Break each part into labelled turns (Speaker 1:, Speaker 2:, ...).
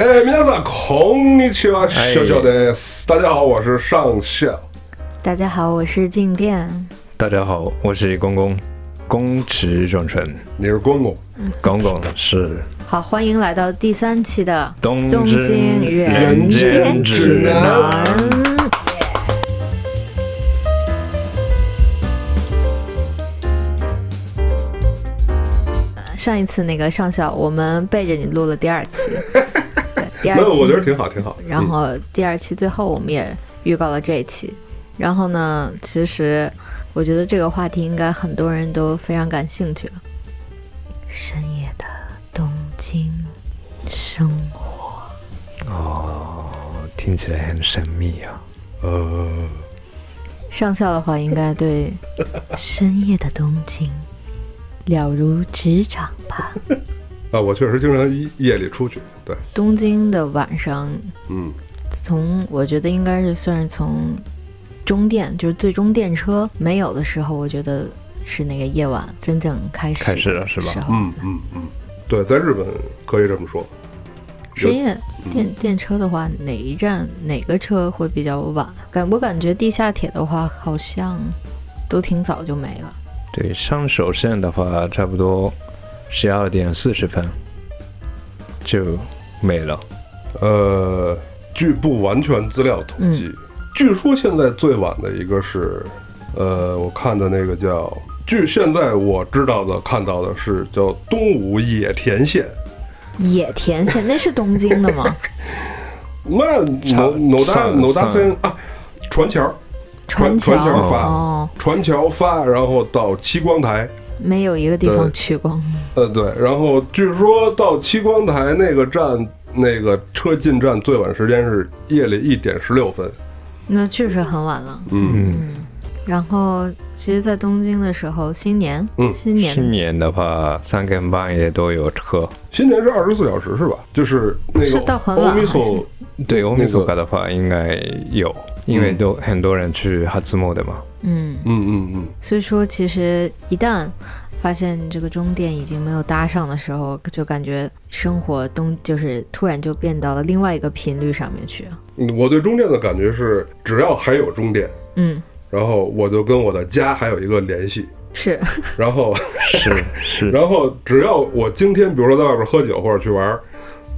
Speaker 1: 哎，皆さんこんにちは、小小的大家好，我是上校。
Speaker 2: 大家好，我是静电。
Speaker 3: 大家好，我是公公，公池转纯，
Speaker 1: 你是公公，
Speaker 3: 公公是
Speaker 2: 好，欢迎来到第三期的
Speaker 3: 东
Speaker 2: 东京
Speaker 3: 京
Speaker 2: 人
Speaker 3: 间
Speaker 2: 间
Speaker 3: 指
Speaker 2: 哎指
Speaker 3: 南。
Speaker 2: 南。呃上一次那个上校，我们背着你录了第二期， 对第
Speaker 1: 没
Speaker 2: 二
Speaker 1: 有，
Speaker 2: 期
Speaker 1: 我觉得挺好，挺好。
Speaker 2: 然后第二期最后我们也预告了这一期。然后呢，其实我觉得这个话题应该很多人都非常感兴趣。深夜的东京生活，
Speaker 3: 听起来很神秘啊！
Speaker 1: 呃，
Speaker 2: 上校的话应 该对深夜的东京了如指掌吧。
Speaker 1: 啊，我确实经常夜夜里出去，对，
Speaker 2: 东京的晚上，
Speaker 1: 嗯，
Speaker 2: 从我觉得应该是算是从中电，就是最终电车没有的时候，我觉得是那个夜晚真正开始
Speaker 3: 开始了是吧
Speaker 2: 时候
Speaker 1: 嗯嗯嗯，对，在日本可以这么说。
Speaker 2: 深夜
Speaker 3: 嗯
Speaker 2: 电电车的话，哪一站哪个车会比较晚？感我感觉地下铁的话，好像都挺早就没了。
Speaker 3: 对，上首线的话，差不多十二点四十分就没了。
Speaker 1: 呃，据不完全资料统计，
Speaker 2: 嗯
Speaker 1: 据说现在最晚的一个是，呃，我看的那个叫，据现在我知道的看到的是叫东武野田线。
Speaker 2: 野田线那是东京 的吗？
Speaker 1: 那
Speaker 3: 差
Speaker 1: 某某大
Speaker 3: 上
Speaker 1: 某大
Speaker 3: 上
Speaker 1: 森啊，船桥，船
Speaker 2: 桥
Speaker 1: 船桥发
Speaker 2: 哦，
Speaker 1: 船桥发，然后到七光台，
Speaker 2: 没有一个地
Speaker 1: 对
Speaker 2: 方去过。
Speaker 1: 呃对，然后据说到七光台那个站，那个车进站最晚时间是夜里一点十六分。
Speaker 2: 那确实很晚了。
Speaker 3: 嗯，
Speaker 2: 然后，其实，在东京的时候，新年，
Speaker 1: 嗯
Speaker 2: 新年
Speaker 3: 新年的话，三更半夜都有车。
Speaker 1: 新年是二十四小时是吧？就是那个
Speaker 2: 是到很晚
Speaker 1: 欧米
Speaker 2: 还是
Speaker 1: 索，
Speaker 3: 对，欧米
Speaker 1: 那个
Speaker 3: 索卡的话应该有，因为都很多人去哈兹莫的嘛。
Speaker 2: 嗯，
Speaker 1: 嗯嗯嗯，
Speaker 2: 所以说，其实一旦发现这个终点已经没有搭上的时候，就感觉生活东就是突然就变到了另外一个频率上面去。
Speaker 1: 嗯我对终电的感觉是，只要还有终电，
Speaker 2: 嗯，
Speaker 1: 然后我就跟我的家还有一个联系，
Speaker 2: 是
Speaker 1: 然后。
Speaker 3: 是是，
Speaker 1: 然后只要我今天，比如说在外边喝酒或者去玩，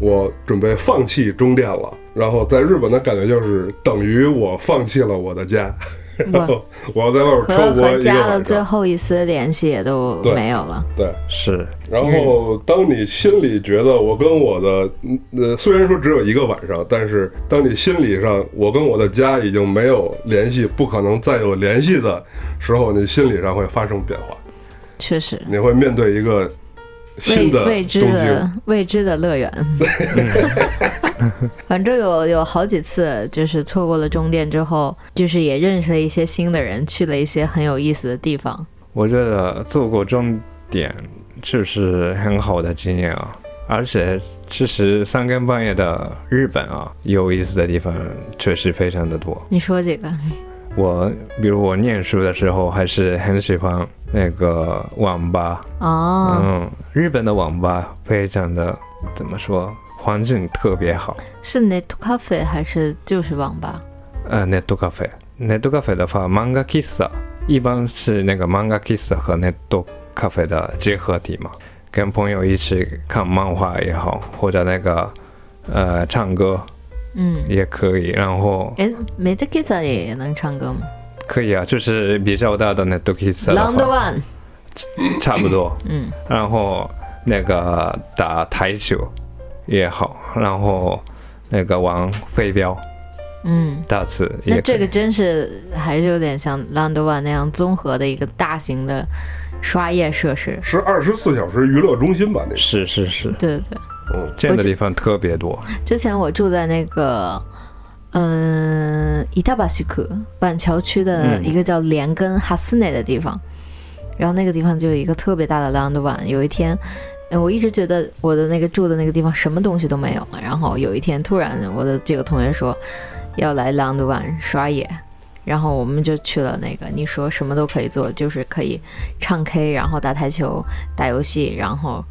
Speaker 1: 我准备放弃终电了。然后在日本的感觉就是等于我放弃了我的家， 然
Speaker 2: 我
Speaker 1: 后我要在外边
Speaker 2: 和
Speaker 1: 漂泊
Speaker 2: 和
Speaker 1: 一个
Speaker 2: 家的
Speaker 1: 晚
Speaker 2: 最
Speaker 1: 上。
Speaker 2: 后一丝联系也都
Speaker 1: 对
Speaker 2: 没有了。
Speaker 1: 对，
Speaker 3: 是，
Speaker 1: 然后当你心里觉得我跟我的嗯呃，虽然说只有一个晚上，但是当你心理上我跟我的家已经没有联系，不可能再有联系的时候，你心理上会发生变化，
Speaker 2: 确实，
Speaker 1: 你会面对一个新
Speaker 2: 未
Speaker 1: 的
Speaker 2: 未
Speaker 1: 东
Speaker 2: 知
Speaker 1: 京。
Speaker 2: 的未知的 乐园。反正有有好几次，就是错过了终点之后，就是也认识了一些新的人，去了一些很有意思的地方。
Speaker 3: 我觉得做过终点就是很好的经验啊，而且其实三更半夜的日本啊，有意思的地方确实非常的多。
Speaker 2: 你说几个？
Speaker 3: 我比如我念书的时候，还是很喜欢那个网吧，
Speaker 2: 哦，
Speaker 3: 嗯，日本的网吧非常的怎么说，环境特别好。
Speaker 2: 是 Net Cafe 还是就是网吧？
Speaker 3: 呃，ネットカフェ，ネットカフェ的话，漫画喫茶一般是那个漫画喫茶和ネットカフェ的结合体嘛，跟朋友一起看漫画也好，或者那个呃唱歌
Speaker 2: 嗯，
Speaker 3: 也可以，然后
Speaker 2: 哎，梅德 Kisa 也也能唱歌吗
Speaker 3: 可以啊，就是比较大的ネット喫茶的
Speaker 2: ？Round
Speaker 3: 话，
Speaker 2: One，
Speaker 3: 差不多，
Speaker 2: 嗯，
Speaker 3: 然后那个打台球也好，然后那个玩飞镖、
Speaker 2: 嗯，
Speaker 3: 大字也可以
Speaker 2: 那这个真是还是有点像 Round One 那样综合的一个大型的刷夜设施。
Speaker 1: 是二十四小时娱乐中心吧？那个，
Speaker 3: 是是是，
Speaker 2: 对对对，
Speaker 1: 嗯，
Speaker 3: 这样的地方特别多。
Speaker 2: 之前我住在那个。嗯，伊达巴西克板桥区的
Speaker 3: 嗯
Speaker 2: 一个叫连根哈斯内的地方，然后那个地方就有一个特别大的 Round One。有一天，呃我一直觉得我的那个住的那个地方什么东西都没有，然后有一天突然我的几个同学说要来 Round One 刷野，然后我们就去了那个你说什么都可以做，就是可以唱 K，然后打台球、打游戏，然后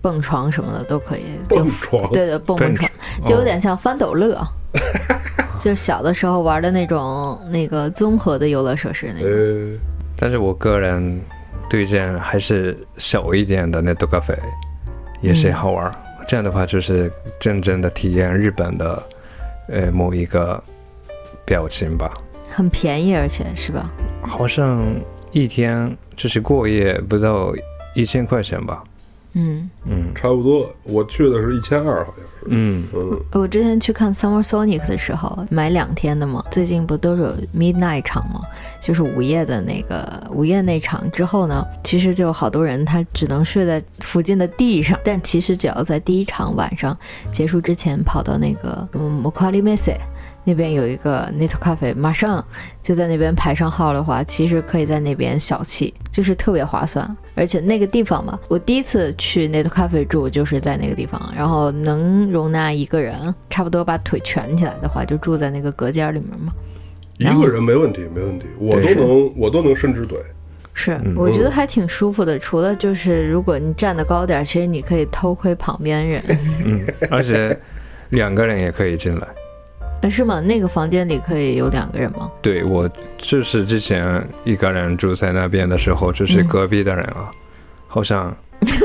Speaker 2: 蹦床什么的都可以，就
Speaker 1: 蹦床，
Speaker 2: 对对，蹦蹦床，就有点像翻斗乐，就是小的时候玩的那种那个综合的游乐设施那种。
Speaker 1: 呃，
Speaker 3: 但是我个人推荐还是小一点的那豆咖啡，也是好玩儿。这样的话，就是真正的体验日本的呃某一个表情吧。
Speaker 2: 很便宜，而且是吧？
Speaker 3: 好像一天就是过夜不到一千块钱吧。
Speaker 2: 嗯，
Speaker 3: 嗯
Speaker 1: 差不多。我去的是一千二，好像是。
Speaker 3: 嗯，
Speaker 1: 嗯，
Speaker 2: 我之前去看 Summer Sonic 的时候，买两天的嘛。最近不都是有 Midnight 场吗？就是午夜的那个午夜那场之后呢，其实就有好多人他只能睡在附近的地上，但其实只要在第一场晚上结束之前跑到那个嗯 m o k a l i m e s e 那边有一个 n i t o 咖啡，马上就在那边排上号的话，其实可以在那边小憩，就是特别划算。而且那个地方吧，我第一次去 n i t o 咖啡住就是在那个地方，然后能容纳一个人，差不多把腿蜷起来的话，就住在那个隔间里面嘛。
Speaker 1: 一
Speaker 2: 然后
Speaker 1: 个人没问题，没问题，我都
Speaker 3: 对是
Speaker 1: 能，我都能伸直腿。
Speaker 2: 是
Speaker 3: 嗯，
Speaker 2: 我觉得还挺舒服的。除了就是，如果你站得高点儿，其实你可以偷窥旁边人，
Speaker 3: 而且两个人也可以进来。
Speaker 2: 呃是吗？那个房间里可以有两个人吗？
Speaker 3: 对我就是之前一个人住在那边的时候，就是
Speaker 2: 嗯
Speaker 3: 隔壁的人啊，好像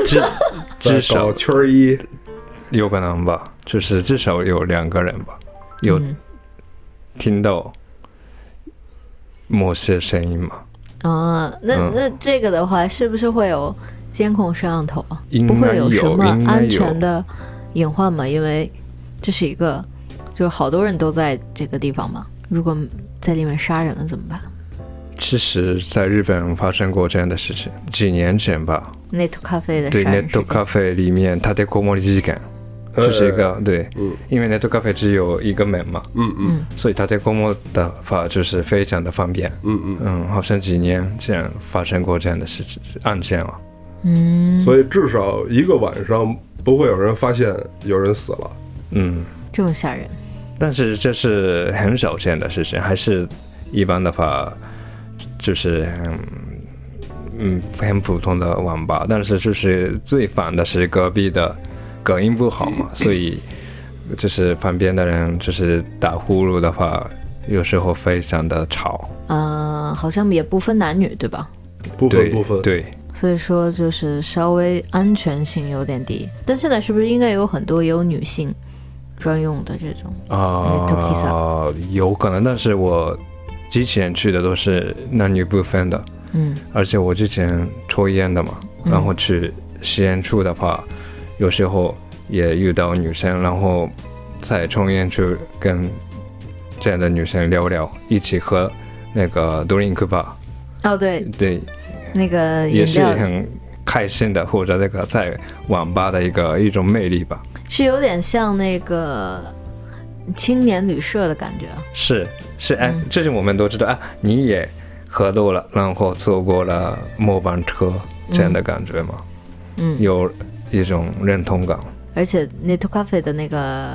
Speaker 3: 至至
Speaker 1: 再搞
Speaker 3: 少
Speaker 1: 圈儿一，
Speaker 3: 有可能吧，就是至少有两个人吧，有
Speaker 2: 嗯
Speaker 3: 听到某些声音嘛？
Speaker 2: 啊，那
Speaker 3: 嗯
Speaker 2: 那这个的话，是不是会有监控摄像头啊？
Speaker 3: 嗯应
Speaker 2: 不
Speaker 3: 该
Speaker 2: 会什
Speaker 3: 有，
Speaker 2: 么
Speaker 3: 应该
Speaker 2: 安
Speaker 3: 有
Speaker 2: 全。的隐患吗？因为这是一个，就是好多人都在这个地方嘛。如果在里面杀人了怎么办
Speaker 3: 其实，在日本发生过这样的事情，几年前吧，
Speaker 2: ？Net 咖啡的
Speaker 3: 对
Speaker 2: 杀人
Speaker 3: Net
Speaker 2: 事件，
Speaker 3: 咖啡里面他的过目事件，就是一
Speaker 1: 哎，
Speaker 3: 个对，
Speaker 1: 嗯
Speaker 3: 因为 Net 咖啡只有一个门嘛，
Speaker 1: 嗯嗯
Speaker 3: 所以他的过目的话就是非常的方便。
Speaker 1: 嗯
Speaker 3: 嗯，好像几年这样发生过这样的事情案件啊了。
Speaker 2: 嗯
Speaker 1: 嗯，，所以至少一个晚上不会有人发现有人死了。
Speaker 3: 嗯，
Speaker 2: 这么吓人，
Speaker 3: 但是这是很少见的事情，还是一般的话，就是很嗯很普通的网吧。但是就是最烦的是隔壁的隔音不 好嘛，所以就是旁边的人就是打呼噜的话，有时候非常的吵。
Speaker 2: 呃，好像也不分男女，对吧？
Speaker 1: 不分
Speaker 3: 对
Speaker 1: 不分，
Speaker 3: 对，
Speaker 2: 所以说就是稍微安全性有点低。但现在是不是应该有很多有女性专用的这种？
Speaker 3: 啊、有可能，但是我之前去的都是男女不分的，
Speaker 2: 嗯
Speaker 3: 而且我之前抽烟的嘛，
Speaker 2: 嗯
Speaker 3: 然后去吸烟处的话，有时候也遇到女生，然后在抽烟处跟这样的女生聊聊，一起喝那个 drink 吧，
Speaker 2: 哦，对，
Speaker 3: 对，
Speaker 2: 那个饮
Speaker 3: 也是
Speaker 2: 料
Speaker 3: 很开心的，或者那个在网吧的一个一种魅力吧，
Speaker 2: 是有点像那个青年旅社的感觉。
Speaker 3: 是是，哎
Speaker 2: 嗯，
Speaker 3: 这是我们都知道啊，你也喝多了，然后错过了末班车这样的感觉嘛，
Speaker 2: 嗯，
Speaker 3: 有一种认同感。
Speaker 2: 而且 Net Cafe 的那个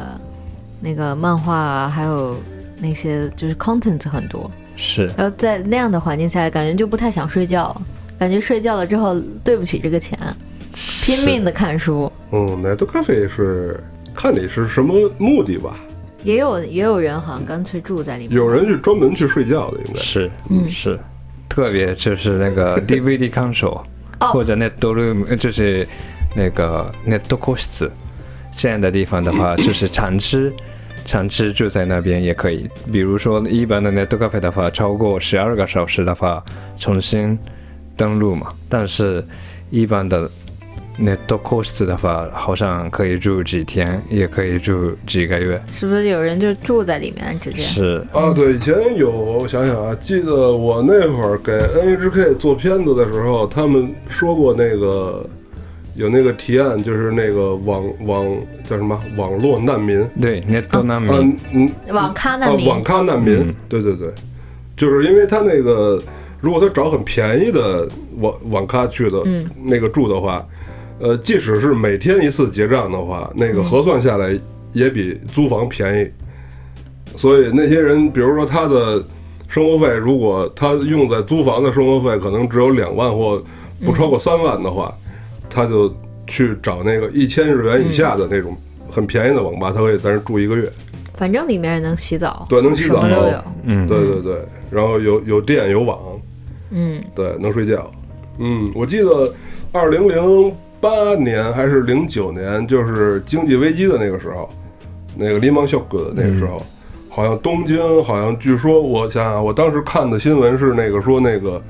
Speaker 2: 那个漫画啊，还有那些就是 content 很多，
Speaker 3: 是，
Speaker 2: 然后在那样的环境下，感觉就不太想睡觉，感觉睡觉了之后对不起这个钱，拼命的看书。
Speaker 1: 嗯，奶豆咖啡是看你是什么目的吧。
Speaker 2: 也有也有人好像干脆住在里面，
Speaker 1: 有人去专门去睡觉的，应该
Speaker 3: 是，
Speaker 2: 嗯
Speaker 3: 是，特别就是那个 DVD console
Speaker 2: 哦
Speaker 3: 或者 net room，呃就是那个 net 科室这样的地方的 话，就是常吃。常吃住在那边也可以，比如说一般的 net 咖啡的话，超过十二个小时的话，重新登录嘛。但是，一般的 net cost 的话，好像可以住几天，也可以住几个月。
Speaker 2: 是不是有人就住在里
Speaker 1: 嗯
Speaker 2: 面直接？
Speaker 3: 是，
Speaker 1: 啊，对，以前有，我想想啊，记得我那会儿给 NHK 做片子的时候，他们说过那个有那个提案，就是那个网网叫什么网络难民，
Speaker 3: 对 net 难
Speaker 1: 啊
Speaker 3: 民，
Speaker 1: 嗯
Speaker 2: 网咖
Speaker 1: 啊
Speaker 2: 难民，
Speaker 1: 网咖难民，
Speaker 3: 嗯
Speaker 1: 对对对，就是因为他那个如果他找很便宜的网网咖去的、
Speaker 2: 嗯
Speaker 1: 那个住的话，呃，即使是每天一次结账的话，那个核算下来也比租房便宜。所以那些人，比如说他的生活费，如果他用
Speaker 2: 嗯
Speaker 1: 在租房的生活费可能只有两万或不超过三万的话，他就去找那个一千日元以下的那种很便宜的网吧，他可以在那儿住一个月。
Speaker 2: 反正里面也能洗澡，
Speaker 1: 对能洗澡
Speaker 2: 什么都有。
Speaker 3: 嗯，
Speaker 1: 对对对，然后有有电有网，
Speaker 2: 嗯，
Speaker 1: 对，能睡觉。嗯，我记得二零零八年还是零九年，就是经济危机的那个时候，那个林芒小哥的那个时候，好像东京好像据说我想想啊，我当时看的新闻是那个说那个，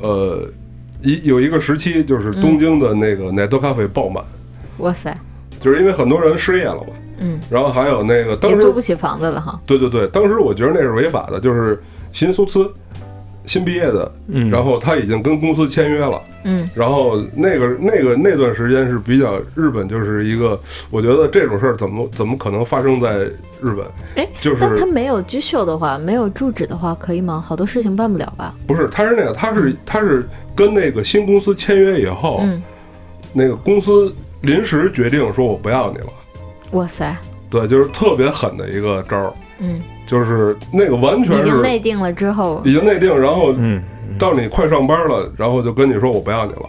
Speaker 1: 呃，一有一个时期就是东京的那个奶豆咖啡爆满，
Speaker 2: 哇塞，
Speaker 1: 就是因为很多人失业了嘛。
Speaker 2: 嗯，
Speaker 1: 然后还有那个当
Speaker 2: 也
Speaker 1: 时
Speaker 2: 租不起房子了哈。
Speaker 1: 对对对，当时我觉得那是违法的，就是新苏茨新毕业的，
Speaker 3: 嗯
Speaker 1: 然后他已经跟公司签约了，
Speaker 2: 嗯，
Speaker 1: 然后那个那个那段时间是比较日本就是一个，我觉得这种事儿怎么怎么可能发生在日本？
Speaker 2: 哎，
Speaker 1: 就是
Speaker 2: 但他没有居秀的话，没有住址的话，可以吗？好多事情办不了吧？
Speaker 1: 不是，他是那个，他是他是跟那个新公司签约以后，
Speaker 2: 嗯，
Speaker 1: 那个公司临时决定说我不要你了，
Speaker 2: 哇塞，
Speaker 1: 对，就是特别狠的一个招儿，
Speaker 2: 嗯，
Speaker 1: 就是那个完全
Speaker 2: 已
Speaker 1: 是
Speaker 2: 经内定了之后，
Speaker 1: 已经内定，然后
Speaker 3: 嗯，
Speaker 1: 到你快上班了，然后就跟你说我不要你了，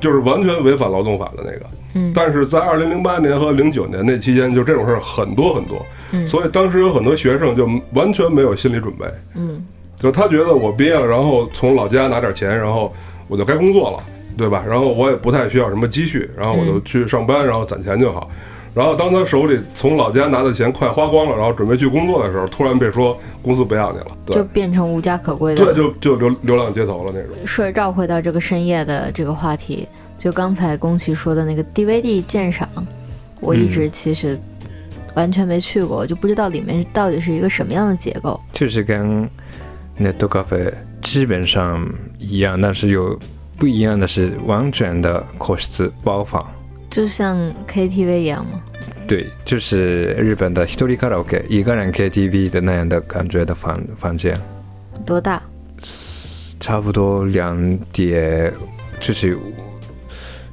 Speaker 1: 就是完全违反劳动法的那个。
Speaker 2: 嗯
Speaker 1: 但是在二零零八年和零九年那期间，就这种事儿很多很多，
Speaker 2: 嗯
Speaker 1: 所以当时有很多学生就完全没有心理准备，
Speaker 2: 嗯
Speaker 1: 就他觉得我毕业了，然后从老家拿点钱，然后我就该工作了，对吧？然后我也不太需要什么积蓄，然后我就去上班，然后攒钱就好。然后当他手里从老家拿的钱快花光了，然后准备去工作的时候，突然被说公司不要你了，
Speaker 2: 就
Speaker 1: 对
Speaker 2: 变成无家可归的
Speaker 1: 对，就就流流浪街头了那种。
Speaker 2: 说绕回到这个深夜的这个话题，就刚才宫崎说的那个 DVD 鉴赏，我一
Speaker 1: 嗯
Speaker 2: 直其实完全没去过，我就不知道里面到底是一个什么样的结构。
Speaker 3: 就是跟 net 咖啡基本上一样，但是有不一样的是完全的个室包房。
Speaker 2: 就像 KTV 一样吗？
Speaker 3: 对，就是日本的一人卡拉 OK 一个人 KTV 的那样的感觉的房房间，
Speaker 2: 多大？
Speaker 3: 差不多两点，就是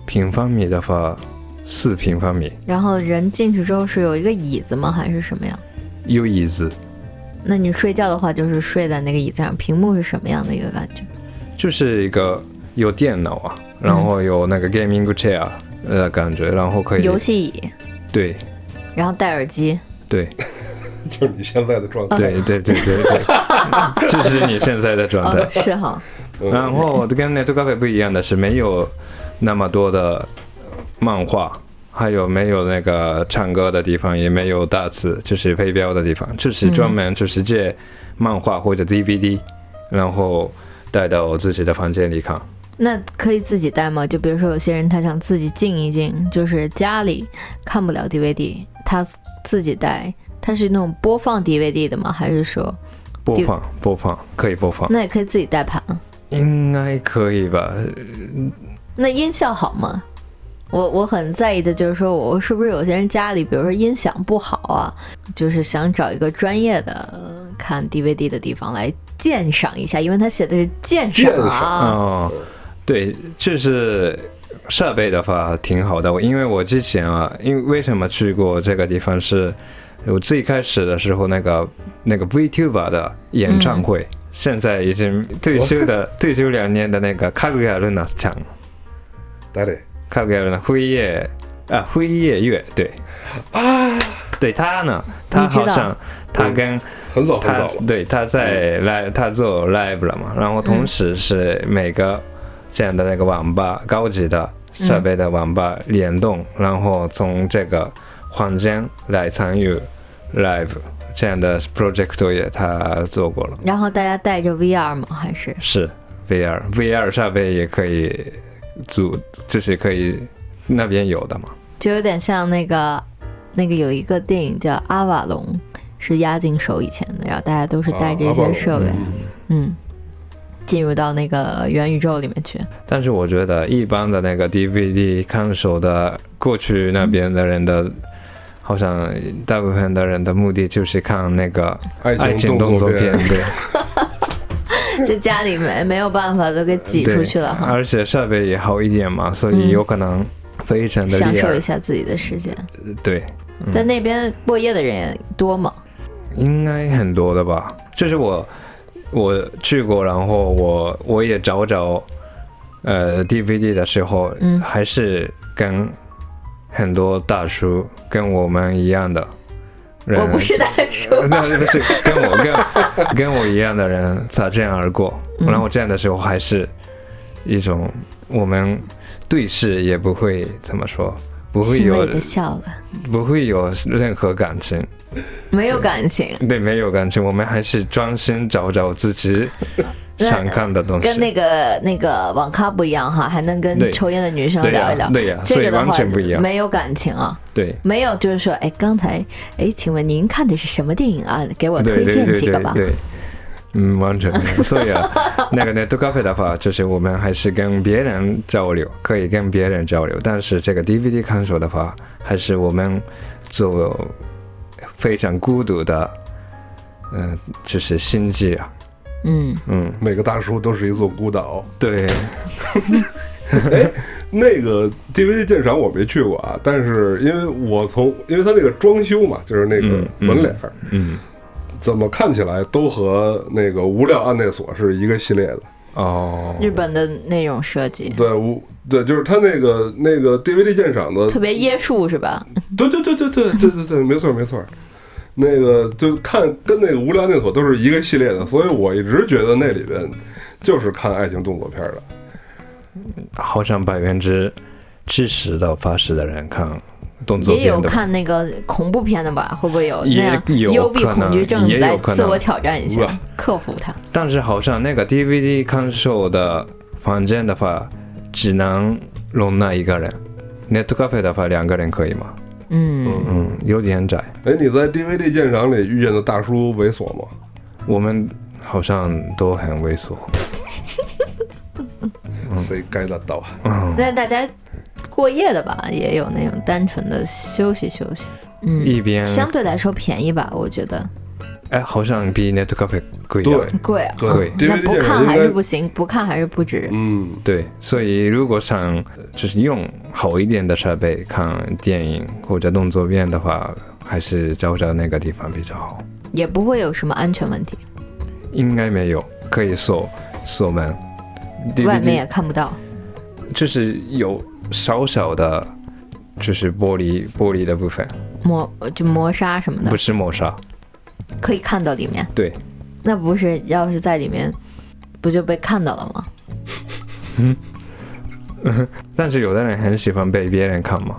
Speaker 3: 平方米的话，四平方米，
Speaker 2: 然后人进去之后是有一个椅子吗？还是什么样？
Speaker 3: 有椅子，
Speaker 2: 那你睡觉的话，就是睡在那个椅子上，屏幕是什么样的一个感觉？
Speaker 3: 就是一个有电脑啊，然后有那个 gaming chair 的感觉，然后可以
Speaker 2: 游戏椅，
Speaker 3: 对
Speaker 2: 然后戴耳机，
Speaker 3: 对
Speaker 1: 就是你现在的状态。
Speaker 3: 对对对对对，这是你现在的状态
Speaker 2: 哦，。是哈，
Speaker 1: 嗯
Speaker 3: 然后跟 net 咖啡不一样的是，没有那么多的漫画，还有没有那个唱歌的地方，也没有大字，就是配标的地方，就是专门就是借漫画或者 DVD，、然后带到我自己的房间里看。
Speaker 2: 那可以自己带吗？就比如说有些人他想自己静一静，就是家里看不了 DVD，他自己带，他是那种播放 DVD 的吗？还是说
Speaker 3: 播放播放可以播放，
Speaker 2: 那也可以自己带盘？
Speaker 3: 应该可以吧？
Speaker 2: 那音效好吗？我我很在意的就是说，我是不是有些人家里，比如说音响不好啊，就是想找一个专业的呃看 DVD 的地方来鉴赏一下，因为他写的是鉴赏
Speaker 1: 鉴
Speaker 2: 啊，
Speaker 3: 哦，对，就是设备的话挺好的，我因为我之前啊，因为为什么去过这个地方是，我最开始的时候那个那个 VTuber 的演唱会，
Speaker 2: 嗯
Speaker 3: 现在已经退休的
Speaker 2: 哦
Speaker 3: 退休两年的那个卡古亚伦纳斯强，
Speaker 1: 誰
Speaker 3: 卡古亚伦纳辉夜啊辉夜月对啊，对他呢，他
Speaker 2: 你知道
Speaker 3: 好像他
Speaker 1: 嗯
Speaker 3: 跟。
Speaker 1: 很早很
Speaker 3: 他
Speaker 1: 早了，
Speaker 3: 对他在 live，他做 live 了嘛，然后同时是每个这样的那个网吧高级的设备的网吧联动，然后从这个房间来参与 live 这样的 project 也他做过了，
Speaker 2: 然后大家带着 VR 吗？还是
Speaker 3: 是 VR VR 设备也可以组，就是可以那边有的嘛，
Speaker 2: 就有点像那个那个有一个电影叫《阿瓦隆》，是押井守以前的，然后大家都是带着一
Speaker 1: 啊阿瓦
Speaker 2: 些
Speaker 1: 隆
Speaker 2: 设备，
Speaker 1: 嗯
Speaker 2: 嗯，进入到那个元宇宙里面 去。
Speaker 3: 但是我觉得一般的那个 DVD 看守的，过去那边的人的，好像大部分的人的目的就是看那个爱
Speaker 1: 爱
Speaker 3: 情
Speaker 1: 情
Speaker 3: 动
Speaker 1: 动
Speaker 3: 作
Speaker 1: 作
Speaker 3: 片，
Speaker 1: 片，
Speaker 3: 对
Speaker 2: 在家里没没有办法都给挤出
Speaker 3: 对
Speaker 2: 去了哈，
Speaker 3: 而且设备也好一点嘛，所
Speaker 2: 嗯
Speaker 3: 以有可能非常的
Speaker 2: 享
Speaker 3: 厉
Speaker 2: 受
Speaker 3: 害嗯
Speaker 2: 一。下自己的时间。
Speaker 3: 对，
Speaker 2: 在那边过夜的人也多吗？
Speaker 3: 应该很多的吧？就是我我去过，然后我我也找找呃 DVD 的时候，
Speaker 2: 嗯
Speaker 3: 还是跟很多大叔跟我们一样的人，
Speaker 2: 我不是大 叔，
Speaker 3: 呃那不是跟我跟跟我一样的人擦肩而过，
Speaker 2: 嗯
Speaker 3: 然后这样的时候还是一种我们对视也不会怎么说，不 会
Speaker 2: 欣
Speaker 3: 有
Speaker 2: 慰的笑了，
Speaker 3: 不会有任何感情，
Speaker 2: 没有感情，
Speaker 3: 对，没有感情，我们还是专心找找自己 想看的东西，
Speaker 2: 跟那个那个网咖不一样哈，还能跟
Speaker 3: 对
Speaker 2: 抽烟的女生
Speaker 3: 对呀
Speaker 2: 聊一聊，
Speaker 3: 对呀
Speaker 2: 这
Speaker 3: 所以
Speaker 2: 个的
Speaker 3: 完
Speaker 2: 话
Speaker 3: 全不一样
Speaker 2: 没有感情啊，
Speaker 3: 对。
Speaker 2: 没有就是说，哎，刚才哎，请问您看的是什么电影啊？给我推
Speaker 3: 对对
Speaker 2: 荐
Speaker 3: 对
Speaker 2: 几
Speaker 3: 对
Speaker 2: 个吧。
Speaker 3: 对，嗯，完 全没有。所以啊，那个 net cafe 的话，就是我们还是跟别人交流，可以跟别人交流。但是这个 DVD 看守的话，还是我们做非常孤独的，嗯、就是心机啊，
Speaker 2: 嗯，
Speaker 3: 嗯，
Speaker 1: 每个大叔都是一座孤岛。
Speaker 3: 对，
Speaker 1: 那个 DVD 鉴赏我没去过啊，但是因为我从因为它那个装修嘛，就是那个
Speaker 3: 嗯嗯
Speaker 1: 门脸儿，
Speaker 3: 嗯，
Speaker 1: 怎么看起来都和那个《无聊案内所》是一个系列的。
Speaker 3: 哦，
Speaker 2: 日本的那种设计
Speaker 1: 对，无对，就是它那个那个 DVD 鉴赏的，
Speaker 2: 特别椰树是吧？
Speaker 1: 对对对对对对对对，没错没错。那个就看跟那个《无聊案内所》都是一个系列的，所以我一直觉得那里边就是看爱情动作片儿的。
Speaker 3: 好像百分之七十到八十的人看动作
Speaker 2: 也有
Speaker 3: 片的吧，
Speaker 2: 看那个恐怖片的吧？会不会有
Speaker 3: 也
Speaker 2: 那样
Speaker 3: 有
Speaker 2: 幽闭
Speaker 3: 可能
Speaker 2: 恐惧症
Speaker 3: 也有
Speaker 2: 来
Speaker 3: 可能
Speaker 2: 自我挑战一下
Speaker 1: 哇，
Speaker 2: 克服它？
Speaker 3: 但是好像那个 DVD 看守的房间的话，只能容纳一个人。net cafe 的话，两个人可以吗？
Speaker 2: 嗯，
Speaker 3: 嗯，有点窄。
Speaker 1: 哎，你在 DVD 鉴赏里遇见的大叔猥琐吗？
Speaker 3: 我们好像都很猥琐。
Speaker 1: 谁该的到？
Speaker 3: 嗯，
Speaker 2: 那大家过夜的吧，也有那种单纯的休息休息。嗯，
Speaker 3: 一边
Speaker 2: 相对来说便宜吧，我觉得
Speaker 3: 哎，好像比 net cafe 贵啊。
Speaker 1: 对
Speaker 2: 贵啊。
Speaker 3: 对
Speaker 2: 那
Speaker 1: ，DVD
Speaker 2: 不
Speaker 1: 鉴赏
Speaker 2: 看
Speaker 1: 应
Speaker 2: 还是不
Speaker 1: 该，
Speaker 2: 行，不看还是不值。
Speaker 1: 嗯，
Speaker 3: 对，所以如果想呃就是用好一点的设备看电影或者动作片的话，还是找找那个地方比较好。
Speaker 2: 也不会有什么安全问题，
Speaker 3: 应该没有，可以锁锁门。
Speaker 2: 外
Speaker 3: DVD
Speaker 2: 面也看不到。
Speaker 3: 就是有小小的，就是玻璃玻璃的部分，
Speaker 2: 磨就磨砂什么
Speaker 3: 不
Speaker 2: 的，
Speaker 3: 是磨砂。
Speaker 2: 可以看到里面。
Speaker 3: 对，
Speaker 2: 那不是要是在里面，不就被看到了吗？
Speaker 3: 但是有的人很喜欢被别人看嘛，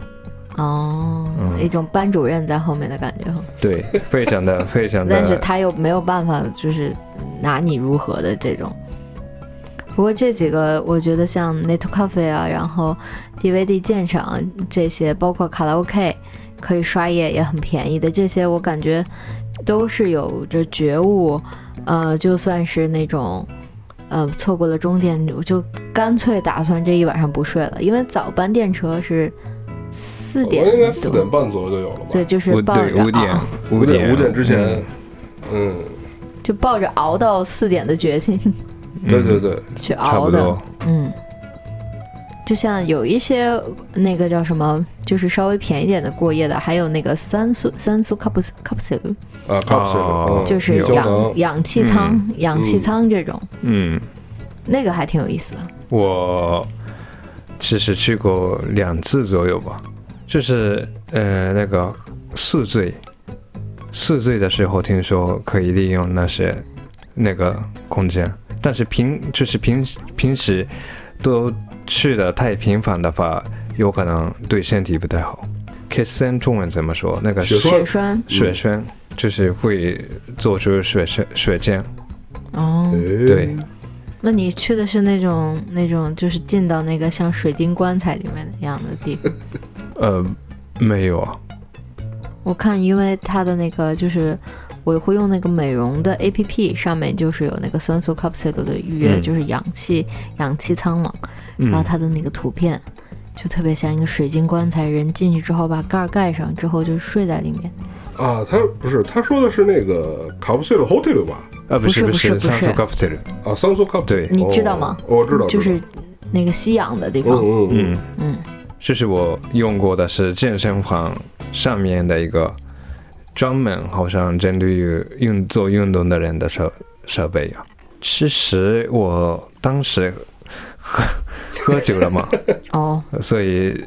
Speaker 2: 哦，一种班主任在后面的感觉哈。
Speaker 3: 对，非常的非常
Speaker 2: 但是
Speaker 3: 的，
Speaker 2: 他又没有办法，就是拿你如何的这种。不过这几个，我觉得像 Net Cafe 啊，然后 DVD 鉴赏这些，包括卡拉 OK 可以刷夜也很便宜的这些，我感觉都是有着觉悟。呃，就算是那种，呃，错过了终点，我就干脆打算这一晚上不睡了，因为早班电车是四
Speaker 1: 我
Speaker 2: 点
Speaker 1: 应该
Speaker 2: 多，
Speaker 1: 四点半左右就有了吧？
Speaker 2: 对，就是
Speaker 3: 五
Speaker 2: 抱
Speaker 3: 对
Speaker 2: 着
Speaker 3: 五点
Speaker 2: 啊
Speaker 1: 五
Speaker 3: 五
Speaker 1: 点
Speaker 3: 点
Speaker 1: 五点之前
Speaker 3: 嗯，
Speaker 1: 嗯，
Speaker 2: 就抱着熬到四点的决心
Speaker 1: 嗯对对对，
Speaker 2: 去
Speaker 3: 嗯差
Speaker 2: 熬
Speaker 3: 不
Speaker 2: 的
Speaker 3: 多，，
Speaker 2: 嗯。就像有一些那个叫什么，就是稍微便宜点的过夜的，还有那个三苏三苏 capsule capsule，
Speaker 1: 啊，capsule，
Speaker 3: 哦
Speaker 1: 嗯
Speaker 2: 就是
Speaker 1: 胶囊
Speaker 2: 氧氧气舱、氧气舱这种，
Speaker 3: 嗯，
Speaker 2: 那个还挺有意思的。
Speaker 3: 我其实去过两次左右吧，就是呃那个宿醉，宿醉的时候听说可以利用那些那个空间，但是平就是平平时都去的太频繁的话，有可能对身体不太好。K 三中文怎么说？那个
Speaker 1: 血栓
Speaker 2: 血栓
Speaker 3: 血栓就是会做出血栓血浆，
Speaker 2: 哦，
Speaker 1: 哎
Speaker 3: 对，
Speaker 2: 那你去的是那种那种就是进到那个像水晶棺材里面一样的地方。
Speaker 3: 呃，没有啊，
Speaker 2: 我看，因为它的那个就是，我会用那个美容的 A P P，上面就是有那个酸素 capsule 的预约，
Speaker 3: 嗯
Speaker 2: 就是氧气氧气舱嘛，然后
Speaker 3: 嗯，
Speaker 2: 它的那个图片就特别像一个水晶棺材，人进去之后把盖儿盖上之后就睡在里面，
Speaker 1: 啊，他不是他说的是那个 capsule hotel 吧？
Speaker 3: 啊不是
Speaker 2: 不是
Speaker 3: 是，
Speaker 2: 不是
Speaker 3: 上次 capsule，
Speaker 1: 啊，三苏 capsule，
Speaker 3: 对，
Speaker 2: 你知道吗？
Speaker 1: 哦？我知道，
Speaker 2: 就
Speaker 1: 知道
Speaker 2: 是那个吸氧的地方，
Speaker 1: 嗯嗯
Speaker 3: 嗯
Speaker 1: 嗯，，
Speaker 2: 嗯
Speaker 3: 就是我用过的是健身房上面的一个专门好像针对于运做运动的人的设设备啊。其实我当 时喝喝酒了嘛，
Speaker 2: 哦，
Speaker 3: 所以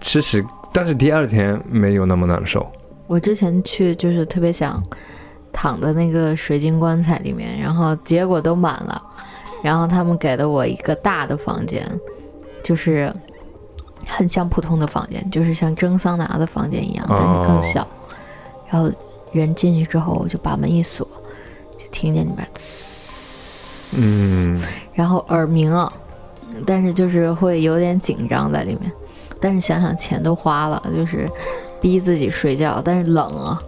Speaker 3: 其实但是第二天没有那么难受。
Speaker 2: 我之前去就是特别想躺在那个水晶棺材里面，然后结果都满了，然后他们给了我一个大的房间，就是很像普通的房间，就是像蒸桑拿的房间一样，但是更小。然后人进去之后，我就把门一锁，就听见里面呲，
Speaker 3: 嗯，
Speaker 2: 然后耳鸣啊，但是就是会有点紧张在里面。但是想想钱都花了，就是逼自己睡觉，但是冷啊，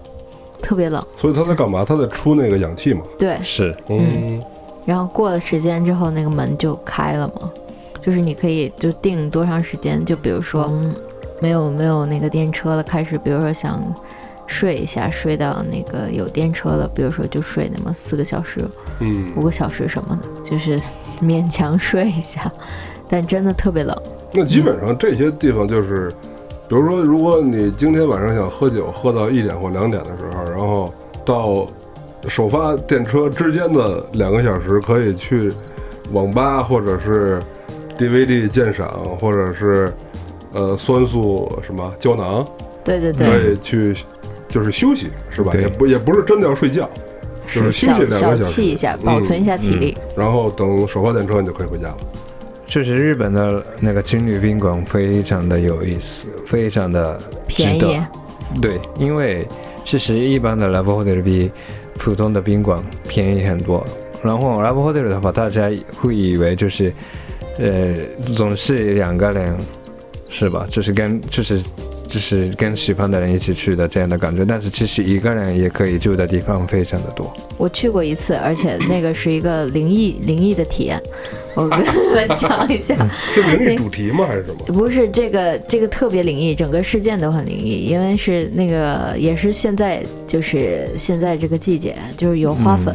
Speaker 2: 特别冷。
Speaker 1: 所以他在干嘛？他在出那个氧气嘛。
Speaker 2: 对，
Speaker 3: 是，
Speaker 1: 嗯，
Speaker 2: 然后过了时间之后，那个门就开了嘛，就是你可以就定多长时间，就比如说、没有没有那个电车了，开始比如说想睡一下，睡到那个有电车了，比如说就睡那么四个小时、
Speaker 1: 嗯
Speaker 2: 五个小时什么的，就是勉强睡一下，但真的特别冷。
Speaker 1: 那基本上这些地方就是，比如说，如果你今天晚上想喝酒，喝到一点或两点的时候，然后到首发电车之间的两个小时，可以去网吧或者是 DVD 鉴赏，或者是呃酸素什么胶囊，
Speaker 2: 对对
Speaker 1: 可
Speaker 2: 对，
Speaker 1: 以去就是休息，是吧？
Speaker 3: 对
Speaker 1: 也不也不是真的要睡觉，就是
Speaker 2: 是
Speaker 1: 休息两
Speaker 2: 小
Speaker 1: 个小
Speaker 2: 小
Speaker 1: 时
Speaker 2: 憩一下，
Speaker 1: 嗯
Speaker 2: 保存一下体力。
Speaker 1: 然后等首发电车你就可以回家了。
Speaker 3: 就是日本的那个情侣宾馆非常的有意思，非常的
Speaker 2: 便
Speaker 3: 值
Speaker 2: 宜
Speaker 3: 得，对，因为其实一般的 Love Hotel 比普通的宾馆便宜很多。然后 Love Hotel 的话，大家会以为就是，呃，总是两个人，是吧？就是跟就是就是跟喜欢的人一起去的这样的感觉。但是其实一个人也可以住的地方非常的多。
Speaker 2: 我去过一次，而且那个是一个灵异灵异的体验。我跟 你们讲一下，
Speaker 1: 是灵异主题吗？还是什么？
Speaker 2: 不是这个这个特别灵异，整个事件都很灵异，因为是那个也是现在就是现在这个季节，就是有花粉，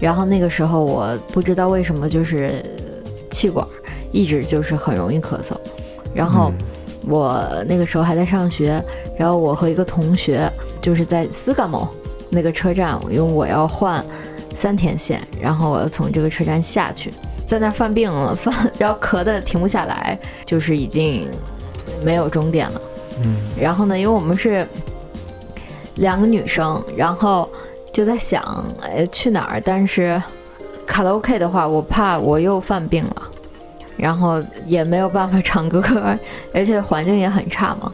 Speaker 2: 然后那个时候我不知道为什么就是呃气管一直就是很容易咳嗽，然后我那个时候还在上学，然后我和一个同学就是在斯干某那个车站，因为我要换三田线，然后我要从这个车站下去，在那儿犯病了，犯 然后咳的停不下来，就是已经没有终点了。
Speaker 3: 嗯，
Speaker 2: 然后呢，因为我们是两个女生，然后就在想，哎，去哪儿？但是卡拉 OK 的话，我怕我又犯病了，然后也没有办法唱歌，而且环境也很差嘛。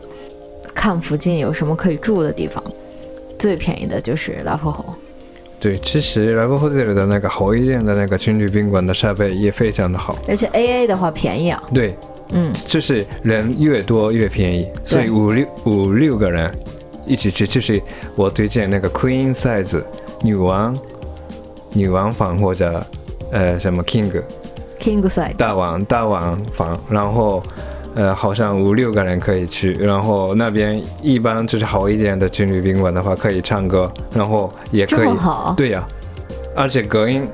Speaker 2: 看附近有什么可以住的地方，最便宜的就是拉夫侯。
Speaker 3: 对，其实 Love Hotel 的那个好一点的那个情侣宾馆的设备也非常的好。
Speaker 2: 而且 AA 的话便宜啊，
Speaker 3: 对，
Speaker 2: 嗯，
Speaker 3: 就是人越多越便宜，所以五六五六个人一起去，就是我推荐那个 Queen size 女王女王房或者呃什么 King
Speaker 2: King size，
Speaker 3: 大王大王房，然后呃好像五六个人可以去，然后那边一般就是好一点的情侣宾馆的话可以唱歌，然后也
Speaker 2: 这
Speaker 3: 可以
Speaker 2: 么，好，
Speaker 3: 对呀、而且隔音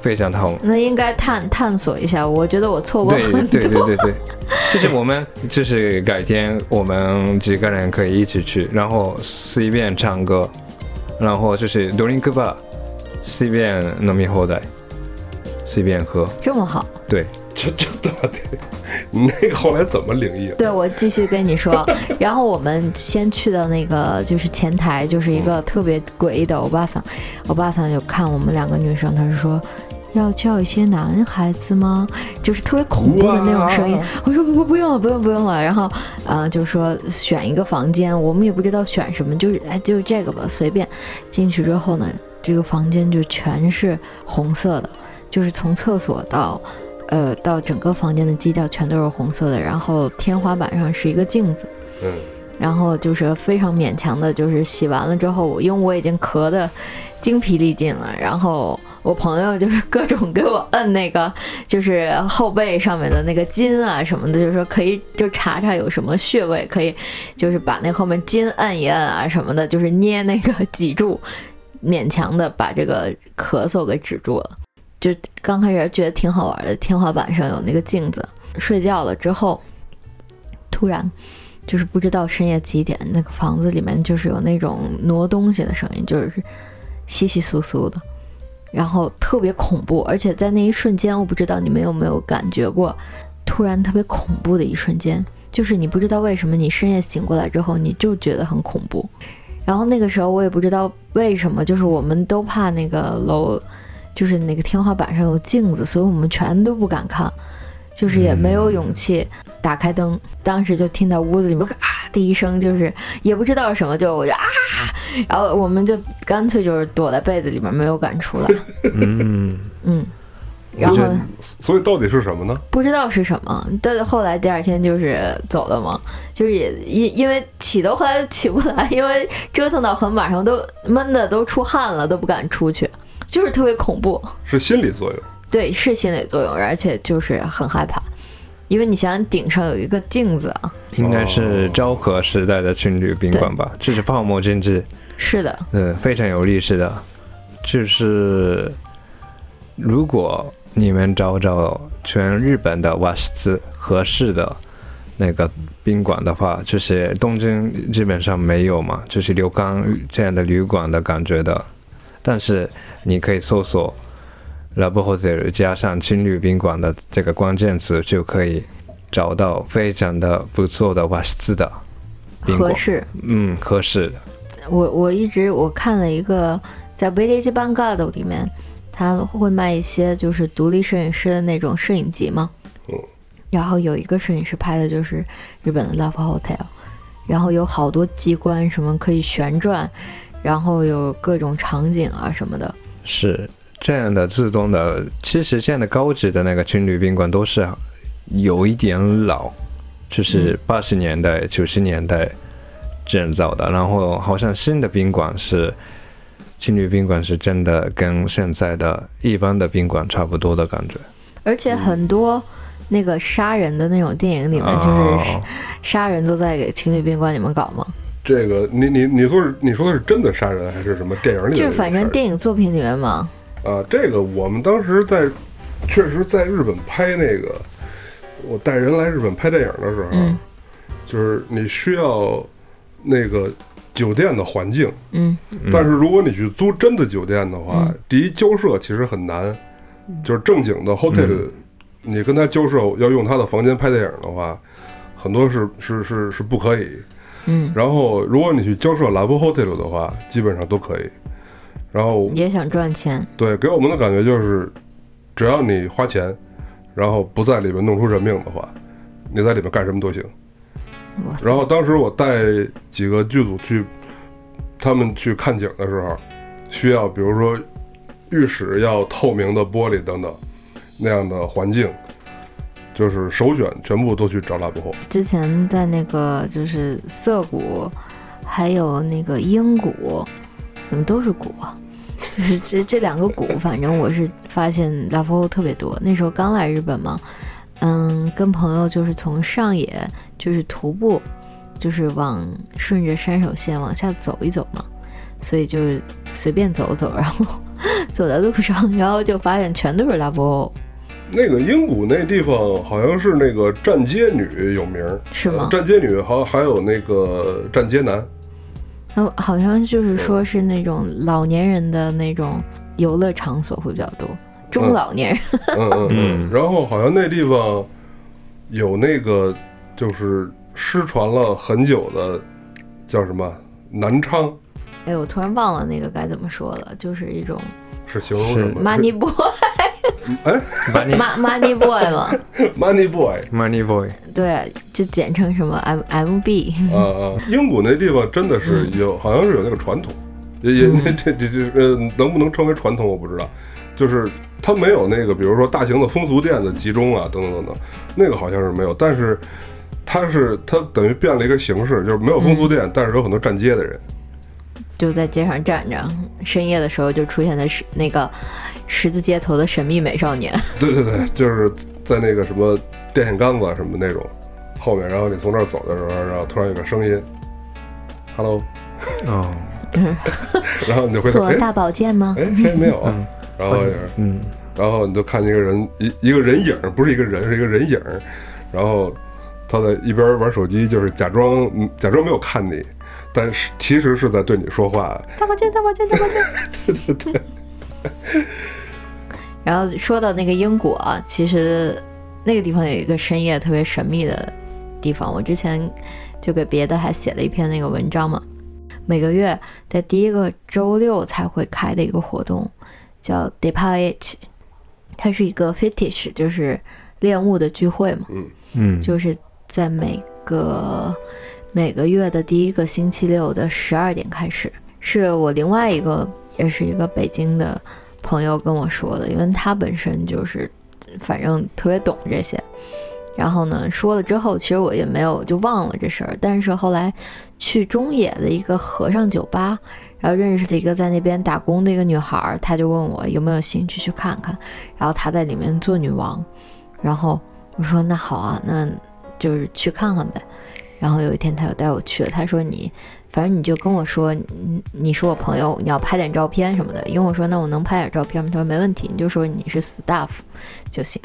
Speaker 3: 非常好。
Speaker 2: 那应该探探索一下。我觉得我错过
Speaker 3: 对
Speaker 2: 很
Speaker 3: 对对
Speaker 2: 多，
Speaker 3: 对 对，就是我们就是改天我们几个人可以一起去，然后随便唱歌，然后就是ドリンクバー随便飲み放題，随便喝。
Speaker 2: 这么好。
Speaker 3: 对，
Speaker 1: 这这大得，你那个后来怎么灵异了？啊
Speaker 2: 对，我继续跟你说。然后我们先去到那个就是前台，就是一个特别诡异的欧巴桑，欧巴桑就看我们两个女生，他就说。要叫一些男孩子吗？就是特别恐怖的那种声音
Speaker 1: 哇。
Speaker 2: 我说不不不用了，不用不用了。然后，呃，就说选一个房间，我们也不知道选什么，就是哎就是这个吧，随便。进去之后呢，这个房间就全是红色的，就是从厕所到呃，到整个房间的基调全都是红色的，然后天花板上是一个镜子，
Speaker 1: 嗯，
Speaker 2: 然后就是非常勉强的，就是洗完了之后，我因为我已经咳得精疲力尽了，然后我朋友就是各种给我摁那个就是后背上面的那个筋啊什么的，就是说可以就查查有什么穴位可以，就是把那后面筋摁一摁啊什么的，就是捏那个脊柱，勉强的把这个咳嗽给止住了。就刚开始觉得挺好玩的，天花板上有那个镜子。睡觉了之后，突然就是不知道深夜几点，那个房子里面就是有那种挪东西的声音，就是稀稀疏疏的，然后特别恐怖。而且在那一瞬间，我不知道你们有没有感觉过，突然特别恐怖的一瞬间，就是你不知道为什么你深夜醒过来之后，你就觉得很恐怖。然后那个时候我也不知道为什么，就是我们都怕那个楼，就是那个天花板上有镜子，所以我们全都不敢看，就是也没有勇气打开灯。当时就听到屋子里面啊的一声，就是也不知道什么，就我就啊，然后我们就干脆就是躲在被子里面没有敢 出来。
Speaker 3: 嗯，
Speaker 2: 嗯，然后
Speaker 3: 我觉得
Speaker 1: 所以到底是什么呢？
Speaker 2: 不知道是什么，但后来第二天就是走了嘛，就是也因因为起都后来起不来，因为折腾到很晚上都闷的都出汗了，都不敢出去，就是特别恐怖。
Speaker 1: 是心理作用。
Speaker 2: 对，是心理作用，而且就是很害怕，因为你想想顶上有一个镜子啊，
Speaker 3: 应该是昭和时代的军旅宾馆吧？这是泡沫经济，
Speaker 2: 是的，
Speaker 3: 嗯，非常有历史的。就是如果你们找找全日本的瓦斯合适的那个宾馆的话，就是东京基本上没有嘛，就是流冈这样的旅馆的感觉的。但是你可以搜索 “lab 或者加上青旅宾馆”的这个关键词，就可以找到非常的不错的瓦斯的宾
Speaker 2: 合
Speaker 3: 馆，
Speaker 2: 适。
Speaker 3: 嗯，合适的。
Speaker 2: 我我一直我看了一个在 Village Vanguard 里面，他会卖一些就是独立摄影师的那种摄影集嘛。
Speaker 1: 嗯。
Speaker 2: 然后有一个摄影师拍的就是日本的 Love Hotel，然后有好多机关什么可以旋转，然后有各种场景啊什么的。
Speaker 3: 是这样的自动的，其实这样的高级的那个军旅宾馆都是有一点老，
Speaker 2: 嗯
Speaker 3: 就是八十年代、九十年代建造的。然后好像新的宾馆是军旅宾馆是真的跟现在的一般的宾馆差不多的感觉。
Speaker 2: 而且很多那个杀人的那种电影里面，
Speaker 1: 嗯
Speaker 2: 就是
Speaker 3: 哦
Speaker 2: 杀人都在给情侣宾馆里面搞嘛，
Speaker 1: 这个，你你你说是你说的是真的杀人还是什么电影里的这
Speaker 2: 就
Speaker 1: 个事儿？
Speaker 2: 是反正电影作品里面嘛。
Speaker 1: 啊，这个我们当时在，确实在日本拍那个，我带人来日本拍电影的时候，
Speaker 2: 嗯
Speaker 1: 就是你需要那个酒店的环境，
Speaker 2: 嗯，
Speaker 1: 但是如果你去租真的酒店的话，第一交涉其实很难，
Speaker 2: 嗯
Speaker 1: 就是正经的 hotel，、你跟他交涉要用他的房间拍电影的话，很多是是是是不可以。
Speaker 2: 嗯，
Speaker 1: 然后如果你去交涉 love hotel 的话，基本上都可以。然后
Speaker 2: 也想赚钱。
Speaker 1: 对，给我们的感觉就是，只要你花钱，然后不在里面弄出人命的话，你在里面干什么都行。
Speaker 2: 哇塞
Speaker 1: 然后当时我带几个剧组去，他们去看景的时候，需要比如说浴室要透明的玻璃等等那样的环境，就是首选全部都去找拉布后。
Speaker 2: 之前在那个就是涩谷，还有那个英谷，怎么都是谷啊？ 就是这这两个谷，反正我是发现拉夫特别多。那时候刚来日本嘛，嗯，跟朋友就是从上野就是徒步，就是往顺着山手线往下走一走嘛，所以就是随便走走，然后 走在路上，然后就发现全都是拉夫，
Speaker 1: 那个英谷那地方好像是那个站街女有名儿，
Speaker 2: 是吗
Speaker 1: 呃站街女还还有那个站街男，
Speaker 2: 然后好像就是说是那种老年人的那种游乐场所会比较多，中老年人。
Speaker 1: 嗯嗯嗯，
Speaker 3: 嗯
Speaker 1: 然后好像那地方有那个就是失传了很久的叫什么南昌，
Speaker 2: 哎，我突然忘了那个该怎么说了，就是一种
Speaker 1: 是形容什么
Speaker 2: money boy，
Speaker 1: 哎
Speaker 3: Money
Speaker 2: ma- money boy 嘛，
Speaker 1: ，Money Boy
Speaker 3: Money Boy，
Speaker 2: 对，就简称什么 M M B。
Speaker 1: 啊啊！英谷那地方真的是有，好像是有那个传统，也也这这这呃，能不能称为传统我不知道，就是它没有那个，比如说大型的风俗店的集中啊，等等等等，那个好像是没有，但是它是它等于变了一个形式，就是没有风俗店，但是有很多站街的人。
Speaker 2: 就在街上站着，深夜的时候就出现在十那个十字街头的神秘美少年。
Speaker 1: 对对对，就是在那个什么电线杆子啊什么那种后面，然后你从那儿走的时候，然后突然有个声音，“hello”，
Speaker 3: 哦，
Speaker 1: 然后你就回头，
Speaker 2: 做
Speaker 1: 哎
Speaker 2: 大保健吗？
Speaker 1: 哎，谁没有 啊？然后也是，
Speaker 3: 嗯，
Speaker 1: 然后你就看见一个人一一个人影儿，不是一个人，是一个人影儿，然后他在一边玩手机，就是假装嗯假装没有看你，但是其实是在对你说话。
Speaker 2: 大保健，大保健，大保健。对对对。 然后说到那个英国啊，其实那个地方有一个深夜特别神秘的地方。我之前就给别的还写了一篇那个文章嘛，每个月在第一个周六才会开的一个活动，叫 d e p a r t 它是一个 fetish，就是恋物的聚会嘛，
Speaker 3: 嗯，
Speaker 2: 就是在每个每个月的第一个星期六的十二点开始，是我另外一个也是一个北京的朋友跟我说的，因为他本身就是反正特别懂这些，然后呢说了之后，其实我也没有就忘了这事儿，但是后来去中野的一个和尚酒吧。然后认识了一个在那边打工的一个女孩儿，她就问我有没有兴趣去看看。然后她在里面做女王，然后我说那好啊，那就是去看看呗。然后有一天他就带我去了，他说你反正你就跟我说，你你是我朋友，你要拍点照片什么的。因为我说那我能拍点照片吗？他说没问题，你就说你是 staff 就行。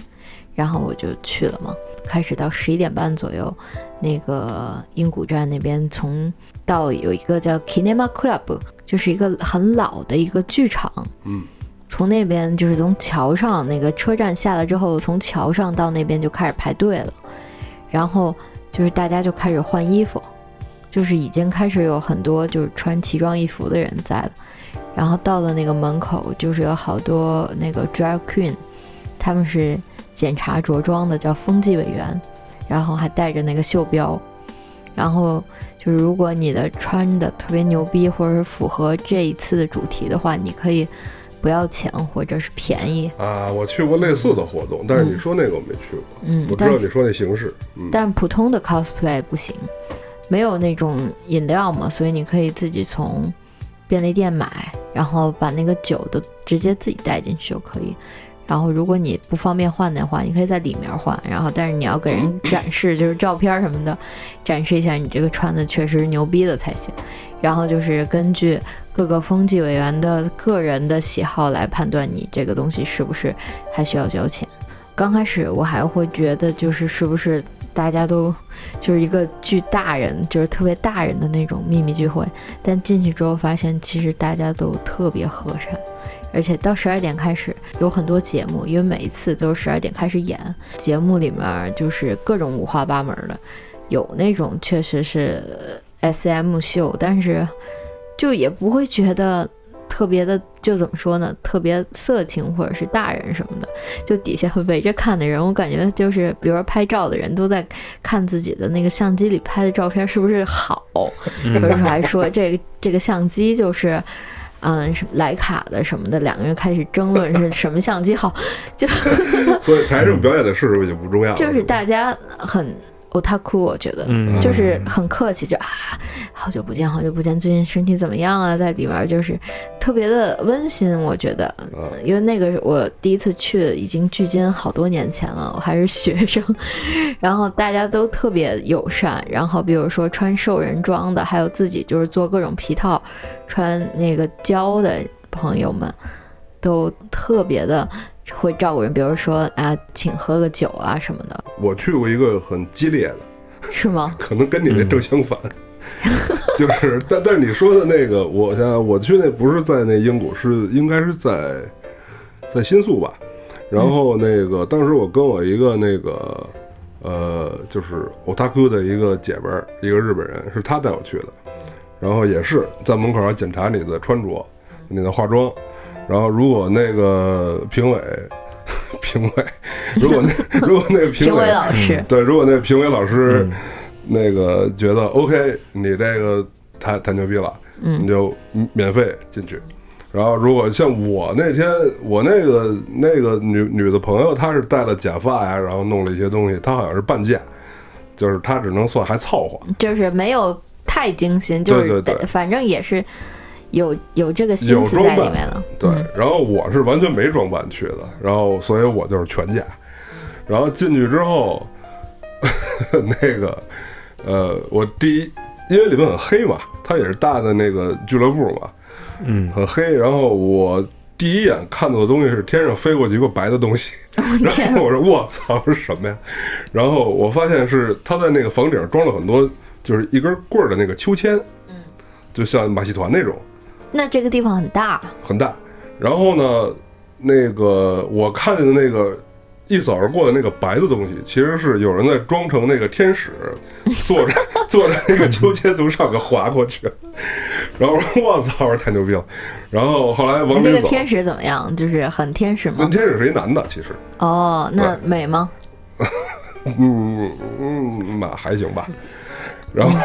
Speaker 2: 然后我就去了嘛，开始到十一点半左右，那个英谷站那边从到有一个叫 Kinema Club，就是一个很老的一个剧场，
Speaker 1: 嗯，
Speaker 2: 从那边就是从桥上那个车站下来之后，从桥上到那边就开始排队了，然后就是大家就开始换衣服，就是已经开始有很多就是穿奇装异服的人在了，然后到了那个门口，就是有好多那个 drag queen，他们是检查着装的，叫风纪委员，然后还带着那个袖标，然后就是如果你的穿的特别牛逼，或者是符合这一次的主题的话，你可以不要钱或者是便宜，
Speaker 1: 啊，我去过类似的活动，但是你说那个我没去过，
Speaker 2: 嗯
Speaker 1: 我，知
Speaker 2: 但
Speaker 1: 道
Speaker 2: 是
Speaker 1: 你说那形式，嗯，
Speaker 2: 但普通的 cosplay 不行，没有那种饮料嘛，所以你可以自己从便利店买，然后把那个酒的直接自己带进去就可以。然后如果你不方便换的话，你可以在里面换，然后但是你要给人展示，就是照片什么的，展示一下你这个穿的确实牛逼的才行。然后就是根据各个风纪委员的个人的喜好来判断你这个东西是不是还需要交钱。刚开始我还会觉得就是是不是大家都就是一个巨大人，就是特别大人的那种秘密聚会。但进去之后发现，其实大家都特别和善，而且到十二点开始有很多节目，因为每一次都是十二点开始演，节目里面就是各种五花八门的，有那种确实是 S M 秀，但是就也不会觉得。特别的，就怎么说呢？特别色情或者是大人什么的，就底下围着看的人，我感觉就是，比如说拍照的人都在看自己的那个相机里拍的照片是不是好，
Speaker 3: 嗯
Speaker 2: 有时候还说这个这个相机就是，嗯，什么徕卡的什么的，两个人开始争论是什么相机好，就
Speaker 1: 所以台上表演的是什么也不重要，
Speaker 2: 就是大家很 otaku，我觉得，
Speaker 3: 嗯，
Speaker 2: 就是很客气，就啊，好久不见，好久不见，最近身体怎么样啊？在里面就是特别的温馨，我觉得，
Speaker 1: 啊，
Speaker 2: 因为那个是我第一次去，已经距今好多年前了，我还是学生。 然后大家都特别友善，然后比如说穿兽人装的，还有自己就是做各种皮套、穿那个胶的朋友们，都特别的会照顾人。比如说啊，请喝个酒啊什么的，
Speaker 1: 我去过一个很激烈的，
Speaker 2: 是吗？
Speaker 1: 可能跟你那正相反， 就是但但是你说的那个，我想想我去那不是在那英谷，是应该是在在新宿吧。然后那个当时我跟我一个那个呃，就是我大哥的一个姐们儿，一个日本人，是她带我去的。然后也是在门口要检查你的穿着、你的化妆。然后如果那个评委 评委，如果那如果那个
Speaker 2: 评
Speaker 1: 评
Speaker 2: 委
Speaker 1: 委啊
Speaker 2: 老师，
Speaker 1: 对，如果那评委老师、那个觉得 OK，你这个太太牛逼了，你
Speaker 2: 嗯
Speaker 1: 就免费进去。然后如果像我那天，我那个那个女女的朋友，她是戴了假发呀，然后弄了一些东西，她好像是半价，就是她只能算还凑合。
Speaker 2: 就是没有太精心，就是
Speaker 1: 对对对
Speaker 2: 得反正也是有有这个心
Speaker 1: 有
Speaker 2: 思
Speaker 1: 装
Speaker 2: 在里
Speaker 1: 扮
Speaker 2: 面了。嗯
Speaker 1: 对，然后我是完全没装扮去的，然后所以我就是全价。然后进去之后， 那个呃，我第一，因为里面很黑嘛，它也是大的那个俱乐部嘛，
Speaker 3: 嗯，
Speaker 1: 很黑。然后我第一眼看到的东西是天上飞过去一个白的东西，然后我说我操是什么呀？然后我发现是他在那个房顶上装了很多，就是一根棍儿的那个秋千，嗯，就像马戏团那种。
Speaker 2: 那这个地方很大，
Speaker 1: 很大。然后呢，那个我看见的那个一扫而过的那个白的东西，其实是有人在装成那个天使，坐着坐着那个秋千从上面滑过去，然后我说我操，我说太牛逼了。然后后来
Speaker 2: 那
Speaker 1: 往
Speaker 2: 这
Speaker 1: 里
Speaker 2: 个
Speaker 1: 走，
Speaker 2: 天使怎么样？就是很天使
Speaker 1: 那
Speaker 2: 吗？
Speaker 1: 天使是一男的，其实，
Speaker 2: 哦，那美吗？
Speaker 1: 嗯嗯，嘛还行吧。然后，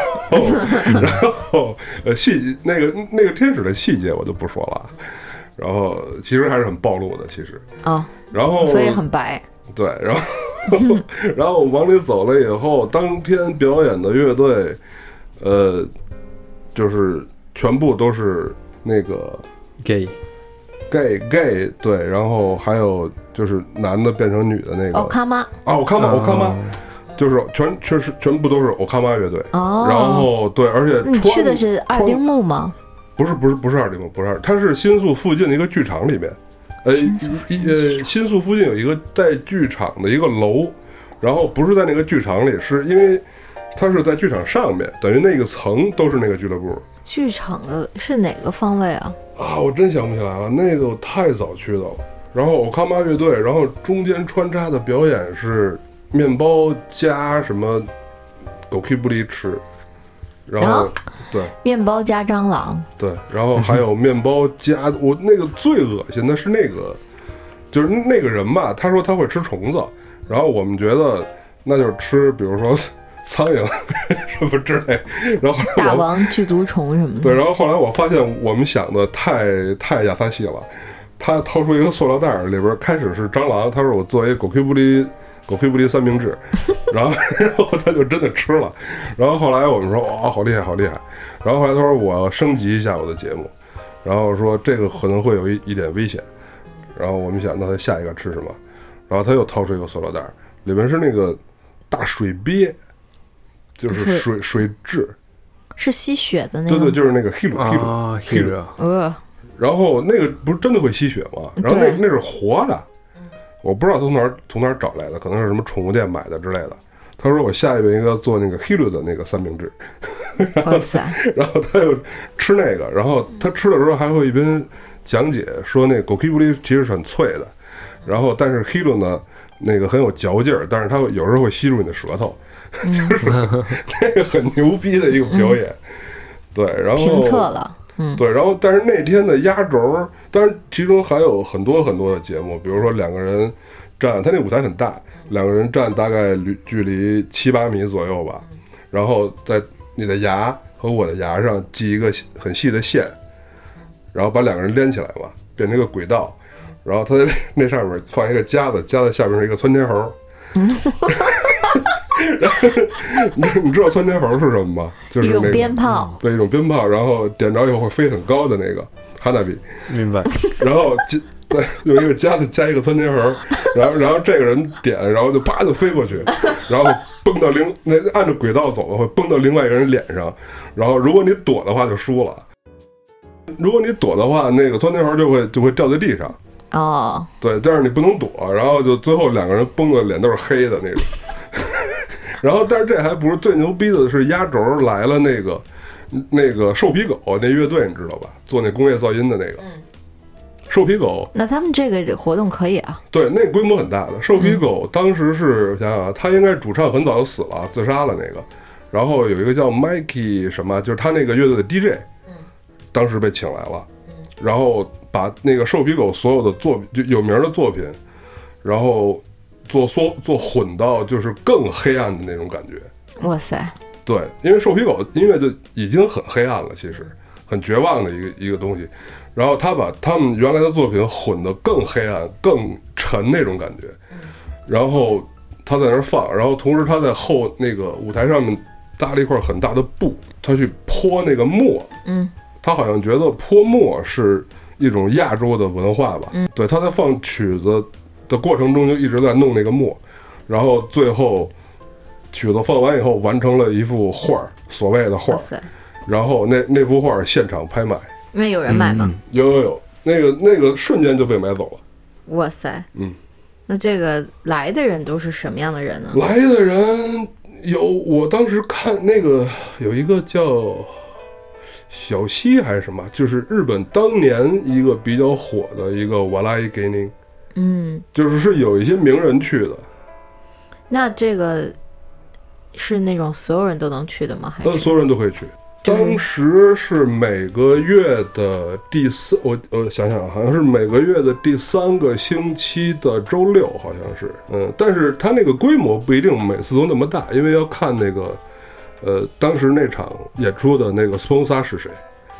Speaker 1: 然后，呃，细那个那个天使的细节我就不说了啊。然后其实还是很暴露的，其实。
Speaker 2: 哦，
Speaker 1: 然后
Speaker 2: 所以很白。
Speaker 1: 对，然后然后往里走了以后，当天表演的乐队，呃，就是全部都是那个
Speaker 3: gay
Speaker 1: gay gay 对，然后还有就是男的变成女的那个
Speaker 2: 哦，卡妈。
Speaker 1: 啊，我看吧，我看吧
Speaker 3: 啊，
Speaker 1: 就是全全是全部都是我看吧乐队。
Speaker 2: 哦，嗯
Speaker 1: 然后对，而且
Speaker 2: 你去
Speaker 1: 穿
Speaker 2: 的是二丁目吗？
Speaker 1: 不是不是不是二丁目，不是二，它是新宿附近的一个剧场里面，呃，一一呃，新宿附近有一个带剧场的一个楼，然后不是在那个剧场里，是因为它是在剧场上面，等于那个层都是那个俱乐部
Speaker 2: 剧场的是哪个方位啊？
Speaker 1: 啊，我真想不起来了，那个我太早去的了。然后我看妈乐队，然后中间穿插的表演是面包加什么狗屁不离吃，然后、
Speaker 2: 啊
Speaker 1: 对。
Speaker 2: 面包加蟑螂。
Speaker 1: 对，然后还有面包加我那个最恶心的是那个，就是那个人吧，他说他会吃虫子，然后我们觉得那就是吃，比如说苍 蝇什么之类，然后后来
Speaker 2: 大
Speaker 1: 我
Speaker 2: 王巨足虫什么的。
Speaker 1: 对，然后后来我发现我们想的太太亚萨西了，他掏出一个塑料袋儿，里边儿开始是蟑螂，他说我做一狗 Q 不离狗 Q 不离三明治， 然后然后他就真的吃了，然后后来我们说哇、好厉害好厉害，然后后来他说我要升级一下我的节目，然后说这个可能会有一一点危险，然后我们想那他下一个吃什么，然后他又掏出一个塑料袋儿，里面是那个大水鳖，就是
Speaker 2: 是
Speaker 1: 水水蛭，
Speaker 2: 是吸血的那
Speaker 1: 对
Speaker 2: 个。
Speaker 1: 对，就是那个 hilo hilo
Speaker 3: 啊 h e
Speaker 2: 呃，
Speaker 1: 然后那个不是真的会吸血吗？然后那
Speaker 2: 对
Speaker 1: 那是活的，我不知道从哪儿从哪儿找来的，可能是什么宠物店买的之类的。他说我下一位应该做那个 Hilo 的那个三明治，
Speaker 2: 哇塞，
Speaker 1: 然后他又吃那个，然后他吃的时候还会一边讲解说那狗 K 不离其实是很脆的，然后但是 Hilo 呢那个很有嚼劲儿，但是它会有时候会吸住你的舌头， 就是那个很牛逼的一个表演。对，然后
Speaker 2: 评测了。嗯，
Speaker 1: 对，然后但是那天的压轴儿，当然其中还有很多很多的节目，比如说两个人站，他那舞台很大，两个人站大概离距离七八米左右
Speaker 2: 嗯
Speaker 1: 吧，然后在你的牙和我的牙上系一个很细的线，然后把两个人连起来嘛，变成一个轨道，然后他在那上面放一个夹子，夹子下面是一个窜天猴儿。
Speaker 2: 嗯
Speaker 1: 然后 你你知道窜天猴儿是什么吗？就是
Speaker 2: 一
Speaker 1: 那
Speaker 2: 种
Speaker 1: 个
Speaker 2: 鞭炮。
Speaker 1: 对，一种鞭炮，然后点着以后会飞很高的那个哈娜比，
Speaker 3: 明白。
Speaker 1: 然后就对有一个夹子加一个窜天猴， 然后然后这个人点，然后就啪就飞过去， 然后蹦到另那按照轨道走的会蹦到另外一个人脸上，然后如果你躲的话就输了，如果你躲的话，那个窜天猴就会就会掉在地上。
Speaker 2: 哦，
Speaker 1: 对，但是你不能躲，然后就最后两个人崩的脸都是黑的那种。 然后，但是这还不是最牛逼的，是压轴来了那个那个瘦皮狗那乐队，你知道吧？做那工业噪音的那个。瘦皮狗，
Speaker 2: 那他们这个活动可以啊。
Speaker 1: 对，那规模很大的。瘦皮狗当时是想想啊，他应该主唱很早就死了，自杀了那个。然后有一个叫 Mikey 什么，就是他那个乐队的 DJ，当时被请来了，然后把那个瘦皮狗所有的作品就有名儿的作品，然后做缩做混到就是更黑暗的那种感觉。
Speaker 2: 哇塞，
Speaker 1: 对，因为瘦皮狗音乐就已经很黑暗了，其实很绝望的一个一个东西。然后他把他们原来的作品混得更黑暗、更沉那种感觉，然后他在那儿放，然后同时他在后那个舞台上面搭了一块很大的布，他去泼那个墨，
Speaker 2: 嗯，
Speaker 1: 他好像觉得泼墨是一种亚洲的文化吧，嗯，对，他在放曲子的过程中就一直在弄那个墨，然后最后曲子放完以后完成了一幅画儿，所谓的画
Speaker 2: 哇
Speaker 1: 儿，
Speaker 2: 塞，
Speaker 1: 然后那那幅画儿现场拍卖，
Speaker 2: 那有人买吗？
Speaker 1: 有有有，那个那个瞬间就被买走了。
Speaker 2: 哇塞，
Speaker 1: 嗯，
Speaker 2: 那这个来的人都是什么样的人呢？
Speaker 1: 来的人有，我当时看那个有一个叫小西还是什么，就是日本当年一个比较火的一个瓦拉伊给宁，
Speaker 2: 嗯，
Speaker 1: 就是是有一些名人去的，
Speaker 2: 那这个是那种所有人都能去的吗？还
Speaker 1: 那
Speaker 2: 是
Speaker 1: 所有人都可以去。
Speaker 2: 就是
Speaker 1: 当时是每个月的第四，我我想想啊，好像是每个月的第三个星期的周六，好像是，嗯，但是它那个规模不一定每次都那么大，因为要看那个，呃，当时那场演出的那个 sponsor 是谁，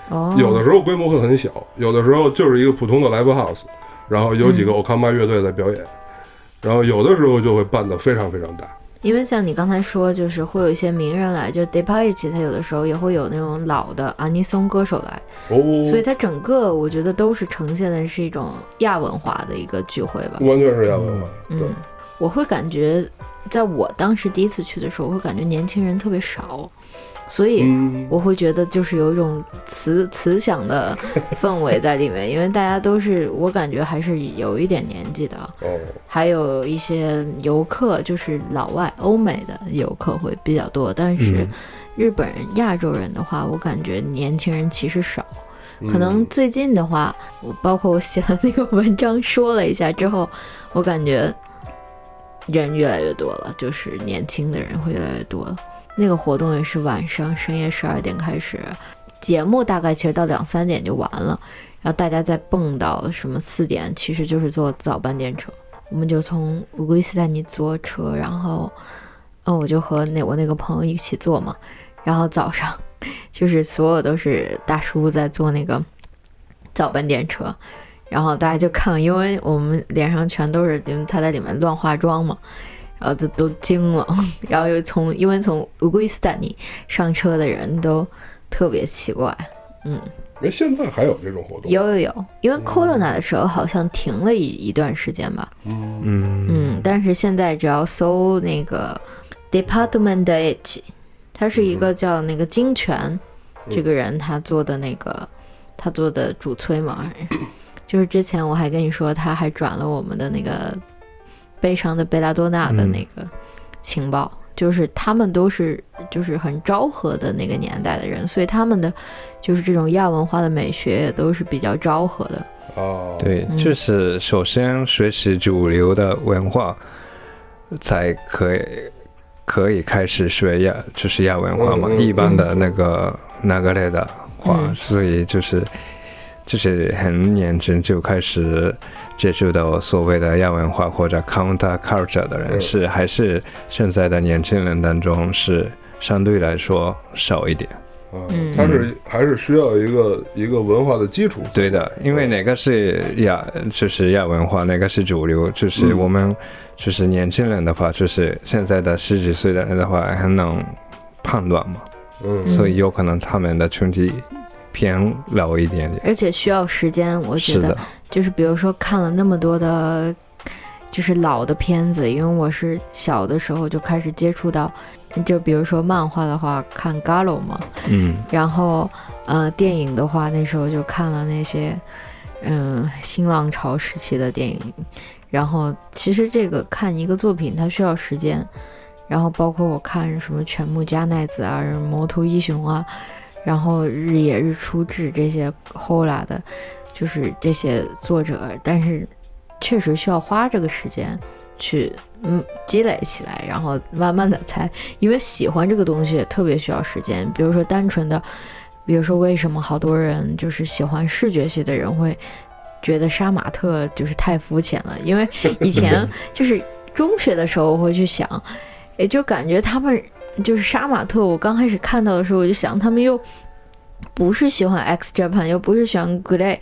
Speaker 2: 哦，
Speaker 1: 有的时候规模会很小，有的时候就是一个普通的 live house，然后有几
Speaker 2: 嗯
Speaker 1: 个 Okama 乐队在表演，然后有的时候就会办得非常非常大，
Speaker 2: 因为像你刚才说，就是会有一些名人来，就 d e p a i 他有的时候也会有那种老的阿尼松歌手来，
Speaker 1: 哦
Speaker 2: 所以，它整个我觉得都是呈现的是一种亚文化的一个聚会吧。
Speaker 1: 完全是亚文化，对
Speaker 2: 嗯，我会感觉，在我当时第一次去的时候，我会感觉年轻人特别少，所以
Speaker 1: 嗯，
Speaker 2: 我会觉得就是有一种慈慈祥 的氛围在里面，因为大家都是我感觉还是有一点年纪的，
Speaker 1: 哦。
Speaker 2: 还有一些游客，就是老外欧美的游客会比较多，但是
Speaker 3: 嗯
Speaker 2: 日本人、亚洲人的话，我感觉年轻人其实少。
Speaker 1: 嗯
Speaker 2: 可能最近的话，我包括我写了那个文章说了一下之后，我感觉人越来越多了，就是年轻的人会越来越多了。那个活动也是晚上深夜十二点开始，节目大概其实到两三点就完了，然后大家再蹦到什么四点，其实就是坐早班电车。我们就从乌龟斯坦尼坐车，然后，嗯，我就和那我那个朋友一起坐嘛，然后早上就是所有都是大叔在坐那个早班电车，然后大家就看，因为我们脸上全都是，因为他在里面乱化妆嘛，然后就都惊了， 然后又从因为从乌龟斯坦尼上车的人都特别奇怪，
Speaker 1: 哎，现在还有这种活动？
Speaker 2: 有有有，因为 corona 的时候好像停了一一段时间吧，
Speaker 3: 嗯
Speaker 2: 嗯，但是现在只要搜那个 Department H，它是一个叫那个金泉、这个人他做的那个他做的主催嘛， 就是之前我还跟你说，他还转了我们的那个悲伤的贝拉多纳的那个情报，就是他们都是就是很昭和的那个年代的人，所以他们的就是这种亚文化的美学也都是比较昭和的，
Speaker 1: 啊，，
Speaker 3: 对，
Speaker 2: 嗯
Speaker 3: 就是首先学习主流的文化，才可以可以开始学亚，就是亚文化嘛，
Speaker 1: 嗯嗯
Speaker 3: 一般的那个那个类的话，
Speaker 2: 嗯
Speaker 3: 所以就是就是很年轻就开始接触到所谓的亚文化或者 counter culture 的人
Speaker 1: 嗯
Speaker 3: 是、还是现在的年轻人当中是相对来说少一点。
Speaker 1: 啊
Speaker 2: 嗯，
Speaker 1: 它是还是需要一个一个文化的基础。
Speaker 3: 对的，因为哪个是亚，就是亚文化，哪个是主流，就是
Speaker 1: 嗯
Speaker 3: 我们，就是年轻人的话，就是现在的十几岁的人的话，很能判断嘛，
Speaker 1: 嗯，
Speaker 2: 嗯
Speaker 3: 所以有可能他们的群体偏老一点点。
Speaker 2: 而且需要时间，我觉
Speaker 3: 是
Speaker 2: 得
Speaker 3: 的，
Speaker 2: 就是比如说看了那么多的，就是老的片子，因为我是小的时候就开始接触到，就比如说漫画的话看 Galo 嘛，
Speaker 3: 嗯，
Speaker 2: 然后呃电影的话那时候就看了那些嗯新浪潮时期的电影，然后其实这个看一个作品它需要时间，然后包括我看什么全木加奈子啊、魔头一雄啊，然后日野日出志这些后来的，就是这些作者，但是确实需要花这个时间去嗯积累起来，然后慢慢的才，因为喜欢这个东西也特别需要时间。比如说单纯的，比如说为什么好多人就是喜欢视觉系的人会觉得杀马特就是太肤浅了，因为以前 就是中学的时候我会去想，也就感觉他们就是杀马特，我刚开始看到的时候我就想他们又。不是喜欢 X Japan，又不是喜欢 Glay，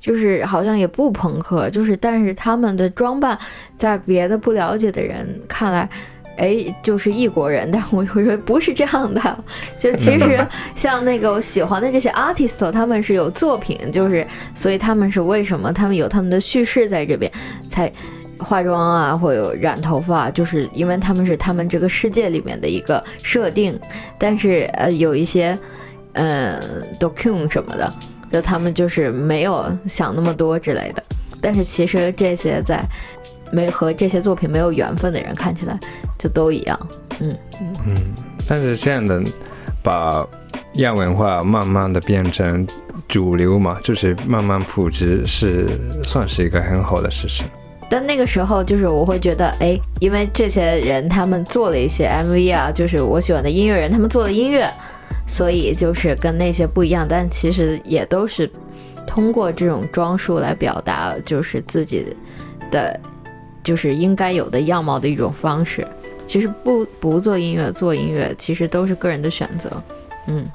Speaker 2: 就是好像也不朋克，就是但是他们的装扮，在别的不了解的人看来，哎，就是异国人，但我会说不是这样的，就其实像那个我喜欢的这些 artist，他们是有作品，就是所以他们是为什么他们有他们的叙事在这边才。化妆啊，或有染头发，就是因为他们是他们这个世界里面的一个设定，但是呃，有一些嗯 d o c u m 什么的，就他们就是没有想那么多之类的。但是其实这些在没和这些作品没有缘分的人看起来就都一样。
Speaker 3: 但是这样的把亚文化慢慢的变成主流嘛，就是慢慢普及，是算是一个很好的事情。
Speaker 2: 但那个时候就是我会觉得，哎，因为这些人他们做了一些 MV 啊，就是我喜欢的音乐人，他们做了音乐，所以就是跟那些不一样，但其实也都是通过这种装束来表达，就是自己的就是应该有的样貌的一种方式。其实不不做音乐，做音乐其实都是个人的选择，嗯。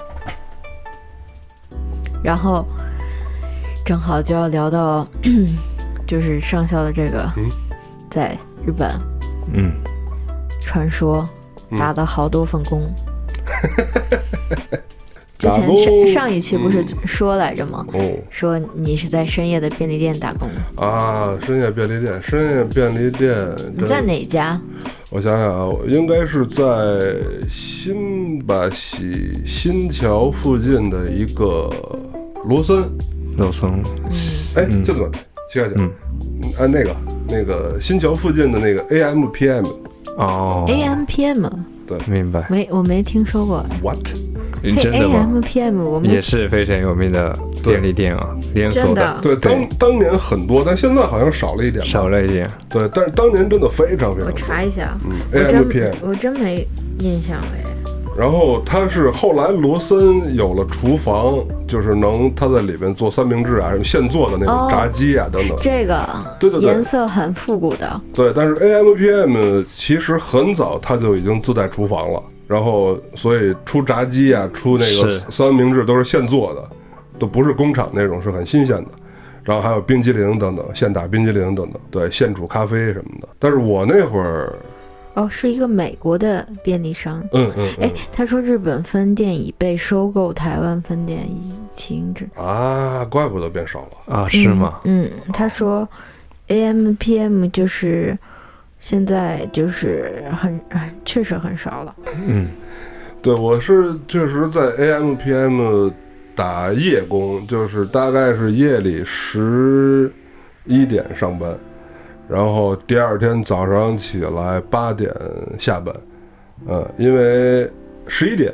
Speaker 2: 然后正好就要聊到就是上校的这个
Speaker 1: 嗯
Speaker 2: 在日本
Speaker 3: 嗯，
Speaker 2: 传说
Speaker 1: 嗯
Speaker 2: 打了好多份 工。之
Speaker 1: 打
Speaker 2: 前
Speaker 1: 工
Speaker 2: 上上一期不是说来着吗？
Speaker 1: 哦
Speaker 2: 说你是在深夜的便利店打工，
Speaker 1: 啊，深夜便利店，深夜便利店，
Speaker 2: 你在哪家？
Speaker 1: 我想想啊，我应该是在新吧西新桥附近的一个罗森。
Speaker 3: 肉松，
Speaker 2: 嗯
Speaker 1: 哎，
Speaker 3: 嗯
Speaker 1: 这么奇怪，嗯，啊，那个那个新桥附近的那个 AM PM
Speaker 3: 哦
Speaker 2: AM PM
Speaker 3: 明白，
Speaker 2: 没，我没听说过。
Speaker 1: what？
Speaker 2: 嘿
Speaker 3: 真的吗？
Speaker 2: ，AM PM 我们
Speaker 3: 也是非常有名的便利店啊，连锁
Speaker 2: 嗯真
Speaker 3: 的，
Speaker 2: 的
Speaker 1: 对，
Speaker 3: 对
Speaker 1: 当当年很多，但现在好像少了一点吧。
Speaker 3: 少了一点。
Speaker 1: 对，但是当年真的非常非
Speaker 2: 我
Speaker 1: 常多。
Speaker 2: 查一下，
Speaker 1: 嗯
Speaker 2: 我
Speaker 1: ，AM PM
Speaker 2: 真。我真没印象哎。
Speaker 1: 然后他是后来罗森有了厨房，就是能他在里边做三明治啊，什么现做的那种
Speaker 2: 哦
Speaker 1: 炸鸡啊等等。
Speaker 2: 这个
Speaker 1: 对对对
Speaker 2: 颜色很复古的，
Speaker 1: 对，但是 AM PM 其实很早他就已经自带厨房了，然后所以出炸鸡啊，出那个
Speaker 3: 是
Speaker 1: 三明治都是现做的，都不是工厂那种，是很新鲜的。然后还有冰激凌等等，现打冰激凌等等，对，现煮咖啡什么的。但是我那会儿，
Speaker 2: 哦，是一个美国的便利商。
Speaker 1: 嗯嗯
Speaker 2: 哎
Speaker 1: 嗯，
Speaker 2: 他说日本分店已被收购，台湾分店已停止。
Speaker 1: 啊，怪不得变少了。
Speaker 3: 啊，是吗？
Speaker 2: 嗯，他说，AM PM 就是现在就是很很确实很少了。
Speaker 3: 嗯，
Speaker 1: 对，我是确实在 AM PM 打夜工，就是大概是夜里十一点上班，然后第二天早上起来八点下班。嗯，因为十一点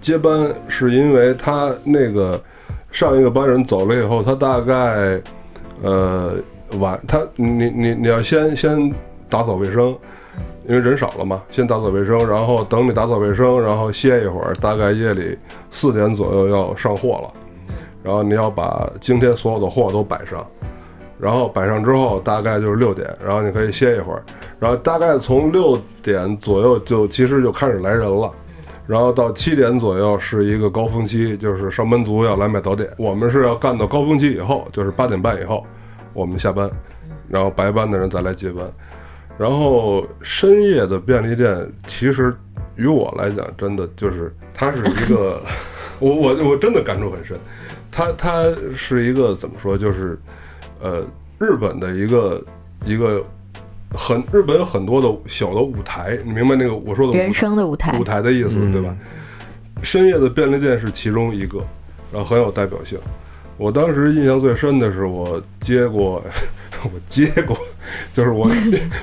Speaker 1: 接班是因为他那个上一个班人走了以后，他大概呃晚他你你你要先先打扫卫生，因为人少了嘛，先打扫卫生，然后等你打扫卫生，然后歇一会儿，大概夜里四点左右要上货了，然后你要把今天所有的货都摆上，然后摆上之后大概就是六点，然后你可以歇一会儿，然后大概从六点左右就其实就开始来人了。然后到七点左右是一个高峰期，就是上班族要来买早点。我们是要干到高峰期以后，就是八点半以后，我们下班，然后白班的人再来接班。然后深夜的便利店，其实于我来讲，真的就是它是一个， 我我我真的感触很深。它它是一个怎么说，就是呃，日本的一个一个很日本有很多的小的舞台，你明白那个我说的舞台
Speaker 2: 人生的舞台
Speaker 1: 舞，台的意思，
Speaker 3: 嗯
Speaker 1: 对吧？深夜的便利店是其中一个，然后很有代表性。我当时印象最深的是，我接过， 我接过， 就是 我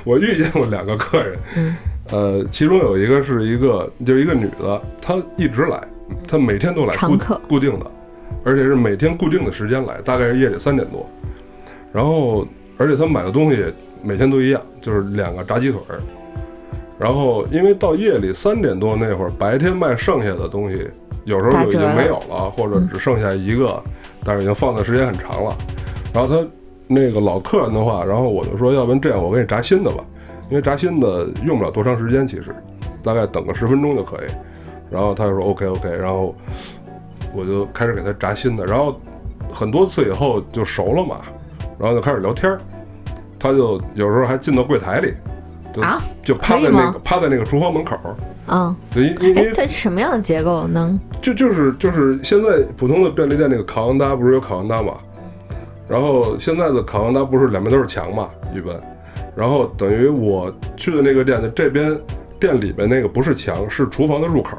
Speaker 1: 我遇见过两个客人，
Speaker 2: 嗯
Speaker 1: 呃，其中有一个是一个就是一个女的，她一直来，她每天都来，
Speaker 2: 常
Speaker 1: 固
Speaker 2: 客
Speaker 1: 固定的，而且是每天固定的时间来，大概是夜里三点多。然后，而且她买的东西每天都一样，就是两个炸鸡腿儿。然后，因为到夜里三点多那会儿，白天卖剩下的东西，有时候
Speaker 2: 打
Speaker 1: 就已
Speaker 2: 折
Speaker 1: 经
Speaker 2: 了嗯
Speaker 1: 没有了，或者只剩下一个，但是已经放的时间很长了。然后她那个老客人的话，然后我就说，要不然这样，我给你炸新的吧，因为炸新的用不了多长时间，其实大概等个十分钟就可以。然后他就说 OK OK，然后我就开始给他炸新的，然后很多次以后就熟了嘛，然后就开始聊天儿，他就有时候还进到柜台里，就、
Speaker 2: 啊
Speaker 1: 就趴
Speaker 2: 可以
Speaker 1: 在那个
Speaker 2: 吗
Speaker 1: 趴在那个厨房门口儿，
Speaker 2: 嗯，
Speaker 1: 对，因因因
Speaker 2: 哎
Speaker 1: 为，
Speaker 2: 它是什么样的结构能？
Speaker 1: 就就是就是现在普通的便利店那个烤羊搭不是有烤羊搭嘛，然后现在的烤羊搭不是两边都是墙嘛，一般，然后等于我去的那个店，就这边店里边那个不是墙，是厨房的入口。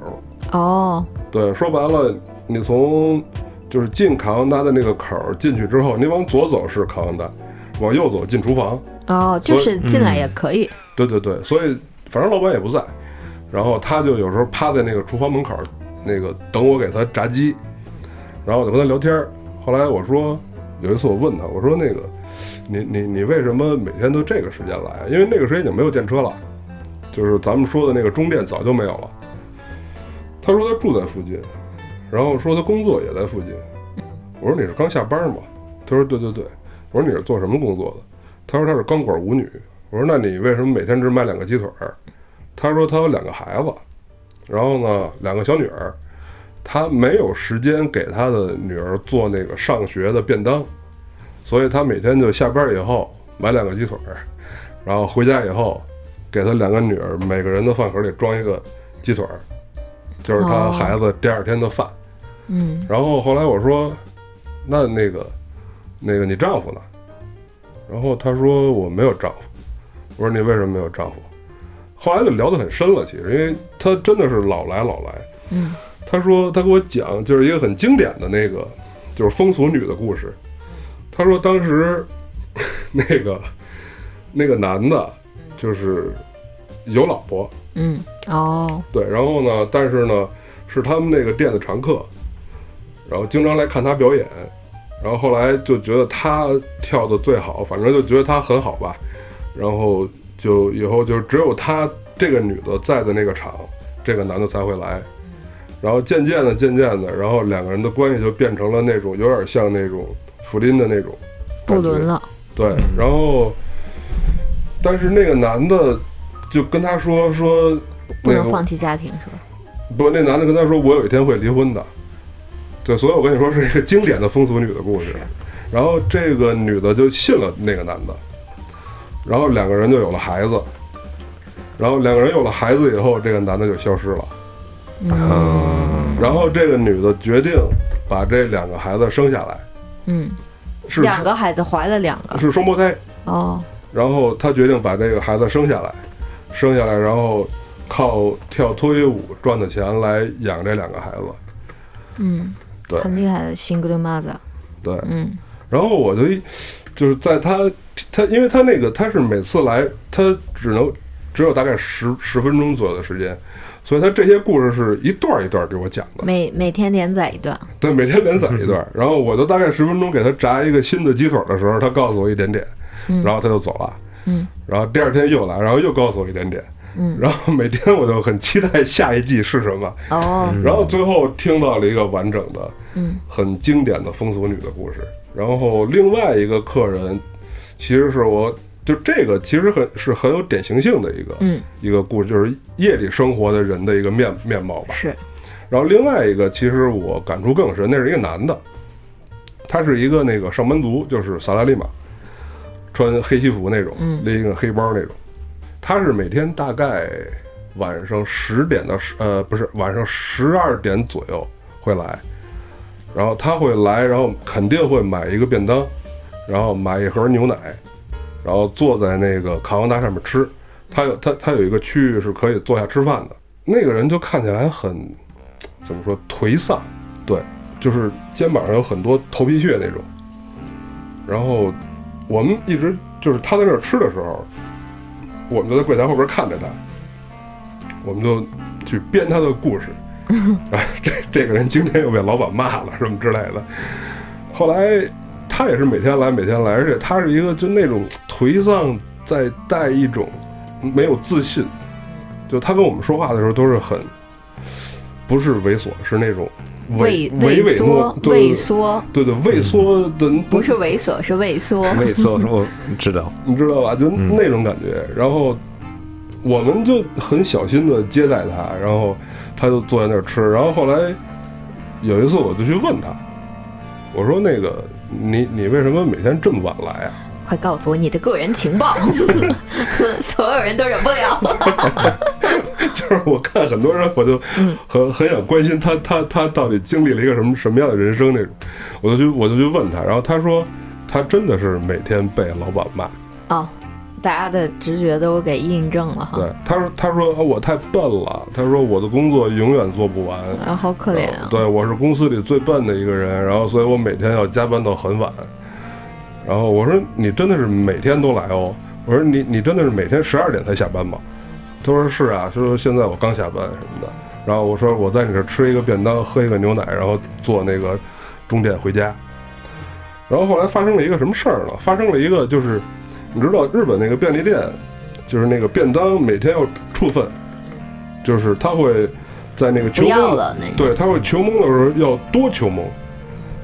Speaker 2: 哦，
Speaker 1: 对，说白了，你从就是进卡昂达的那个口儿进去之后，你往左走是卡昂达，往右走进厨房。
Speaker 2: 哦，就是进来也可以。
Speaker 1: 对对对，所以反正老板也不在，然后他就有时候趴在那个厨房门口儿，那个等我给他炸鸡，然后我就跟他聊天儿。后来我说，有一次我问他，我说那个，你你你为什么每天都这个时间来？因为那个时间已经没有电车了，就是咱们说的那个中电早就没有了。他说他住在附近，然后说他工作也在附近。我说你是刚下班吗？他说对对对。我说你是做什么工作的？他说他是钢管舞女。我说那你为什么每天只买两个鸡腿儿？他说他有两个孩子，然后呢两个小女儿，他没有时间给他的女儿做那个上学的便当，所以他每天就下班以后买两个鸡腿儿，然后回家以后给他两个女儿每个人的饭盒里装一个鸡腿儿，就是他
Speaker 2: 哦
Speaker 1: 孩子第二天的饭。
Speaker 2: 嗯，
Speaker 1: 然后后来我说，那那个，那个你丈夫呢？然后他说我没有丈夫。我说你为什么没有丈夫？后来就聊得很深了，其实因为他真的是老来老来。
Speaker 2: 嗯，
Speaker 1: 他说他给我讲就是一个很经典的那个就是风俗女的故事。他说当时 那个那个男的，就是有老婆，
Speaker 2: 嗯，哦，
Speaker 1: 对，然后呢，但是呢，是他们那个店的常客，然后经常来看他表演，然后后来就觉得他跳的最好，反正就觉得他很好吧，然后就以后就只有他这个女的在的那个场，这个男的才会来，
Speaker 2: 嗯
Speaker 1: 然后渐渐的渐渐的，然后两个人的关系就变成了那种有点像那种福林的那种
Speaker 2: 不
Speaker 1: 感觉
Speaker 2: 伦了，
Speaker 1: 对，
Speaker 2: 嗯
Speaker 1: 然后，但是那个男的就跟他说说。
Speaker 2: 不
Speaker 1: 那
Speaker 2: 能
Speaker 1: 个
Speaker 2: 放弃家庭是吧？
Speaker 1: 不，那男的跟他说：“我有一天会离婚的。”对，所以我跟你说是一个经典的风俗女的故事。然后这个女的就信了那个男的，然后两个人就有了孩子。然后两个人有了孩子以后，这个男的就消失了。
Speaker 3: 嗯，
Speaker 1: 然后这个女的决定把这两个孩子生下来，
Speaker 2: 嗯，
Speaker 1: 是
Speaker 2: 两个孩子怀了两个，
Speaker 1: 是双胞胎。
Speaker 2: 哦，
Speaker 1: 然后她决定把这个孩子生下来，生下来，然后靠跳脱衣舞赚的钱来养这两个孩子。
Speaker 2: 嗯，
Speaker 1: 对
Speaker 2: 很厉害的 single mother，
Speaker 1: 对，
Speaker 2: 嗯
Speaker 1: 然后我就一就是在他他，因为他那个他是每次来，他只能只有大概十十分钟左右的时间，所以他这些故事是一段儿一段儿给我讲的，
Speaker 2: 每每天连载一段，
Speaker 1: 对，每天连载一段儿。然后我就大概十分钟给他炸一个新的鸡腿儿的时候，他告诉我一点点，
Speaker 2: 嗯
Speaker 1: 然后他就走了。
Speaker 2: 嗯，
Speaker 1: 然后第二天又来，然后又告诉我一点点，
Speaker 2: 嗯，
Speaker 1: 然后每天我就很期待下一季是什么，
Speaker 2: 哦，
Speaker 1: 然后最后听到了一个完整的，
Speaker 2: 嗯，
Speaker 1: 很经典的风俗女的故事。然后另外一个客人，其实是我就这个其实很是很有典型性的一个，
Speaker 2: 嗯，
Speaker 1: 一个故事，就是夜里生活的人的一个面面貌吧。
Speaker 2: 是，
Speaker 1: 然后另外一个，其实我感触更深，那是一个男的，他是一个那个上班族，就是萨拉利玛，穿黑西服那种，
Speaker 2: 嗯
Speaker 1: 拎一个黑包那种。他是每天大概晚上十点到十呃不是晚上十二点左右会来，然后他会来，然后肯定会买一个便当，然后买一盒牛奶，然后坐在那个卡王达上面吃。他有他他有一个区域是可以坐下吃饭的。那个人就看起来很怎么说颓丧，对，就是肩膀上有很多头皮屑那种。然后我们一直就是他在那儿吃的时候，我们就在柜台后边看着他，我们就去编他的 故事。然后这这个人今天又被老板骂了什么之类的。后来他也是每天来，每天来，而且他是一个就那种颓丧，再带一种没有自信。就他跟我们说话的时候都是很，不是猥琐，是那种
Speaker 2: 畏
Speaker 1: 唯唯
Speaker 2: 畏
Speaker 1: 唯诺对
Speaker 2: 缩，
Speaker 1: 对
Speaker 2: 畏
Speaker 1: 对
Speaker 2: 缩，嗯
Speaker 1: 对对，畏缩的
Speaker 2: 不是猥琐，是畏缩，
Speaker 3: 猥琐我知道，
Speaker 1: 你知道吧？就那种感觉。然后我们就很小心的接待他，然后他就坐在那儿吃。然后后来有一次，我就去问他，我说：“那个，你你为什么每天这么晚来啊
Speaker 2: 快告诉我你的个人情报，所有人都忍 不了。？”
Speaker 1: 就是我看很多人，我就很很想关心他，他他到底经历了一个什么什么样的人生那种。我就去我就去问他，然后他说他真的是每天被老板骂。
Speaker 2: 哦，大家的直觉都给印证了哈。
Speaker 1: 对，他说他说、啊我太笨了，他说我的工作永远做不完。
Speaker 2: 然后好可怜
Speaker 1: 然后
Speaker 2: 啊。
Speaker 1: 对，我是公司里最笨的一个人，然后所以我每天要加班到很晚。然后我说你真的是每天都来哦，我说你你真的是每天十二点才下班吗？他说是啊，他说现在我刚下班什么的。然后我说我在你这吃一个便当，喝一个牛奶，然后坐那个终点回家。然后后来发生了一个什么事儿呢？发生了一个就是，你知道日本那个便利店，就是那个便当每天要处分，就是他会在那个
Speaker 2: 不
Speaker 1: 求
Speaker 2: 要
Speaker 1: 婚
Speaker 2: 了那种。
Speaker 1: 对，他会求蒙的时候要多求蒙，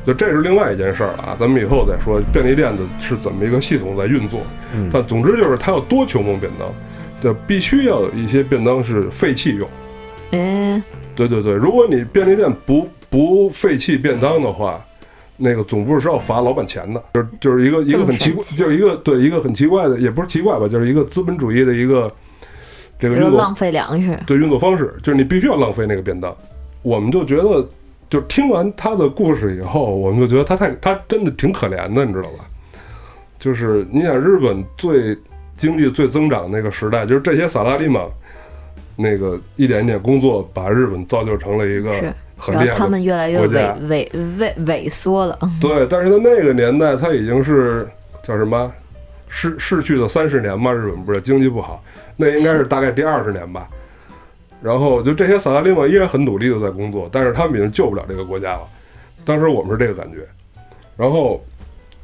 Speaker 1: 就这是另外一件事儿啊，咱们以后再说便利店的是怎么一个系统在运作。
Speaker 3: 嗯
Speaker 1: 但总之就是他要多求蒙便当，就必须要有一些便当是废弃用。
Speaker 2: 哎，
Speaker 1: 对对对，如果你便利店不不废弃便当的话，那个总部是要罚老板钱的，就是就是一个一个很奇
Speaker 2: 这么
Speaker 1: 怪，
Speaker 2: 神奇
Speaker 1: 就是一个对一个很奇怪的，也不是奇怪吧，就是一个资本主义的一个这个
Speaker 2: 又
Speaker 1: 运作
Speaker 2: 浪费粮食，
Speaker 1: 对运作方式，就是你必须要浪费那个便当。我们就觉得，就听完他的故事以后，我们就觉得他太他真的挺可怜的，你知道吧？就是你想日本最经济最增长那个时代，就是这些萨拉利嘛，那个一点一点工作把日本造就成了一个
Speaker 2: 是
Speaker 1: 很
Speaker 2: 然
Speaker 1: 厉
Speaker 2: 后
Speaker 1: 害
Speaker 2: 他
Speaker 1: 的
Speaker 2: 们越来越
Speaker 1: 国家
Speaker 2: 萎萎萎萎缩了。
Speaker 1: 对，但是在那个年代，它已经是叫什么逝逝去的三十年嘛，日本不是经济不好，那应该是大概第二十年吧。然后就这些萨拉利曼依然很努力的在工作，但是他们已经救不了这个国家了。
Speaker 2: 嗯
Speaker 1: 当时我们是这个感觉。然后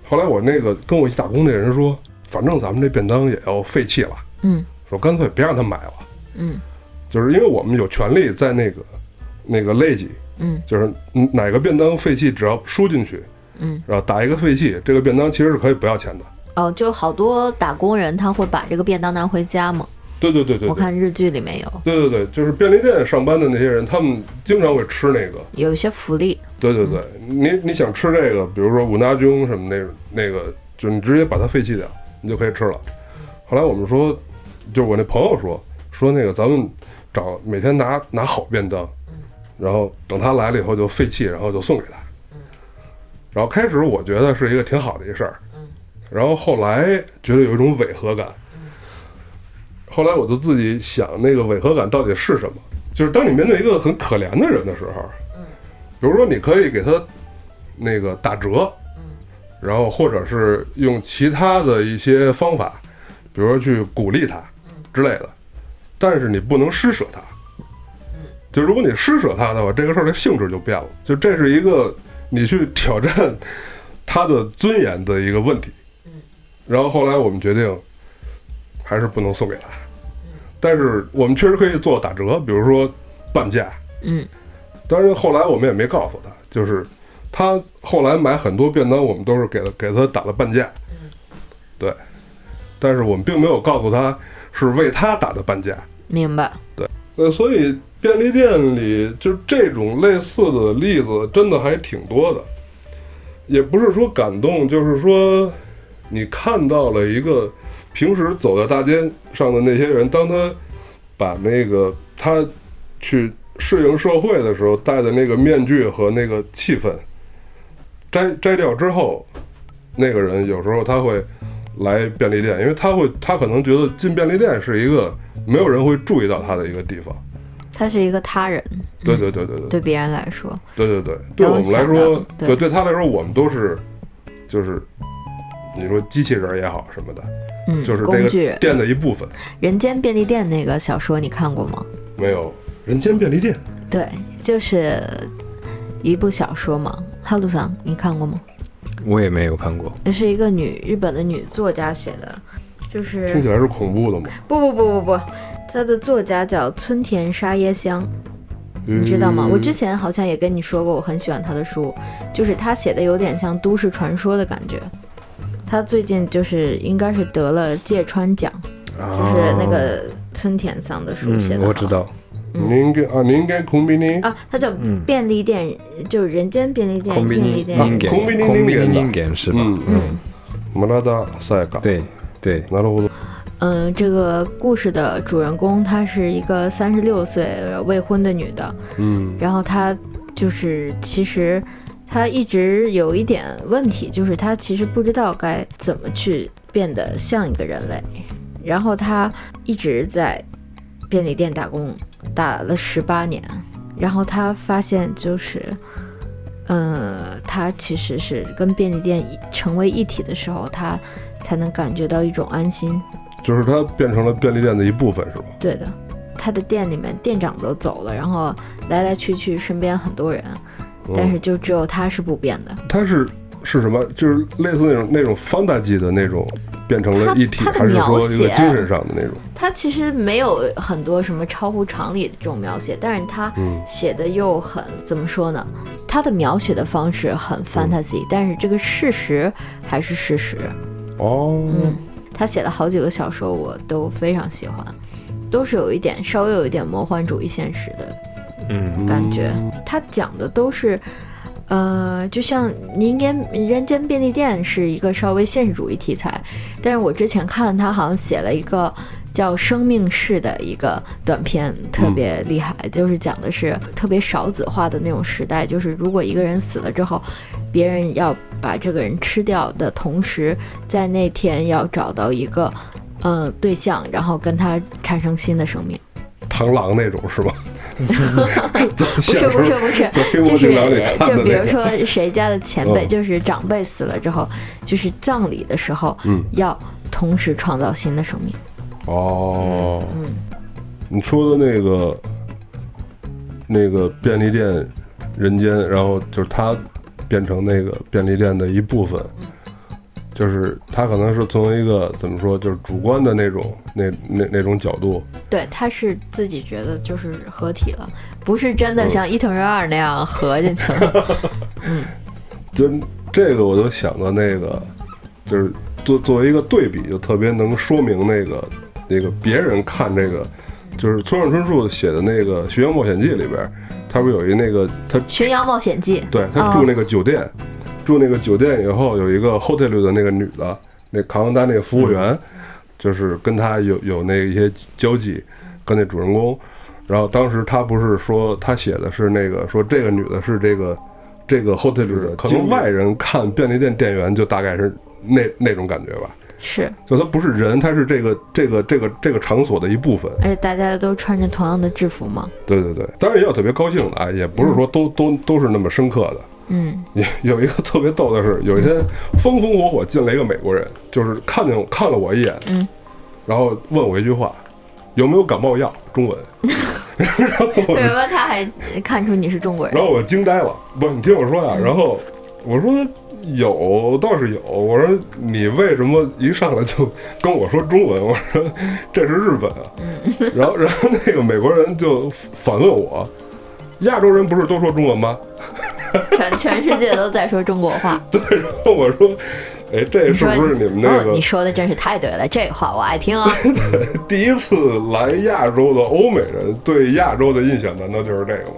Speaker 1: 后来我那个跟我一起打工那人说，反正咱们这便当也要废弃了，
Speaker 2: 嗯
Speaker 1: 说干脆别让他买了，
Speaker 2: 嗯
Speaker 1: 就是因为我们有权利在那个那个类级，
Speaker 2: 嗯
Speaker 1: 就是哪个便当废弃只要输进去，
Speaker 2: 嗯，
Speaker 1: 然后打一个废弃，这个便当其实是可以不要钱的。
Speaker 2: 哦，就好多打工人他会把这个便当拿回家嘛。
Speaker 1: 对对对对
Speaker 2: 我
Speaker 1: 对，
Speaker 2: 看日剧里面有
Speaker 1: 对对对，就是便利店上班的那些人，他们经常会吃那个。
Speaker 2: 有一些福利，
Speaker 1: 对对对，你你想吃这个，比如说五大军什么那种那个，就你直接把它废弃掉，你就可以吃了。后来我们说，就是我那朋友说说那个咱们找每天拿拿好便当，然后等他来了以后就废弃，然后就送给他。然后开始我觉得是一个挺好的一事儿，然后后来觉得有一种违和感。后来我就自己想，那个违和感到底是什么？就是当你面对一个很可怜的人的时候，比如说你可以给他那个打折，然后或者是用其他的一些方法，比如说去鼓励他之类的，但是你不能施舍他。就如果你施舍他的话，这个事儿的性质就变了。就这是一个你去挑战他的尊严的一个问题。然后后来我们决定，还是不能送给他。但是我们确实可以做打折，比如说半价，
Speaker 2: 嗯，
Speaker 1: 当然后来我们也没告诉他，就是他后来买很多便当，我们都是给了给他打了半价，对，但是我们并没有告诉他是为他打的半价，
Speaker 2: 明白。
Speaker 1: 呃，所以便利店里就这种类似的例子真的还挺多的，也不是说感动，就是说你看到了一个平时走在大街上的那些人，当他把那个他去适应社会的时候戴的那个面具和那个气氛摘摘掉之后，那个人有时候他会来便利店，因为他会他可能觉得进便利店是一个没有人会注意到他的一个地方。
Speaker 2: 他是一个他人，
Speaker 1: 对对对对对
Speaker 2: 嗯对别人来说，
Speaker 1: 对对对，对我们来
Speaker 2: 然后想
Speaker 1: 说
Speaker 2: 到，对
Speaker 1: 对对他来说，我们都是就是你说机器人儿也好什么的，
Speaker 2: 嗯，
Speaker 1: 就是
Speaker 2: 工
Speaker 1: 这
Speaker 2: 具
Speaker 1: 个。店的一部分。
Speaker 2: 人间便利店那个小说你看过吗？
Speaker 1: 没有人间便利店，
Speaker 2: 对，就是一部小说嘛。哈鲁桑，你看过吗？
Speaker 3: 我也没有看过。
Speaker 2: 那是一个女日本的女作家写的，就
Speaker 1: 听
Speaker 2: 是
Speaker 1: 起来是恐怖的嘛？
Speaker 2: 不不不不不，她的作家叫村田沙耶香，你知道吗？
Speaker 1: 嗯
Speaker 2: 我之前好像也跟你说过，我很喜欢她的书，就是她写的有点像都市传说的感觉。她最近就是应该是得了芥川奖，
Speaker 1: 嗯
Speaker 2: 就是那个村田桑的书写
Speaker 3: 哦嗯，
Speaker 2: 的、
Speaker 3: 我知。道，
Speaker 2: 嗯
Speaker 1: 您给啊，您给孔比尼，
Speaker 2: 啊，它叫
Speaker 3: 嗯
Speaker 2: 便利店，就是人间便利店，
Speaker 3: 空比
Speaker 2: 啊便利
Speaker 3: 尼
Speaker 2: 店。
Speaker 3: 人間
Speaker 1: コンビニ
Speaker 3: コンビ
Speaker 1: 人間
Speaker 3: ニ
Speaker 1: だ
Speaker 3: 人間是吧？
Speaker 1: 嗯
Speaker 2: 嗯
Speaker 1: 马拉达塞卡，
Speaker 3: 对对，
Speaker 1: 拿着胡子，
Speaker 2: 嗯，这个故事的主人公她是一个三十六岁未婚的女的，
Speaker 1: 嗯
Speaker 2: 然后她就是其实她一直有一点问题，就是她其实不知道该怎么去变得像一个人类，然后她一直在便利店打工，打了十八年，然后她发现就是。嗯，她其实是跟便利店一成为一体的时候，她才能感觉到一种安心。
Speaker 1: 就是它变成了便利店的一部分，是吧？
Speaker 2: 对的，他的店里面店长都走了，然后来来去去身边很多人，但
Speaker 1: 嗯
Speaker 2: 是就只有他是不变的。
Speaker 1: 它是是什么？就是类似那种那种 fantasy 的那种，变成了一体，
Speaker 2: 它它的
Speaker 1: 还是说
Speaker 2: 描
Speaker 1: 一
Speaker 2: 写
Speaker 1: 个精神上的那种？
Speaker 2: 他其实没有很多什么超乎常理的这种描写，但是他
Speaker 1: 嗯
Speaker 2: 写的又很、怎么说呢？他的描写的方式很 fantasy，、但是这个事实还是事实。
Speaker 1: 哦，
Speaker 2: 嗯，他写了好几个小说，我都非常喜欢，都是有一点稍微有一点魔幻主义现实的
Speaker 3: 嗯，
Speaker 2: 感觉。他讲的都是，呃，就像《人间人间便利店》是一个稍微现实主义题材，但是我之前看他好像写了一个。叫《生命式》的一个短片，特别厉害，就是讲的是特别少子化的那种时代，就是如果一个人死了之后，别人要把这个人吃掉的同时，在那天要找到一个，呃，对象，然后跟他产生新的生命。
Speaker 1: 螳螂那种是 吧？不
Speaker 2: 不是不是不是，
Speaker 1: 在黑
Speaker 2: 就
Speaker 1: 猫
Speaker 2: 是
Speaker 1: 警长里看
Speaker 2: 就
Speaker 1: 的
Speaker 2: 比如
Speaker 1: 那个，
Speaker 2: 说谁家的前辈，
Speaker 1: 嗯
Speaker 2: 就是长辈死了之后，就是葬礼的时候，
Speaker 1: 嗯
Speaker 2: 要同时创造新的生命。
Speaker 1: 哦，你说的那个那个便利店人间，然后就是它变成那个便利店的一部分，
Speaker 2: 嗯
Speaker 1: 就是它可能是从一个怎么说，就是主观的那种那那那种角度，
Speaker 2: 对，他是自己觉得就是合体了，不是
Speaker 1: 嗯
Speaker 2: 真的像一乘以二那样合进去了。
Speaker 1: 就这个我就想到那个，就是作作为一个对比，就特别能说明那个那个别人看这个，就是村上春树写的那个《寻羊冒险记》里边，他不是有一那个他
Speaker 2: 《巡洋冒险记》
Speaker 1: 对他住那个酒店，住那个酒店以后有一个 hotel 的那个女的，那扛着他那个服务员，就是跟他有有那一些交际，跟那主人公。然后当时他不是说他写的是那个说这个女的是这个这个 hotel 的，可能外人看便利店店员就大概是那那种感觉吧，
Speaker 2: 是，
Speaker 1: 就他不是人，他是这个这个这个这个场所的一部分。
Speaker 2: 而且大家都穿着同样的制服嘛。
Speaker 1: 对对对，当然也有特别高兴的啊，也不是说都都都是那么深刻的。
Speaker 2: 嗯，
Speaker 1: 有有一个特别逗的是，有一天风风火火进来一个美国人，就是看见我看了我一眼，
Speaker 2: 嗯，
Speaker 1: 然后问我一句话，有没有感冒药？中 文，哦
Speaker 2: 为什么他还看出你是中国人
Speaker 1: 然？后我惊呆了，不，你听我说
Speaker 2: 嗯
Speaker 1: 呀，然后我说有倒是有，我说你为什么一上来就跟我说中文？我说这是日本啊，
Speaker 2: 嗯
Speaker 1: 然后然后那个美国人就反问我，亚洲人不是都说中文吗？
Speaker 2: 全全世界都在说中国话。
Speaker 1: 然后我说，哎，这
Speaker 2: 你
Speaker 1: 是
Speaker 2: 说
Speaker 1: 不是你们那
Speaker 2: 哦
Speaker 1: 个？
Speaker 2: 你说的真是太对了，这话我 爱听啊。
Speaker 1: 第一次来亚洲的欧美人对亚洲的印象，难道就是这个吗？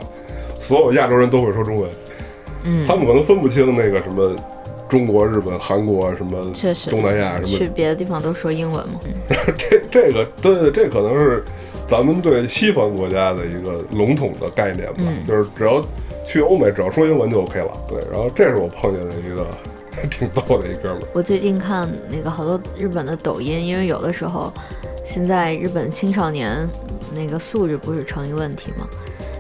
Speaker 1: 所有亚洲人都会说中文，
Speaker 2: 嗯
Speaker 1: 他，们可能分不清那个什么中国、日本、韩国啊什么
Speaker 2: 确实，
Speaker 1: 东南亚什
Speaker 2: 去
Speaker 1: 么。
Speaker 2: 别的地方都说英文嘛。
Speaker 1: 这这个对对，这可能是咱们对西方国家的一个笼统的概念吧，
Speaker 2: 嗯
Speaker 1: 就是只要去欧美，只要说英文就 OK 了。对，然后这是我碰见的一个 挺逗的一哥们儿，
Speaker 2: 我最近看那个好多日本的抖音，因为有的时候现在日本青少年那个素质不是成一个问题嘛，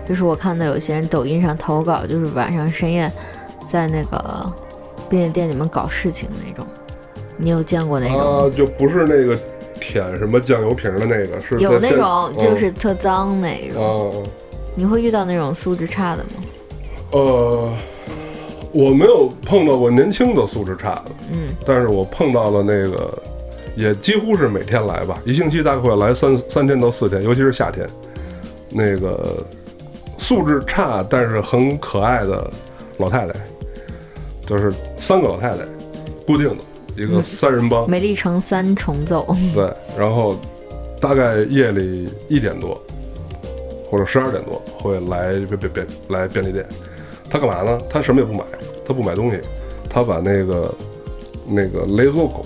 Speaker 2: 就是我看到有些人抖音上投稿，就是晚上深夜在那个便利店里面搞事情那种，你有见过那种吗？
Speaker 1: 啊，就不是那个舔什么酱油瓶的那个，是
Speaker 2: 有
Speaker 1: 在哦
Speaker 2: 那
Speaker 1: 现
Speaker 2: 种就是特脏那
Speaker 1: 嗯啊。
Speaker 2: 种，你会遇到那种素质差的吗？
Speaker 1: 呃，我没有碰到过年轻的素质差的，
Speaker 2: 嗯，
Speaker 1: 但是我碰到了那个，也几乎是每天来吧，一星期大概会来三三天到四天，尤其是夏天，那个素质差但是很可爱的老太太，就是三个老太太，固定的一个三人帮，
Speaker 2: 美丽城三重奏，
Speaker 1: 对，然后大概夜里一点多或者十二点多会来便便便来便利店。他干嘛呢？他什么也不买，他不买东西，他把那个那个雷佐狗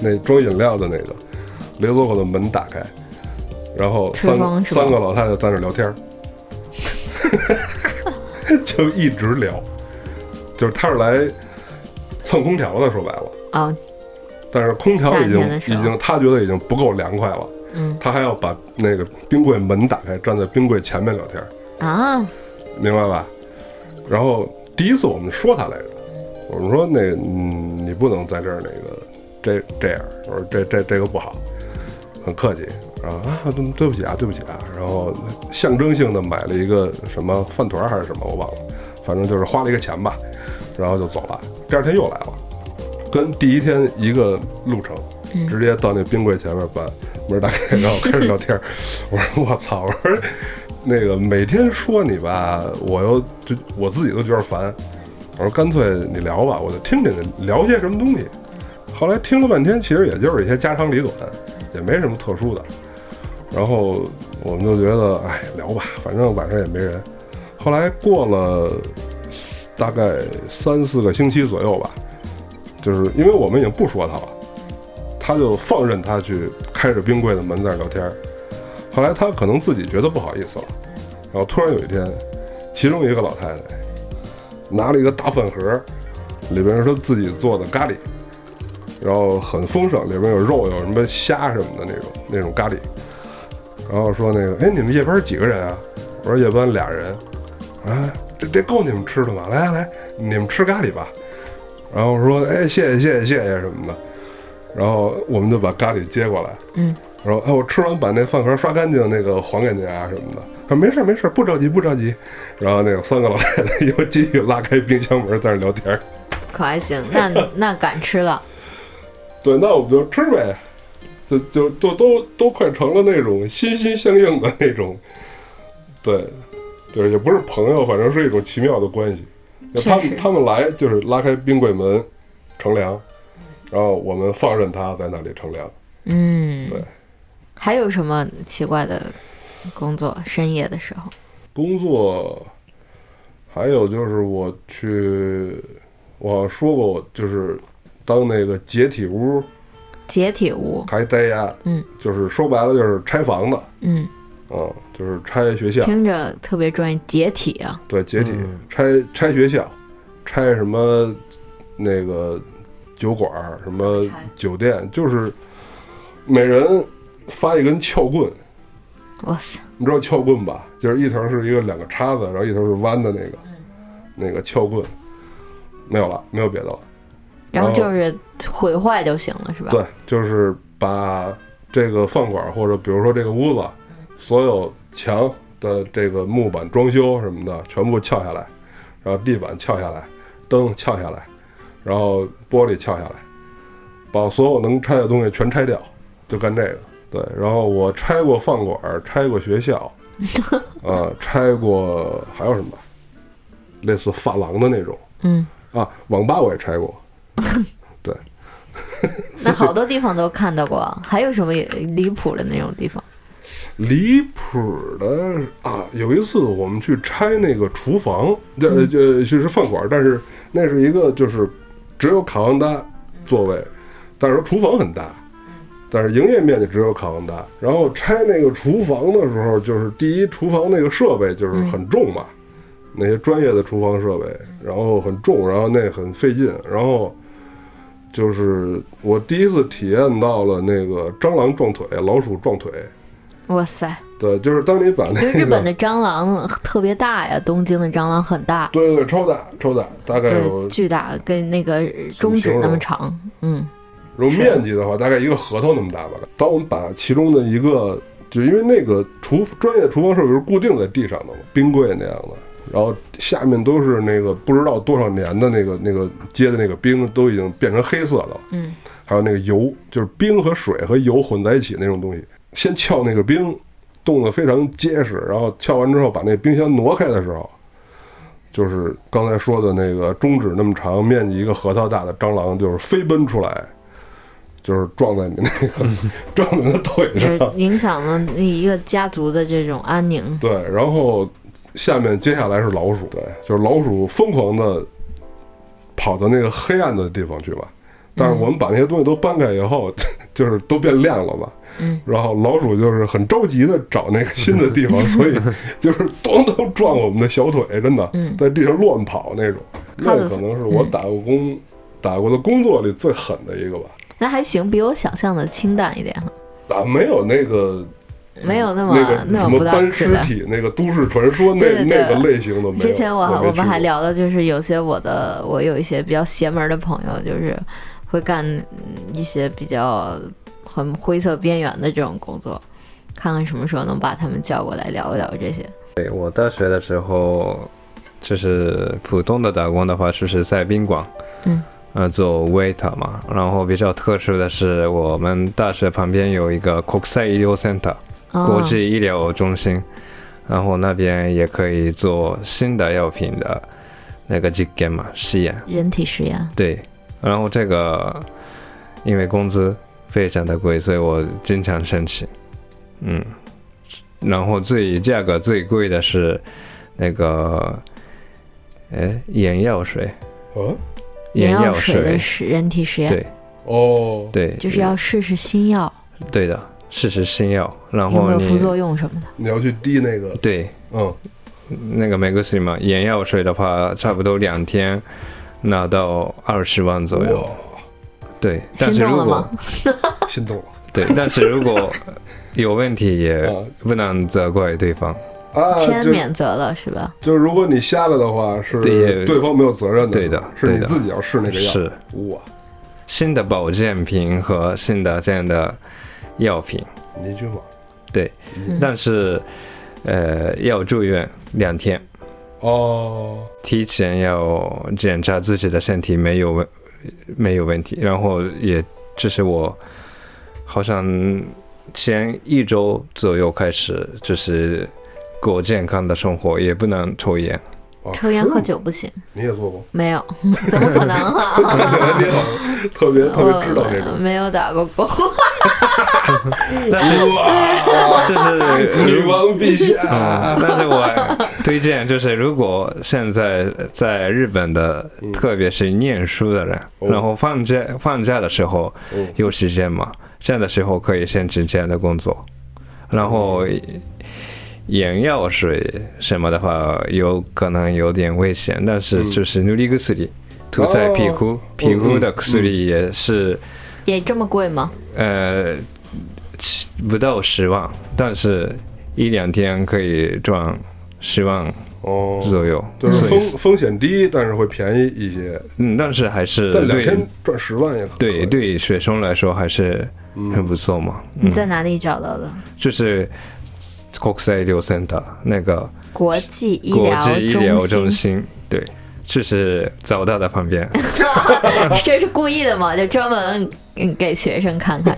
Speaker 1: 那装饮料的那个雷佐狗的门打开，然后
Speaker 2: 吹
Speaker 1: 三个
Speaker 2: 风是吧
Speaker 1: 三个老太太在那聊天儿， 就一直聊，就是他是来蹭空调的，说白了。
Speaker 2: 啊，
Speaker 1: 但是空调已
Speaker 2: 夏
Speaker 1: 经
Speaker 2: 天的时
Speaker 1: 已
Speaker 2: 候
Speaker 1: 经，他觉得已经不够凉快了，
Speaker 2: 嗯
Speaker 1: 他还要把那个冰柜门打开，站在冰柜前面聊天，
Speaker 2: 啊，
Speaker 1: 明白吧？然后第一次我们说他来着，我们说那嗯，你不能在这儿那个这这样，我说这这这个不好，很客气，然后啊对对不起啊对不起啊，然后象征性的买了一个什么饭团儿还是什么我忘了，反正就是花了一个钱吧，然后就走了。第二天又来了，跟第一天一个路程，直接到那冰柜前面把门打开，然后开始聊天儿。我说我操，我说那个每天说你吧，我又就我自己都觉得烦。我说干脆你聊吧，我就听听你聊些什么东西。后来听了半天，其实也就是一些家长里短，也没什么特殊的。然后我们就觉得，哎，聊吧，反正晚上也没人。后来过了大概三四个星期左右吧，就是因为我们已经不说他了，他就放任他去开着冰柜的门在那聊天儿。后来他可能自己觉得不好意思了，然后突然有一天，其中一个老太太拿了一个大饭盒，里边是她自己做的咖喱，然后很丰盛，里边有肉，有什么虾什么的那种那种咖喱。然后说那个，哎，你们夜班几个人啊？我说夜班俩人。啊，这这够你们吃的吗？来来，你们吃咖喱吧。然后说，哎，谢谢谢谢谢谢什么的。然后我们就把咖喱接过来，
Speaker 2: 嗯，
Speaker 1: 然后哎，我吃完把那饭盒刷干净，那个还给您啊什么的。他说没事儿没事儿，不着急不着急。然后那个三个老太太又继续拉开冰箱门在那聊天儿。
Speaker 2: 可还行，那那敢吃了，
Speaker 1: 对，那我们就吃呗，就就就都都快成了那种心心相印的那种，对，就是也不是朋友，反正是一种奇妙的关系。就他
Speaker 2: 确
Speaker 1: 们
Speaker 2: 实
Speaker 1: 他们来就是拉开冰柜门乘凉，然后我们放任他在那里乘凉。
Speaker 2: 嗯
Speaker 1: 对。
Speaker 2: 还有什么奇怪的工作？深夜的时候，
Speaker 1: 工作，还有就是我去，我好像说过，我就是当那个解体屋
Speaker 2: 解体屋，
Speaker 1: 开呆呀，
Speaker 2: 嗯，
Speaker 1: 就是说白了就是拆房子，
Speaker 2: 嗯，
Speaker 1: 嗯，就是拆学校。
Speaker 2: 听着特别专业，解体啊，
Speaker 1: 对，解体、
Speaker 3: 嗯
Speaker 1: 拆拆学校，拆什么那个酒馆儿、什么
Speaker 2: 拆
Speaker 1: 酒店，就是每人发一根撬棍，
Speaker 2: 哇塞，
Speaker 1: 你知道撬棍吧？就是一头是一个两个叉子，然后一头是弯的那个，那个撬棍，没有了，没有别的了。
Speaker 2: 然后
Speaker 1: 然后
Speaker 2: 就是毁坏就行了，是吧？
Speaker 1: 对，就是把这个饭馆儿或者比如说这个屋子，所有墙的这个木板装修什么的全部撬下来，然后地板撬下来，灯撬下来，然后玻璃撬下来，把所有能拆的东西全拆掉，就干这个。对，然后我拆过饭馆儿，拆过学 校，呃，拆过还有什么，类似发廊的那种
Speaker 2: 嗯，
Speaker 1: 啊，网吧我也拆过，对，
Speaker 2: 那好多地方都看到过，啊还有什么也离谱的那种地方？
Speaker 1: 离谱的啊！有一次我们去拆那个厨房，这呃这就是饭馆，但是那是一个就是只有卡王达座位，但是厨房很大，但是营业面积只有卡王达。然后拆那个厨房的时候，就是第一厨房那个设备就是很重嘛，那些专业的厨房设备，然后很重，然后那很费劲，然后。就是我第一次体验到了那个蟑螂撞腿、老鼠撞腿，
Speaker 2: 哇 塞，
Speaker 1: 对，就是当你把那
Speaker 2: 就
Speaker 1: 个
Speaker 2: 是日本的蟑螂特别大呀，东京的蟑螂很大，
Speaker 1: 对对对，超大超大，大概有
Speaker 2: 对，巨大，跟那个中指那么长，嗯，
Speaker 1: 如果
Speaker 2: 是
Speaker 1: 面积的话，大概一个核桃那么大吧。当我们把其中的一个，就因为那个厨专业厨房设备是固定在地上的嘛，冰柜那样的，然后下面都是那个不知道多少年的那个那个结的那个冰，都已经变成黑色的了。
Speaker 2: 嗯，
Speaker 1: 还有那个油，就是冰和水和油混在一起那种东西。先撬那个冰，冻得非常结实，然后撬完之后把那冰箱挪开的时候，就是刚才说的那个中指那么长、面积一个核桃大的蟑螂，就是飞奔出来，就是撞在你那个撞在你的
Speaker 2: 就
Speaker 1: 腿
Speaker 2: 是
Speaker 1: 上。
Speaker 2: 影响了一个家族的这种安宁。
Speaker 1: 对，然后下面接下来是老鼠，对，就是老鼠疯狂的跑到那个黑暗的地方去嘛。但是我们把那些东西都搬开以后， 就是都变亮了嘛。
Speaker 2: 嗯，
Speaker 1: 然后老鼠就是很着急的找那个新的 地方，所以就是咚咚撞我们的小腿，真的
Speaker 2: 嗯
Speaker 1: 在地上乱跑那种。那
Speaker 2: 看得
Speaker 1: 可能是我打过工、
Speaker 2: 嗯
Speaker 1: 打过的工作里最狠的一个吧。
Speaker 2: 那还行，比我想象的清淡一点哈，
Speaker 1: 啊，没有那个
Speaker 2: 没有那么
Speaker 1: 嗯那个
Speaker 2: 那
Speaker 1: 什
Speaker 2: 么
Speaker 1: 么
Speaker 2: 不大
Speaker 1: 搬
Speaker 2: 吃
Speaker 1: 尸
Speaker 2: 的。
Speaker 1: 体那个都市传说那
Speaker 2: 对对对
Speaker 1: 那个类型的没有。
Speaker 2: 之前我还
Speaker 1: 没
Speaker 2: 我们还
Speaker 1: 去过
Speaker 2: 聊的就是有些我的我有一些比较邪门的朋友，就是会干嗯一些比较很灰色边缘的这种工作，看看什么时候能把他们叫过来聊一聊这些。
Speaker 3: 对我大学的时候就是普通的打工的话，就是在宾馆，
Speaker 2: 嗯，
Speaker 3: 呃，做 waiter 嘛。然后比较特殊的是，我们大学旁边有一个国际医疗 center，
Speaker 2: 哦
Speaker 3: 国际医疗中心，然后那边也可以做新的药品的那个实验嘛，实验。
Speaker 2: 人体实验，
Speaker 3: 对，然后这个因为工资非常的贵，所以我经常申请。嗯，然后最价格最贵的是那个，哎，眼药水，
Speaker 1: 啊，
Speaker 3: 眼
Speaker 2: 药
Speaker 3: 药
Speaker 2: 水的实人体实验，
Speaker 3: 对
Speaker 1: 哦，
Speaker 3: 对，
Speaker 2: 就是要试试新药
Speaker 3: 对的，试试新药，然
Speaker 2: 有
Speaker 3: 后
Speaker 2: 没有
Speaker 3: 你
Speaker 2: 副作用什么的。
Speaker 1: 你要去滴那个，
Speaker 3: 对
Speaker 1: 嗯，
Speaker 3: 那个玫瑰水嘛，眼药水的话，差不多两天拿到二十万左右。
Speaker 1: 哇，
Speaker 3: 对，但
Speaker 2: 心
Speaker 3: 是
Speaker 2: 动了
Speaker 3: 如果
Speaker 2: 吗？
Speaker 1: 心动了
Speaker 3: 对，但是如果有问题也
Speaker 1: 啊
Speaker 3: 不能责怪对方。
Speaker 1: 啊！
Speaker 2: 签
Speaker 1: 就
Speaker 2: 免责了是吧？
Speaker 1: 就是如果你瞎了的话，是
Speaker 3: 对也
Speaker 1: 对方没有责任的，
Speaker 3: 对的
Speaker 1: 是
Speaker 3: 对
Speaker 1: 你
Speaker 3: 的
Speaker 1: 自己要试那个药。
Speaker 3: 是
Speaker 1: 哇，
Speaker 3: 新的保健品和新的这样的药品，
Speaker 1: 你去买
Speaker 2: 嗯
Speaker 3: 但是呃要住院两天，
Speaker 1: 哦，
Speaker 3: 提前要检查自己的身体没有问没有问题，然后也就是我好像前一周左右开始就是过健康的生活，也不能抽烟。
Speaker 1: 啊
Speaker 2: 抽烟
Speaker 1: 是
Speaker 2: 喝酒不行，，
Speaker 1: 你也做过
Speaker 2: 没有， 怎么可能 啊？
Speaker 1: 你好像 特别特别知道这
Speaker 2: 我
Speaker 1: 种。
Speaker 2: 没有打过工，
Speaker 3: 但 是
Speaker 1: 哇，
Speaker 3: 就是
Speaker 1: 女王陛下，
Speaker 3: 啊，但 是我推荐就是，如果现在在日本的，特别是念书的人，
Speaker 1: 嗯哦
Speaker 3: 然后放假放假的时候
Speaker 1: 嗯
Speaker 3: 有时间嘛，这样的时候可以先请这样的工作，然后
Speaker 1: 嗯
Speaker 3: 眼药水什么的话，有可能有点危险，但是
Speaker 1: 嗯
Speaker 3: 就是努力薬涂在
Speaker 1: 哦
Speaker 3: 皮肤，皮肤
Speaker 1: 嗯
Speaker 3: 的薬也是
Speaker 2: 也这么贵吗？
Speaker 3: 呃十不到十万，但是一两天可以赚十万
Speaker 1: 哦，
Speaker 3: 左右，
Speaker 1: 就是
Speaker 3: 所
Speaker 1: 风
Speaker 3: 以
Speaker 1: 风险低，但是会便宜一些，
Speaker 3: 嗯，但是还是
Speaker 1: 但两
Speaker 3: 对
Speaker 1: 天赚十万也可以。
Speaker 3: 对，对学生来说还是
Speaker 1: 嗯
Speaker 3: 很不错嘛。
Speaker 2: 你在哪里找到的？
Speaker 3: 就是国际医疗 center 那个
Speaker 2: 国际医
Speaker 3: 国
Speaker 2: 疗
Speaker 3: 际医疗中
Speaker 2: 中心，
Speaker 3: 心，对，就是早大的旁边，
Speaker 2: 这是故意的吗？就专门嗯给学生看 看，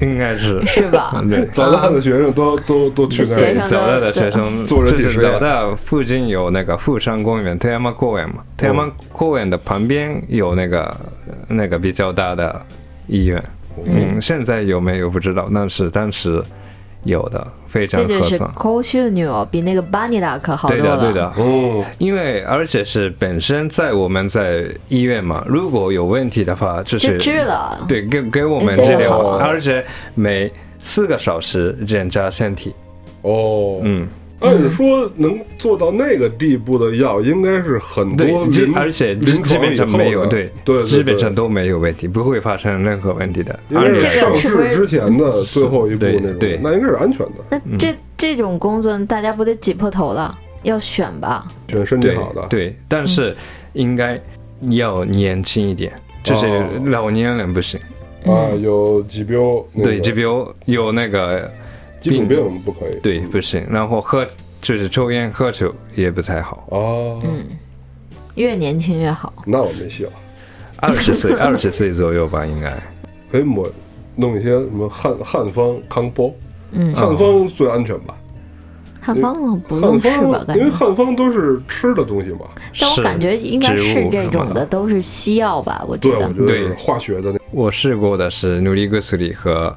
Speaker 3: 应该是
Speaker 2: 是吧？
Speaker 3: 对。
Speaker 1: 早大的学生都都都去那
Speaker 2: 学
Speaker 1: 儿
Speaker 2: 生
Speaker 3: 对，早大的学生
Speaker 1: 做人体
Speaker 3: 就
Speaker 1: 实
Speaker 3: 是
Speaker 1: 验
Speaker 3: 早大附近有那个富山公园、天安门公园嘛，天安门公园的旁边有那个那个比较大的医院，嗯，现在有没有不知道，但是当时有的，非常
Speaker 2: 这就
Speaker 3: 合
Speaker 2: 是
Speaker 3: 算。
Speaker 2: 高秀女哦，比那个巴尼达可好多
Speaker 3: 对的，
Speaker 2: 了。
Speaker 3: 对的，
Speaker 1: 嗯，
Speaker 3: 因为而且是本身在我们在医院嘛，如果有问题的话，就
Speaker 2: 就是治了。
Speaker 3: 对给给我们
Speaker 2: 哎这
Speaker 3: 治
Speaker 2: 个
Speaker 3: 疗
Speaker 2: 好，啊
Speaker 3: 而且每四个小时检查身体。
Speaker 1: 哦，
Speaker 3: 嗯，
Speaker 1: 按说能做到那个地步的药，应该是很
Speaker 3: 对
Speaker 1: 多，
Speaker 3: 基
Speaker 1: 临
Speaker 3: 而且基
Speaker 1: 临
Speaker 3: 基
Speaker 1: 床
Speaker 3: 本
Speaker 1: 以
Speaker 3: 上
Speaker 1: 后
Speaker 3: 没有，
Speaker 1: 的
Speaker 3: 对
Speaker 1: 对，对
Speaker 3: 基本
Speaker 1: 对
Speaker 3: 上都没有问题，不会发生任何问题的。
Speaker 1: 因
Speaker 3: 而
Speaker 1: 为
Speaker 3: 且
Speaker 1: 是
Speaker 2: 这
Speaker 1: 上
Speaker 2: 个是不是
Speaker 1: 市之前的最后一步
Speaker 3: 对
Speaker 1: 那种
Speaker 3: 对，
Speaker 1: 那应该是安全的，
Speaker 2: 那
Speaker 3: 嗯
Speaker 2: 这这种工作，大家不得挤破头了？要选吧，
Speaker 1: 选身体
Speaker 3: 对
Speaker 1: 好的。嗯
Speaker 3: 对，但是应该要年轻一点，就是
Speaker 1: 哦
Speaker 3: 老年人不行。
Speaker 1: 啊，有疾病，那
Speaker 3: 嗯对，
Speaker 1: 个
Speaker 3: 就比如有那个
Speaker 1: 基础病不可以。
Speaker 3: 对，不行。然后喝就是抽烟喝酒也不太好。
Speaker 1: 哦，
Speaker 2: 嗯越年轻越好。
Speaker 1: 那我没戏了，
Speaker 3: 二 十岁，二十岁左右吧，应该。
Speaker 1: 可以抹弄一些什么汉汉方康波，
Speaker 2: 嗯，
Speaker 1: 汉方最安全吧？
Speaker 2: 汉方哦不
Speaker 1: 汉
Speaker 2: 用试吧？
Speaker 1: 方
Speaker 2: 感
Speaker 1: 因为
Speaker 2: 觉，
Speaker 1: 汉方都是吃的东西嘛，
Speaker 2: 但我感觉应该
Speaker 3: 植物
Speaker 2: 是这
Speaker 3: 什
Speaker 2: 种
Speaker 3: 么
Speaker 2: 的，
Speaker 3: 的。
Speaker 2: 都是西药吧？我觉
Speaker 1: 对，我
Speaker 2: 得
Speaker 1: 觉，得
Speaker 3: 对
Speaker 1: 是化学的那
Speaker 3: 我试过的是努力格斯里和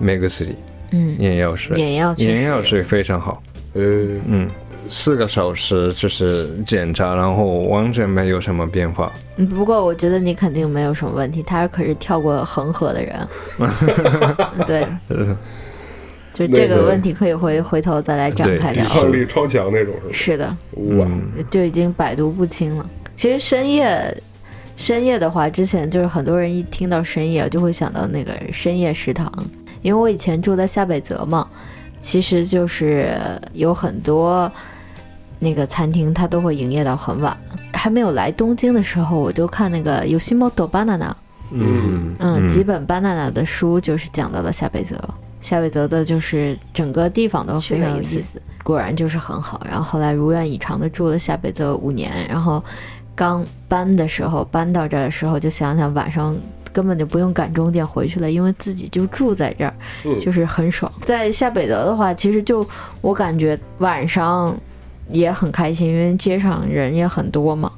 Speaker 3: 美格斯里
Speaker 2: 嗯，
Speaker 3: 眼药水，
Speaker 2: 眼药确实
Speaker 3: 眼药水非常好。
Speaker 1: 呃，
Speaker 3: 嗯，四个小时就是检查，然后完全没有什么变化。
Speaker 2: 嗯不过我觉得你肯定没有什么问题，他可是跳过恒河的人，对，就这
Speaker 1: 那
Speaker 2: 个
Speaker 1: 个
Speaker 2: 问题可以回回头再来展
Speaker 3: 对
Speaker 2: 开
Speaker 1: 抵
Speaker 2: 聊。
Speaker 1: 抗力超强那种是
Speaker 2: 是的，
Speaker 3: 嗯
Speaker 1: 吧？哇，
Speaker 2: 就已经百毒不侵了。其实深夜，深夜的话，之前就是很多人一听到深夜就会想到那个深夜食堂，因为我以前住在下北泽嘛，其实就是有很多那个餐厅它都会营业到很晚。还没有来东京的时候，我就看那个《Yoshimoto Banana》，
Speaker 1: 嗯
Speaker 2: 嗯，吉本 Banana 的书就是讲到了下北泽。夏威泽的就是整个地方都非常有
Speaker 4: 去了一
Speaker 2: 意
Speaker 4: 次
Speaker 2: 思，果然就是很好。然后后来如愿以偿的住了夏北泽五年，然后刚搬的时候，搬到这儿的时候就想想晚上。根本就不用赶终点回去了，因为自己就住在这儿，
Speaker 1: 嗯
Speaker 2: 就是很爽。在夏北泽的话，其实就我感觉晚上也很开心，因为街上人也很多嘛。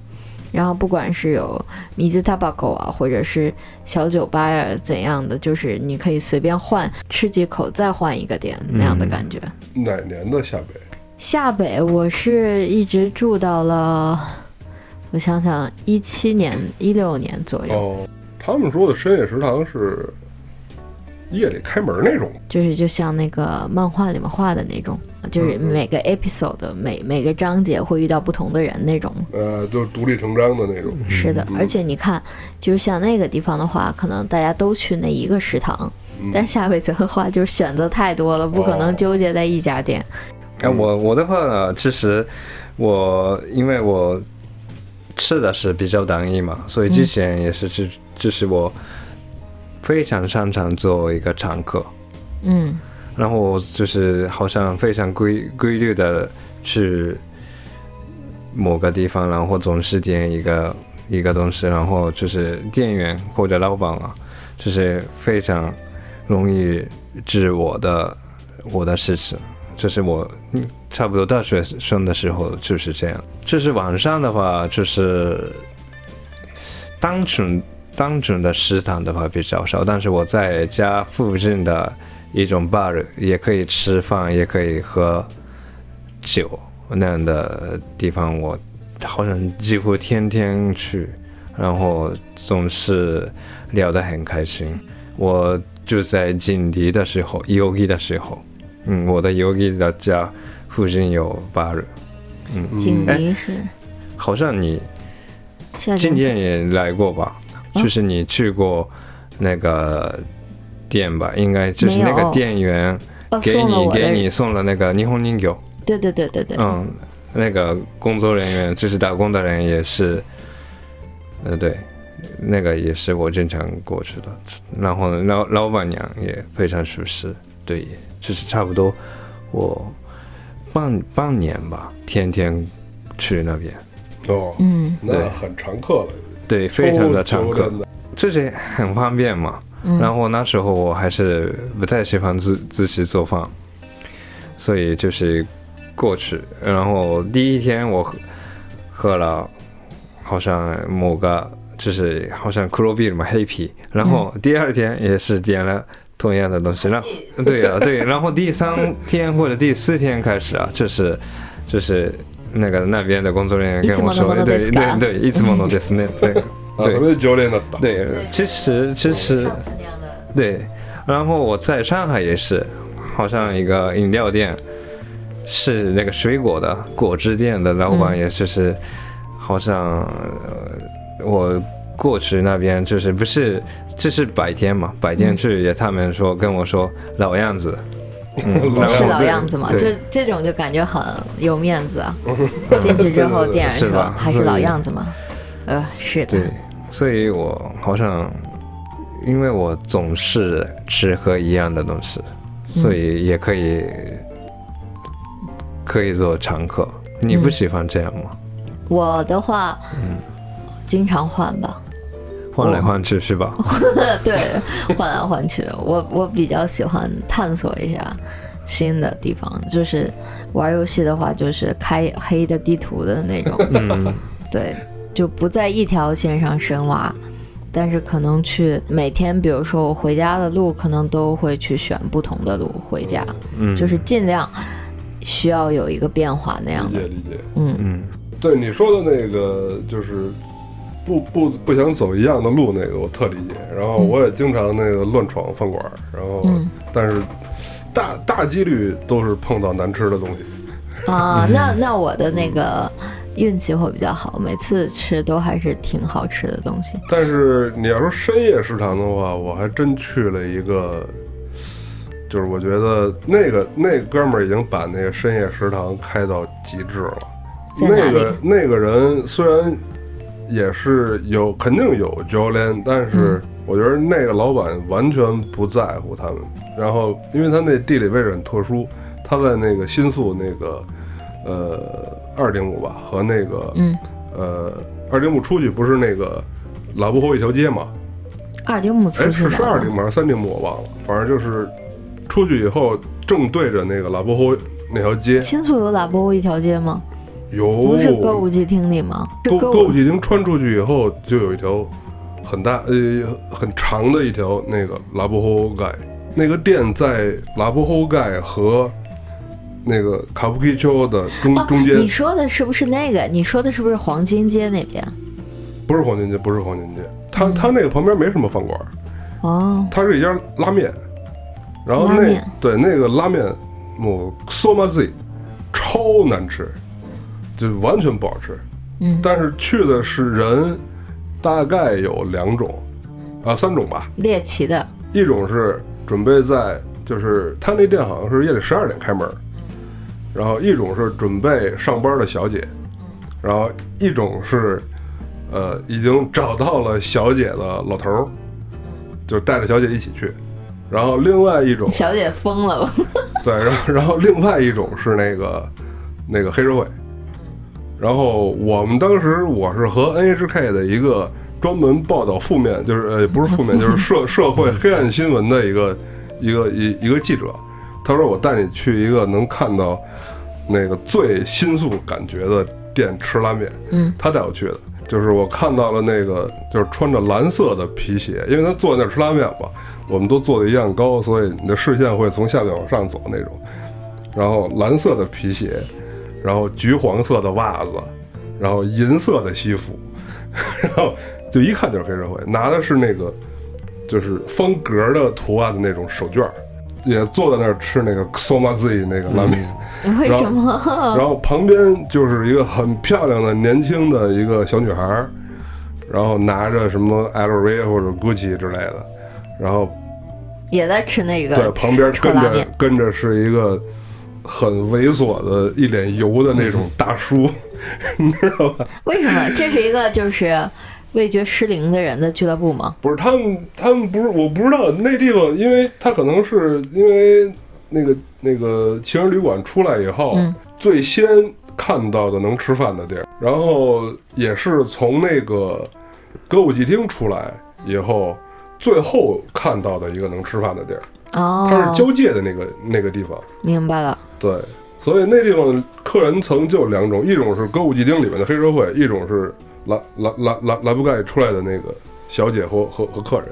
Speaker 2: 然后不管是有米字 tabaco 啊，或者是小酒吧呀、怎样的，就是你可以随便换，吃几口再换一个店那样的感觉。
Speaker 1: 哪年的夏北？
Speaker 2: 夏北我是一直住到了，我想想，一七年、一六年左右，
Speaker 1: 哦，他们说的深夜食堂是夜里开门那种。
Speaker 2: 就是就像那个漫画里面画的那种，就是
Speaker 1: 嗯嗯
Speaker 2: 每个 episode 每每个章节会遇到不同的人那种。
Speaker 3: 嗯
Speaker 1: 呃，就是独立成章的那种。
Speaker 2: 是的
Speaker 1: 嗯，
Speaker 2: 而且你看，就是像那个地方的话，可能大家都去那一个食堂，
Speaker 3: 嗯
Speaker 2: 但夏威夷的话就是选择太多了，不可
Speaker 3: 哦
Speaker 2: 能纠结在一家店。
Speaker 3: 哎，我我的话呢，其实我因为我吃的是比较单一嘛，所以之前也是去，就是我非常擅长做一个常客，
Speaker 2: 嗯
Speaker 3: 然后我就是好像非常规规律的去某个地方，然后总是点一个一个东西，然后就是店员或者老板啊，就是非常容易治我的我的事情，就是我嗯差不多大学生的时候就是这样。就是晚上的话，就是单纯单纯的食堂的话比较少，但是我在家附近的一种 bar 也可以吃饭，也可以喝酒那样的地方，我好像几乎天天去，然后总是聊得很开心。我就在锦迪的时候，Yogi 的时候，嗯，我的 Yogi 的家附近有 bar，
Speaker 1: 嗯
Speaker 3: 嗯
Speaker 2: 锦
Speaker 3: 哎
Speaker 2: 鲤是
Speaker 3: 好像你
Speaker 2: 夏
Speaker 3: 今
Speaker 2: 天
Speaker 3: 年也来过吧？
Speaker 2: 啊
Speaker 3: 就是你去过那个店吧？应该就是那
Speaker 2: 没
Speaker 3: 个
Speaker 2: 有
Speaker 3: 店员
Speaker 2: 哦
Speaker 3: 给
Speaker 2: 送了
Speaker 3: 你
Speaker 2: 我
Speaker 3: 给
Speaker 2: 的，
Speaker 3: 你送了那个霓虹饮酒，
Speaker 2: 对对对对对，
Speaker 3: 嗯，那个工作人员就是打工的人也是，呃，对，那个也是我经常过去的。然后呢老老板娘也非常熟悉，对，就是差不多我半半年吧，天天去那边，
Speaker 1: 哦，
Speaker 2: 嗯
Speaker 1: 那很常客了，
Speaker 3: 对，非常的常
Speaker 1: 超
Speaker 3: 客
Speaker 1: 哦久。的
Speaker 3: 就是很方便嘛。
Speaker 2: 嗯
Speaker 3: 然后那时候我还是不太喜欢自自己做饭，所以就是过去，然后第一天我喝喝了好像某个就是好像 c r o b e e 嘛黑啤，然后第二天也是点了同样的东西，然后对啊对，然后第三天或者第四天开始啊，就是就是。那个那边的工作人员跟我说，
Speaker 2: いつものもので
Speaker 3: 对
Speaker 2: すか
Speaker 3: 对对，いつものですね，对
Speaker 1: 啊，
Speaker 3: 对
Speaker 1: 特别教练的打。
Speaker 3: 对，其实其实
Speaker 2: 次那样的
Speaker 3: 对，然后我在上海也是，好像一个饮料店，是那个水果的果汁店的老板，也就是、好像、呃我过去那边就是不是这是白天嘛，白天去也他们说跟我说老样子，嗯
Speaker 1: 老
Speaker 2: 是
Speaker 1: 样
Speaker 2: 老样子嘛，
Speaker 3: 对
Speaker 2: 就这种就感觉很有面 子啊。进去之后，
Speaker 1: 对对对
Speaker 2: 店员
Speaker 3: 是
Speaker 2: 说
Speaker 3: 吧
Speaker 2: 还是
Speaker 3: 所以
Speaker 2: 老样子嘛，呃，是的
Speaker 3: 对，，所以我好像因为我总是吃喝一样的东西，所以也可以、可以做常客。你不喜欢这样吗？
Speaker 2: 我的话，
Speaker 3: 嗯
Speaker 2: 经常换吧，
Speaker 3: 换来换去是吧？
Speaker 2: 对，换来换去，我我比较喜欢探索一下新的地方，就是玩游戏的话，就是开黑的地图的那种，
Speaker 3: 嗯，
Speaker 2: 对，就不在一条线上深挖。但是可能去每天，比如说我回家的路，可能都会去选不同的路回家，
Speaker 3: 嗯
Speaker 2: 就是尽量需要有一个变化那样
Speaker 1: 理
Speaker 2: 的
Speaker 1: 解。理解。
Speaker 2: 嗯，
Speaker 3: 嗯，
Speaker 1: 对你说的那个就是不不不想走一样的路那个，我特理解。然后我也经常那个乱闯饭馆儿，然后、
Speaker 2: 嗯
Speaker 1: 但是大大几率都是碰到难吃的东西。
Speaker 3: 嗯
Speaker 2: 啊，那那我的那个运气会比较好，每次吃都还是挺好吃的东西。
Speaker 1: 但是你要说深夜食堂的话，我还真去了一个，就是我觉得那个那哥们儿已经把那个深夜食堂开到极致了。
Speaker 2: 在哪
Speaker 1: 那
Speaker 2: 里
Speaker 1: 个
Speaker 2: 嗯
Speaker 1: 那个人虽然也是有肯定有教练，但是我觉得那个老板完全不在乎他们。然后，因为他那地理位置很特殊，他在那个新宿那个呃二丁目吧和那个
Speaker 2: 嗯
Speaker 1: 呃二丁目出去不是那个老布后一条街嘛？
Speaker 2: 二丁目出
Speaker 1: 哎，
Speaker 2: 去
Speaker 1: 是
Speaker 2: 的
Speaker 1: 是二丁目还是三丁目我忘了，反正就是出去以后正对着那个老布后那条街，
Speaker 2: 新宿有拉波一条街吗？
Speaker 1: 有
Speaker 2: 不是歌舞伎町里吗？是
Speaker 1: 歌
Speaker 2: 歌
Speaker 1: 歌舞伎町穿出去以后，就有一条很大呃很长的一条那个拉布后盖，那个店在拉布后盖和那个卡布基丘的中、
Speaker 2: 哦
Speaker 1: 中间
Speaker 2: 你，说的是不是那个？你说的是不是黄金街那边？
Speaker 1: 不是黄金街，不是黄金街，它它那个旁边没什么饭馆，
Speaker 2: 哦，
Speaker 1: 它是一家拉面，然后
Speaker 2: 拉
Speaker 1: 那
Speaker 2: 面
Speaker 1: 对那个拉面，我索马 Z 超难吃，就完全不好吃。
Speaker 2: 嗯
Speaker 1: 但是去的是人，大概有两种，啊三种吧，
Speaker 2: 猎奇的，
Speaker 1: 一种是准备在就是他那店好像是夜里十二点开门儿，然后一种是准备上班的小姐，然后一种是呃已经找到了小姐的老头儿，就带着小姐一起去，然后另外一种
Speaker 2: 小姐疯 了吧？
Speaker 1: 对，然后然后另外一种是那个那个黑社会，然后我们当时我是和 NHK 的一个专门报道负面，就是呃不是负面，就是社社会黑暗新闻的一个一个一一个记者，他说我带你去一个能看到那个最新宿感觉的店吃拉面，
Speaker 2: 嗯，
Speaker 1: 他带我去的。就是我看到了那个，就是穿着蓝色的皮鞋，因为他坐在那儿吃拉面嘛，我们都坐的一样高，所以你的视线会从下面往上走那种。然后蓝色的皮鞋，然后橘黄色的袜子，然后银色的西服， 然后就一看就是黑社会，拿的是那个就是方格的图案的那种手绢儿，也坐在那儿吃那个 soma z 那个拉面。
Speaker 2: 为什么？
Speaker 1: 然后旁边就是一个很漂亮的年轻的一个小女孩儿，然后拿着什么 LV 或者 GUCCI 之类的，然后
Speaker 2: 也在吃那个
Speaker 1: 对旁边
Speaker 2: 臭
Speaker 1: 跟
Speaker 2: 拉
Speaker 1: 着
Speaker 2: 面，
Speaker 1: 跟着是一个很猥琐的、一脸油的那种大叔，你知道吧？
Speaker 2: 为什么？这是一个就是味觉失灵的人的俱乐部吗？
Speaker 1: 不是他们，他们不是，我不知道那地方，因为他可能是因为那个那个情人旅馆出来以后，
Speaker 2: 嗯
Speaker 1: 最先看到的能吃饭的地儿，然后也是从那个歌舞伎町出来以后，最后看到的一个能吃饭的地儿，它
Speaker 2: 哦
Speaker 1: 是，交界的那个那个地方，
Speaker 2: 明白了。
Speaker 1: 对，所以那地方客人层就两种，一种是歌舞伎町里面的黑社会，一种是拉拉拉拉拉布盖出来的那个小姐和和和客人。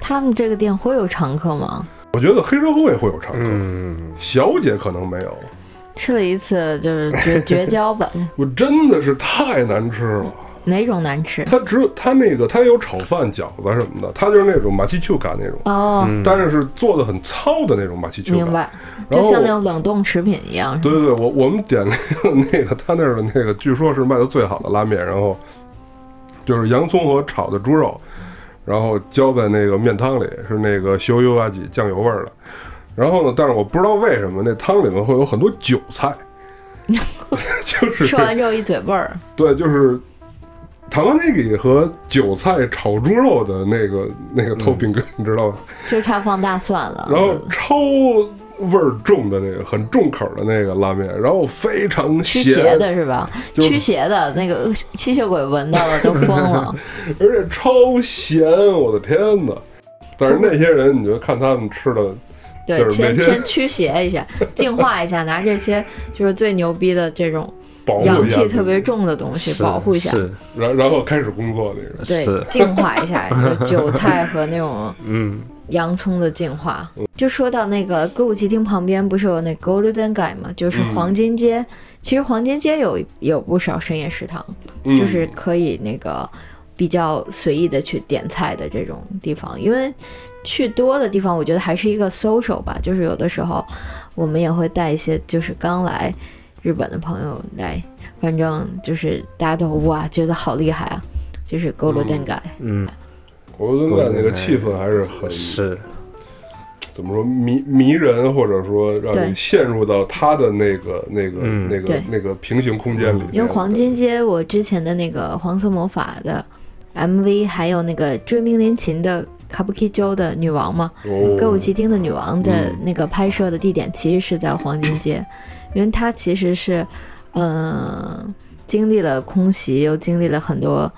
Speaker 2: 他们这个店会有常客吗？
Speaker 1: 我觉得黑社会会有常客，
Speaker 3: 嗯，
Speaker 1: 小姐可能没有。
Speaker 2: 吃了一次就是绝绝交吧，
Speaker 1: 我真的是太难吃了，
Speaker 2: 哪种难吃？
Speaker 1: 它只有它那个它有炒饭、饺子什么的，它就是那种马奇丘卡那种，
Speaker 2: 哦，
Speaker 1: 但是是做的很糙的那种马奇丘
Speaker 2: 明
Speaker 1: 卡。
Speaker 2: 白，
Speaker 1: 然
Speaker 2: 就
Speaker 1: 后
Speaker 2: 像那种冷冻食品一样。
Speaker 1: 对对对，我我们点那个 那个他那儿的那个，据说是卖的最好的拉面，然后就是洋葱和炒的猪肉，然后浇在那个面汤里，是那个修油啊几酱油味儿的。然后呢，但是我不知道为什么那汤里面会有很多韭菜， 就是
Speaker 2: 吃完之后一嘴味儿，
Speaker 1: 对，就是台湾那个和韭菜炒猪肉的那个那个透饼哥，你知道吧？
Speaker 2: 就差放大蒜了。
Speaker 1: 然后超味儿重的那个，很重口的那个拉面，然后非常
Speaker 2: 驱
Speaker 1: 咸
Speaker 2: 邪的是吧？
Speaker 1: 就
Speaker 2: 驱邪的那个吸血鬼闻到了都疯 了。
Speaker 1: 而且超咸，我的天呐！但是那些人，你就看他们吃的，
Speaker 2: 对，
Speaker 1: 就是每
Speaker 2: 先
Speaker 1: 天
Speaker 2: 先驱邪一下，净化一下，拿这些就是最牛逼的这种
Speaker 1: 保护一下
Speaker 2: 阳
Speaker 1: 自己
Speaker 2: 气特别，重的东西
Speaker 3: 是
Speaker 2: 保护一下，
Speaker 3: 是
Speaker 1: 然然后开始工作那种。
Speaker 2: 对
Speaker 3: 是，
Speaker 2: 净化一下，就是韭菜和那种
Speaker 3: 嗯，
Speaker 2: 洋葱的净化。就说到那个歌舞伎町旁边不是有那 Golden Guy 嘛，就是
Speaker 3: 嗯
Speaker 2: 黄金街。其实黄金街有有不少深夜食堂，
Speaker 1: 嗯，
Speaker 2: 就是可以那个比较随意的去点菜的这种地方，因为去多的地方，我觉得还是一个 social 吧，就是有的时候我们也会带一些就是刚来日本的朋友来，反正就是大家都哇觉得好厉害啊，就是勾罗店改，
Speaker 3: 嗯，
Speaker 1: 我觉得那个气氛还是很
Speaker 3: 是，
Speaker 1: 怎么说迷迷人，或者说让
Speaker 2: 对
Speaker 1: 你陷入到他的那个那个
Speaker 3: 嗯
Speaker 1: 那个
Speaker 2: 对
Speaker 1: 那个平行空间里面。
Speaker 2: 因为黄金街我之前的那个黄色魔法的。 MV，还有那个《追命连琴》的卡布奇州的女王嘛，
Speaker 1: 哦
Speaker 2: 歌舞伎町的女王
Speaker 1: 嗯
Speaker 2: 的那个拍摄的地点其实是在黄金街，因为它其实是，呃，经历了空袭，又经历了很多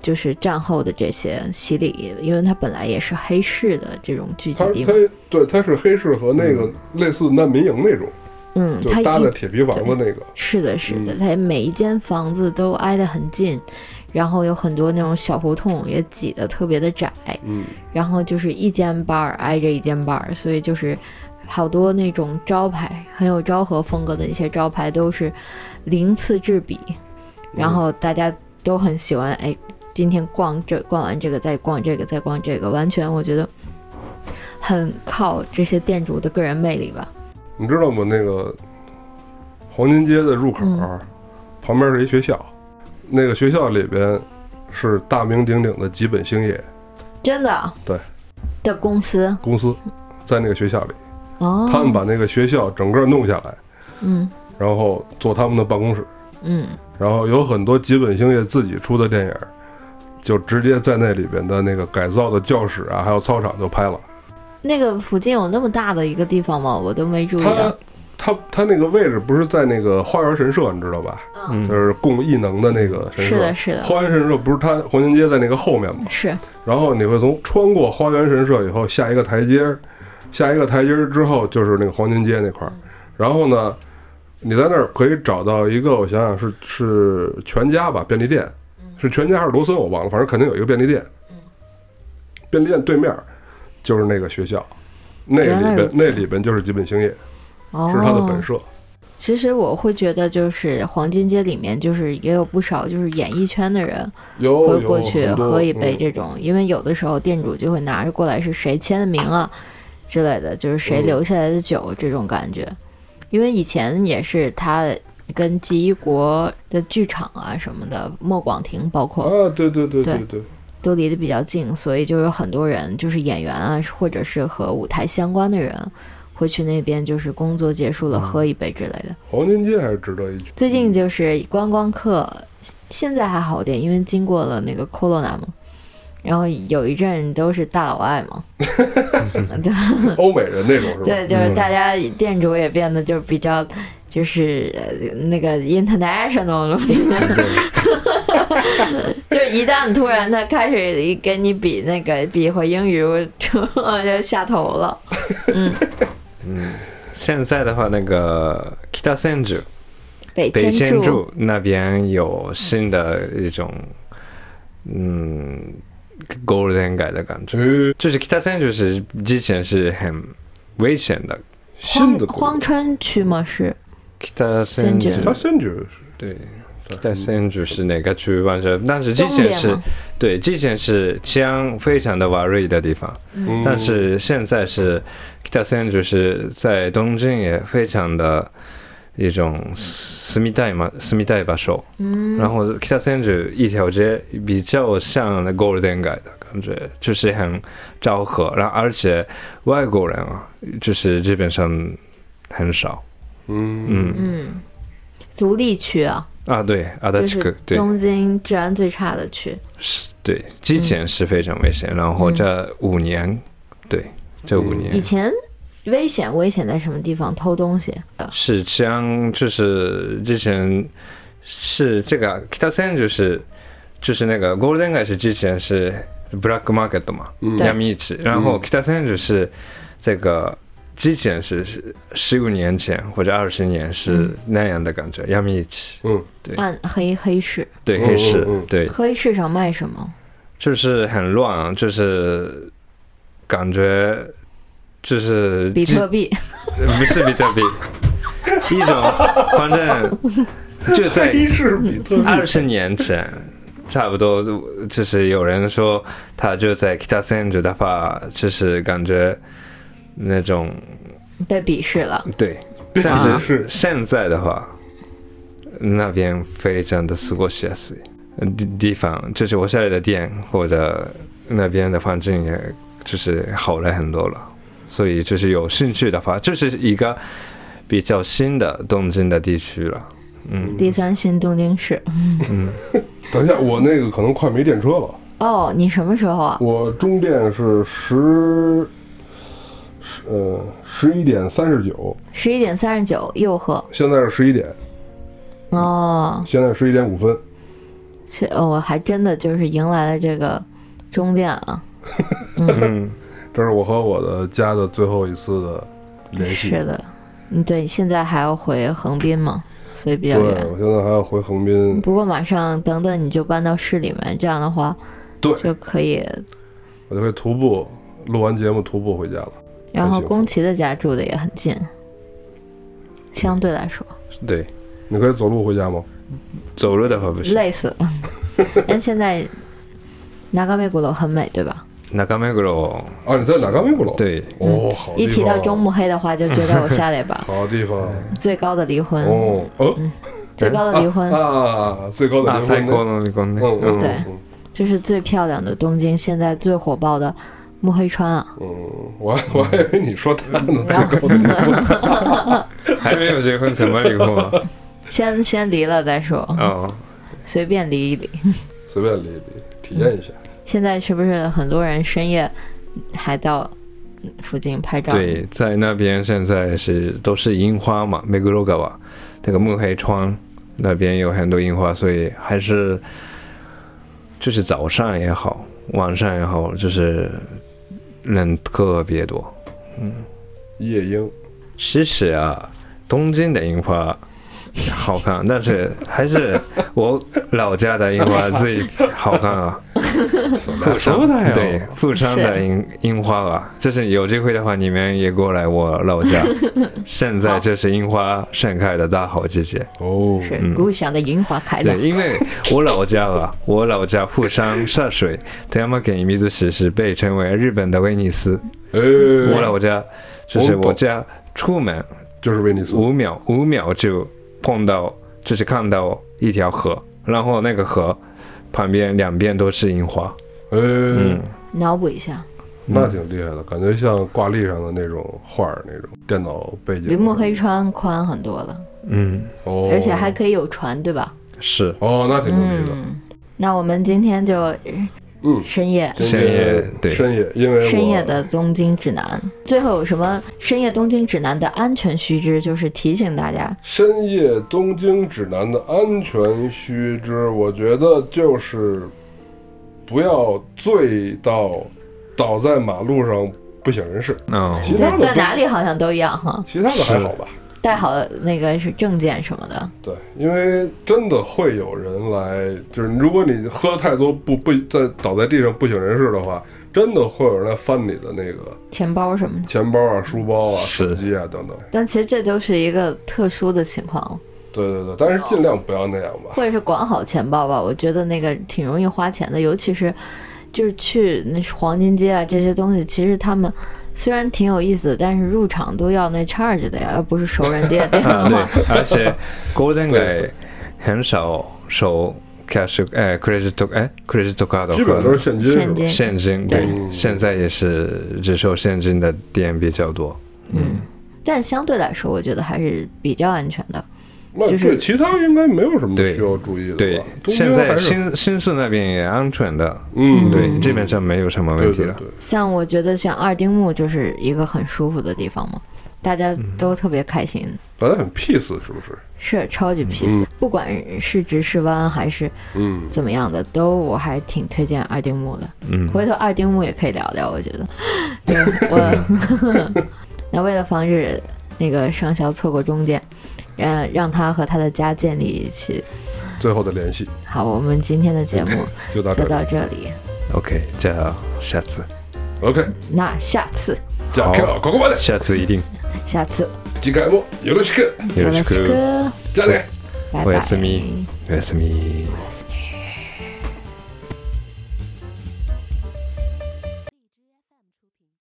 Speaker 2: 就是战后的这些洗礼，因为它本来也是黑市的这种聚集
Speaker 1: 它
Speaker 2: 地
Speaker 1: 它
Speaker 2: 嘛，
Speaker 1: 对它是黑市和那个类似难民营那种，
Speaker 2: 嗯，
Speaker 1: 就
Speaker 2: 它
Speaker 1: 是搭嗯
Speaker 2: 嗯一
Speaker 1: 在铁皮房子那个。
Speaker 2: 是的，是的，它每一间房子都挨得很近，然后有很多那种小胡同也挤得特别的窄，
Speaker 1: 嗯，
Speaker 2: 然后就是一间 bar 挨着一间 bar，所以就是好多那种招牌很有昭和风格的一些招牌都是鳞次栉比，然后大家都很喜欢，哎，今天逛这逛完这个再逛这个再逛这个，完全我觉得很靠这些店主的个人魅力吧。
Speaker 1: 你知道吗？那个黄金街的入口、
Speaker 2: 嗯
Speaker 1: 旁边是一学校，那个学校里边是大名鼎鼎的吉本兴业
Speaker 2: 真的，啊
Speaker 1: 对
Speaker 2: 的公司
Speaker 1: 公司，在那个学校里，
Speaker 2: 哦，
Speaker 1: 他们把那个学校整个弄下来，
Speaker 2: 嗯
Speaker 1: 然后做他们的办公室，
Speaker 2: 嗯
Speaker 1: 然后有很多吉本兴业自己出的电影。就直接在那里边的那个改造的教室啊，还有操场就拍了。
Speaker 2: 那个附近有那么大的一个地方吗？我都没注意
Speaker 1: 他
Speaker 2: 到。
Speaker 1: 他他那个位置不是在那个花园神社，你知道吧？
Speaker 3: 嗯
Speaker 1: 就是供异能的那个神
Speaker 2: 嗯是
Speaker 1: 社
Speaker 2: 的，。是的，
Speaker 1: 花园神社不是它黄金街在那个后面吗？
Speaker 2: 是
Speaker 1: 然后你会从穿过花园神社以后下一个台阶儿，下一个台阶儿之后就是那个黄金街那块儿。然后呢，你在那儿可以找到一个，我想想是是全家吧便利店，是全家还是罗森我忘了，反正肯定有一个便利店。便利店对面就是那个学校，那
Speaker 2: 原来
Speaker 1: 里
Speaker 2: 如
Speaker 1: 边
Speaker 2: 此
Speaker 1: 那里边就是吉本兴业，
Speaker 2: 哦，
Speaker 1: 是它的本社。
Speaker 2: 其实我会觉得，就是黄金街里面，就是也有不少就是演艺圈的人
Speaker 1: 有
Speaker 2: 会
Speaker 1: 哦有
Speaker 2: 哦过去
Speaker 1: 很多
Speaker 2: 喝一杯
Speaker 1: 嗯
Speaker 2: 这种，因为有的时候店主就会拿着过来是谁签的名啊之类的，就是谁
Speaker 1: 嗯
Speaker 2: 留下来的酒这种感觉。因为以前也是他跟吉一国的剧场啊什么的，莫广庭包括，
Speaker 1: 啊，对对对
Speaker 2: 对
Speaker 1: 对，
Speaker 2: 都离得比较近，所以就有很多人，就是演员啊，或者是和舞台相关的人，会去那边，就是工作结
Speaker 1: 嗯
Speaker 2: 束了喝一杯之类的。
Speaker 1: 黄金街还是值得一去。
Speaker 2: 最近就是观光客，现在还好点，因为经过了那个 corona 嘛，然后有一阵都是大老外嘛，对
Speaker 1: 欧美人那种是吧？
Speaker 2: 对，就是大家店主也变得就比较。就是呃那个 international 了， 就是一旦突然他开始跟你比那个比会英语，我就我就下头了。
Speaker 3: 现在的话，那个北千住、
Speaker 2: 北
Speaker 3: 北
Speaker 2: 千
Speaker 3: 千
Speaker 2: 住，
Speaker 3: 住那边有新的一种，嗯，golden 街的感觉。
Speaker 1: 哎，
Speaker 3: 就是北千住是之前是很危险的，
Speaker 1: 新的
Speaker 2: 荒荒川区吗？是
Speaker 3: 北千住
Speaker 2: 千
Speaker 1: 他先觉得是
Speaker 3: 对，北千住是哪个出版社？但是之前
Speaker 2: 东边
Speaker 3: 是
Speaker 2: 吗，
Speaker 3: 对，之前是治安非常的悪い的地方。
Speaker 1: 嗯
Speaker 3: 但是现在是北千住是在东京也非常的一种住みたい嘛住みたい場所，
Speaker 2: 嗯，
Speaker 3: 然后北千住一条街比较像 Golden 街的感觉，就是很昭和，然后而且外国人啊，就是基本上很少，
Speaker 1: 嗯
Speaker 3: 嗯
Speaker 2: 嗯，足立区啊，
Speaker 3: 啊对，阿达
Speaker 2: 就
Speaker 3: 奇
Speaker 2: 是
Speaker 3: 克对
Speaker 2: 东京治安最差的区。
Speaker 3: 是对，之前是非常危险，然
Speaker 2: 嗯
Speaker 3: 后这五年，对这五
Speaker 1: 嗯
Speaker 3: 年
Speaker 2: 以前危险危险在什么地方？偷东西。呃
Speaker 3: 是这样，就是之前是这个北千住是就是那个 Golden 街是之前是 Black Market 嘛，
Speaker 1: 嗯
Speaker 2: 对
Speaker 3: 闇市，然后北千住是这个之前是十十五年前或者二十年是那样的感觉，闇市
Speaker 1: 嗯
Speaker 3: 对
Speaker 2: 暗黑黑市，
Speaker 3: 对
Speaker 1: 嗯
Speaker 3: 黑
Speaker 2: 哦
Speaker 3: 市
Speaker 1: 嗯嗯
Speaker 3: 对，
Speaker 2: 黑市上卖什么？
Speaker 3: 就是很乱，就是感觉就是
Speaker 2: 比特币。
Speaker 3: 不是比特币，一种反正就在
Speaker 1: 黑市比特 币
Speaker 3: 二十年 前，差不多就是有人说他就在 k i t a s e n 的话，就是感觉那种
Speaker 2: 被鄙视了。
Speaker 3: 对，
Speaker 1: 但
Speaker 3: 但
Speaker 1: 是
Speaker 3: 是现在的话，那边非常的过ごしやすい呃地地方，就是我下来的店或者那边的环境，也就是好了很多了。所以就是有兴趣的话，这是一个比较新的东京的地区了。嗯，
Speaker 2: 第三新东京市，
Speaker 1: 等一下，我那个可能快没电车了，
Speaker 2: 哦，你什么时候啊？
Speaker 1: 我终电是十，十呃十一点三十九，
Speaker 2: 十一点三十九，又喝
Speaker 1: 现在是十一点，
Speaker 2: 哦，
Speaker 1: 现在十一点五分。
Speaker 2: 是哦，我还真的就是迎来了这个终点啊，
Speaker 3: 嗯，
Speaker 1: 这是我和我的家的最后一次的联系。
Speaker 2: 是的，嗯，对，现在还要回横滨嘛，所以比
Speaker 1: 对，
Speaker 2: 较远。
Speaker 1: 我现在还要回横滨。
Speaker 2: 不过马上等等你就搬到市里面，这样的话
Speaker 1: 对，
Speaker 2: 就可以。
Speaker 1: 我就会徒步，录完节目徒步回家了。
Speaker 2: 然后
Speaker 1: 幸福
Speaker 2: 宫崎的家住的也很近，相对来说
Speaker 3: 对，
Speaker 1: 你可以走路回家吗？
Speaker 3: 走路的话不行。
Speaker 2: 累死 了。但现在那高美古楼很美，对吧？
Speaker 3: 中目黒，
Speaker 1: 啊，你在哪刚没过楼？，
Speaker 3: 对，嗯
Speaker 1: 哦，好地
Speaker 2: 一
Speaker 1: 方。
Speaker 2: 提到中目黑的话，就觉得我下 来吧。
Speaker 1: 好地方。
Speaker 2: 最高的离婚，
Speaker 1: 哦，呃，
Speaker 2: 最高嗯的离婚、
Speaker 1: 啊，最高的
Speaker 3: あ、
Speaker 1: 离
Speaker 3: 最
Speaker 1: 婚。
Speaker 3: 高の離婚ね。
Speaker 1: 嗯嗯
Speaker 2: 对
Speaker 1: 嗯
Speaker 2: 就是最漂亮的东京，现在最火爆的目黑川啊。
Speaker 1: 嗯，我还我还以为你说他呢，
Speaker 2: 然后
Speaker 1: 最高的离婚。
Speaker 3: 还没有结婚怎么离婚啊？
Speaker 2: 先先离了再说，
Speaker 1: 啊
Speaker 3: 哦，
Speaker 2: 随便离一离。
Speaker 1: 随便理一理，体验一下。
Speaker 2: 现在是不是很多人深夜还到附近拍照？
Speaker 3: 对，在那边现在是都是樱花嘛，目黒川那个目黑川那边有很多樱花，所以还是就是早上也好，晚上也好，就是人特别多。
Speaker 1: 夜 莺，
Speaker 3: 其实啊，东京的樱花好看，但是还是我老家的樱花最好看啊。
Speaker 1: 可说的呀
Speaker 3: 对，富山的樱樱花啊，就是有机会的话，你们也过来我老家。现在就是樱花盛开的大好季节。
Speaker 1: 哦，
Speaker 2: 是故乡的樱花开了
Speaker 3: 对，。因为我老家啊， 我老家富山下水，富山県射水市是被称为日本的威尼斯。
Speaker 1: 哎，
Speaker 3: 我老家就是
Speaker 1: 我懂
Speaker 3: 我家出门
Speaker 1: 就是威尼斯。
Speaker 3: 五秒五秒就碰到，就是看到一条河，然后那个河旁边两边都是樱花。
Speaker 1: 哎，
Speaker 3: 嗯，
Speaker 2: 脑补一下，
Speaker 1: 那挺厉害的，感觉像挂历上的那种画儿那种电脑背景。
Speaker 2: 比目黑川宽很多了，
Speaker 3: 嗯，
Speaker 1: 哦，
Speaker 2: 而且还可以有船，对吧？
Speaker 3: 是
Speaker 1: 哦，那挺牛逼的。
Speaker 2: 嗯，那我们今天就呃
Speaker 1: 嗯，
Speaker 2: 深夜
Speaker 1: 今
Speaker 3: 深
Speaker 1: 天
Speaker 3: 夜对
Speaker 1: 深夜，因为我
Speaker 2: 深夜的东京指南，最后有什么深夜东京指南的安全须知，就是提醒大家，
Speaker 1: 深夜东京指南的安全须知，我觉得就是不要醉到倒在马路上不省人事，
Speaker 3: 嗯，
Speaker 1: 其他
Speaker 2: 在
Speaker 1: 的
Speaker 2: 在
Speaker 1: 都
Speaker 2: 哪里好像都一样哈，
Speaker 1: 其他的还好吧。
Speaker 2: 带好那个是证件什么的，
Speaker 1: 对，因为真的会有人来，就是如果你喝太多不不在倒在地上不省人事的话，真的会有人来翻你的那个
Speaker 2: 钱包什么的。
Speaker 1: 钱包啊、书包啊、
Speaker 3: 是
Speaker 1: 手机啊等等。
Speaker 2: 但其实这都是一个特殊的情况，
Speaker 1: 对对对，但是尽量不要那样吧。
Speaker 2: 或者是管好钱包吧。我觉得那个挺容易花钱的，尤其是就是去那黄金街啊这些东西，其实他们虽然挺有意思的，但是入场都要那 charge 的呀，而不是熟人店 店
Speaker 3: 啊
Speaker 2: 的
Speaker 3: 对
Speaker 2: 话，，
Speaker 3: 而且 Golden
Speaker 1: 对
Speaker 3: Gate 很少收 cash，哎，credit 哎 credit card
Speaker 1: 基本都是现金，
Speaker 2: 现
Speaker 1: 是吧？
Speaker 2: 金。
Speaker 3: 现金，对
Speaker 1: 嗯，
Speaker 3: 现在也是只收现金的店比较多。
Speaker 2: 但是相对来说，我觉得还是比较安全的。
Speaker 1: 那对
Speaker 2: 就是
Speaker 1: 其他应该没有什么
Speaker 3: 对
Speaker 1: 需要注意的吧。
Speaker 3: 对，
Speaker 1: 东
Speaker 3: 现
Speaker 1: 京还
Speaker 3: 在
Speaker 1: 是
Speaker 3: 新新宿那边也安全的，
Speaker 1: 嗯，
Speaker 3: 对，基本上没有什么问
Speaker 1: 对
Speaker 3: 题
Speaker 1: 对
Speaker 3: 了。
Speaker 1: 对，
Speaker 2: 像我觉得像二丁目就是一个很舒服的地方嘛，大家
Speaker 1: 嗯
Speaker 2: 都特别开心，
Speaker 1: 本来很 peace 是不是？
Speaker 2: 是超级 peace，、不管是直是弯还是
Speaker 1: 嗯，
Speaker 2: 怎么样的，都我还挺推荐二丁目的。
Speaker 3: 嗯，
Speaker 2: 回头二丁目也可以聊聊，我觉得。对，我 那为了防止那个上校错过终点，让让他和他的家建立起
Speaker 1: 最后的联系
Speaker 2: 好，我们今天的节目
Speaker 1: 就到这
Speaker 2: 就
Speaker 1: 里。
Speaker 2: 到这里，
Speaker 3: OK，じゃあ下次，
Speaker 1: OK，
Speaker 2: 那下次
Speaker 1: じゃあ今日はここまで。
Speaker 3: 下次一定
Speaker 2: 下次
Speaker 1: 次回もよろしく。
Speaker 3: よ
Speaker 2: よ
Speaker 3: ろし
Speaker 2: ろし
Speaker 3: く。
Speaker 2: く，
Speaker 1: じゃあね。
Speaker 2: 拜拜，
Speaker 3: おやすみおやすみ。
Speaker 2: おやすみ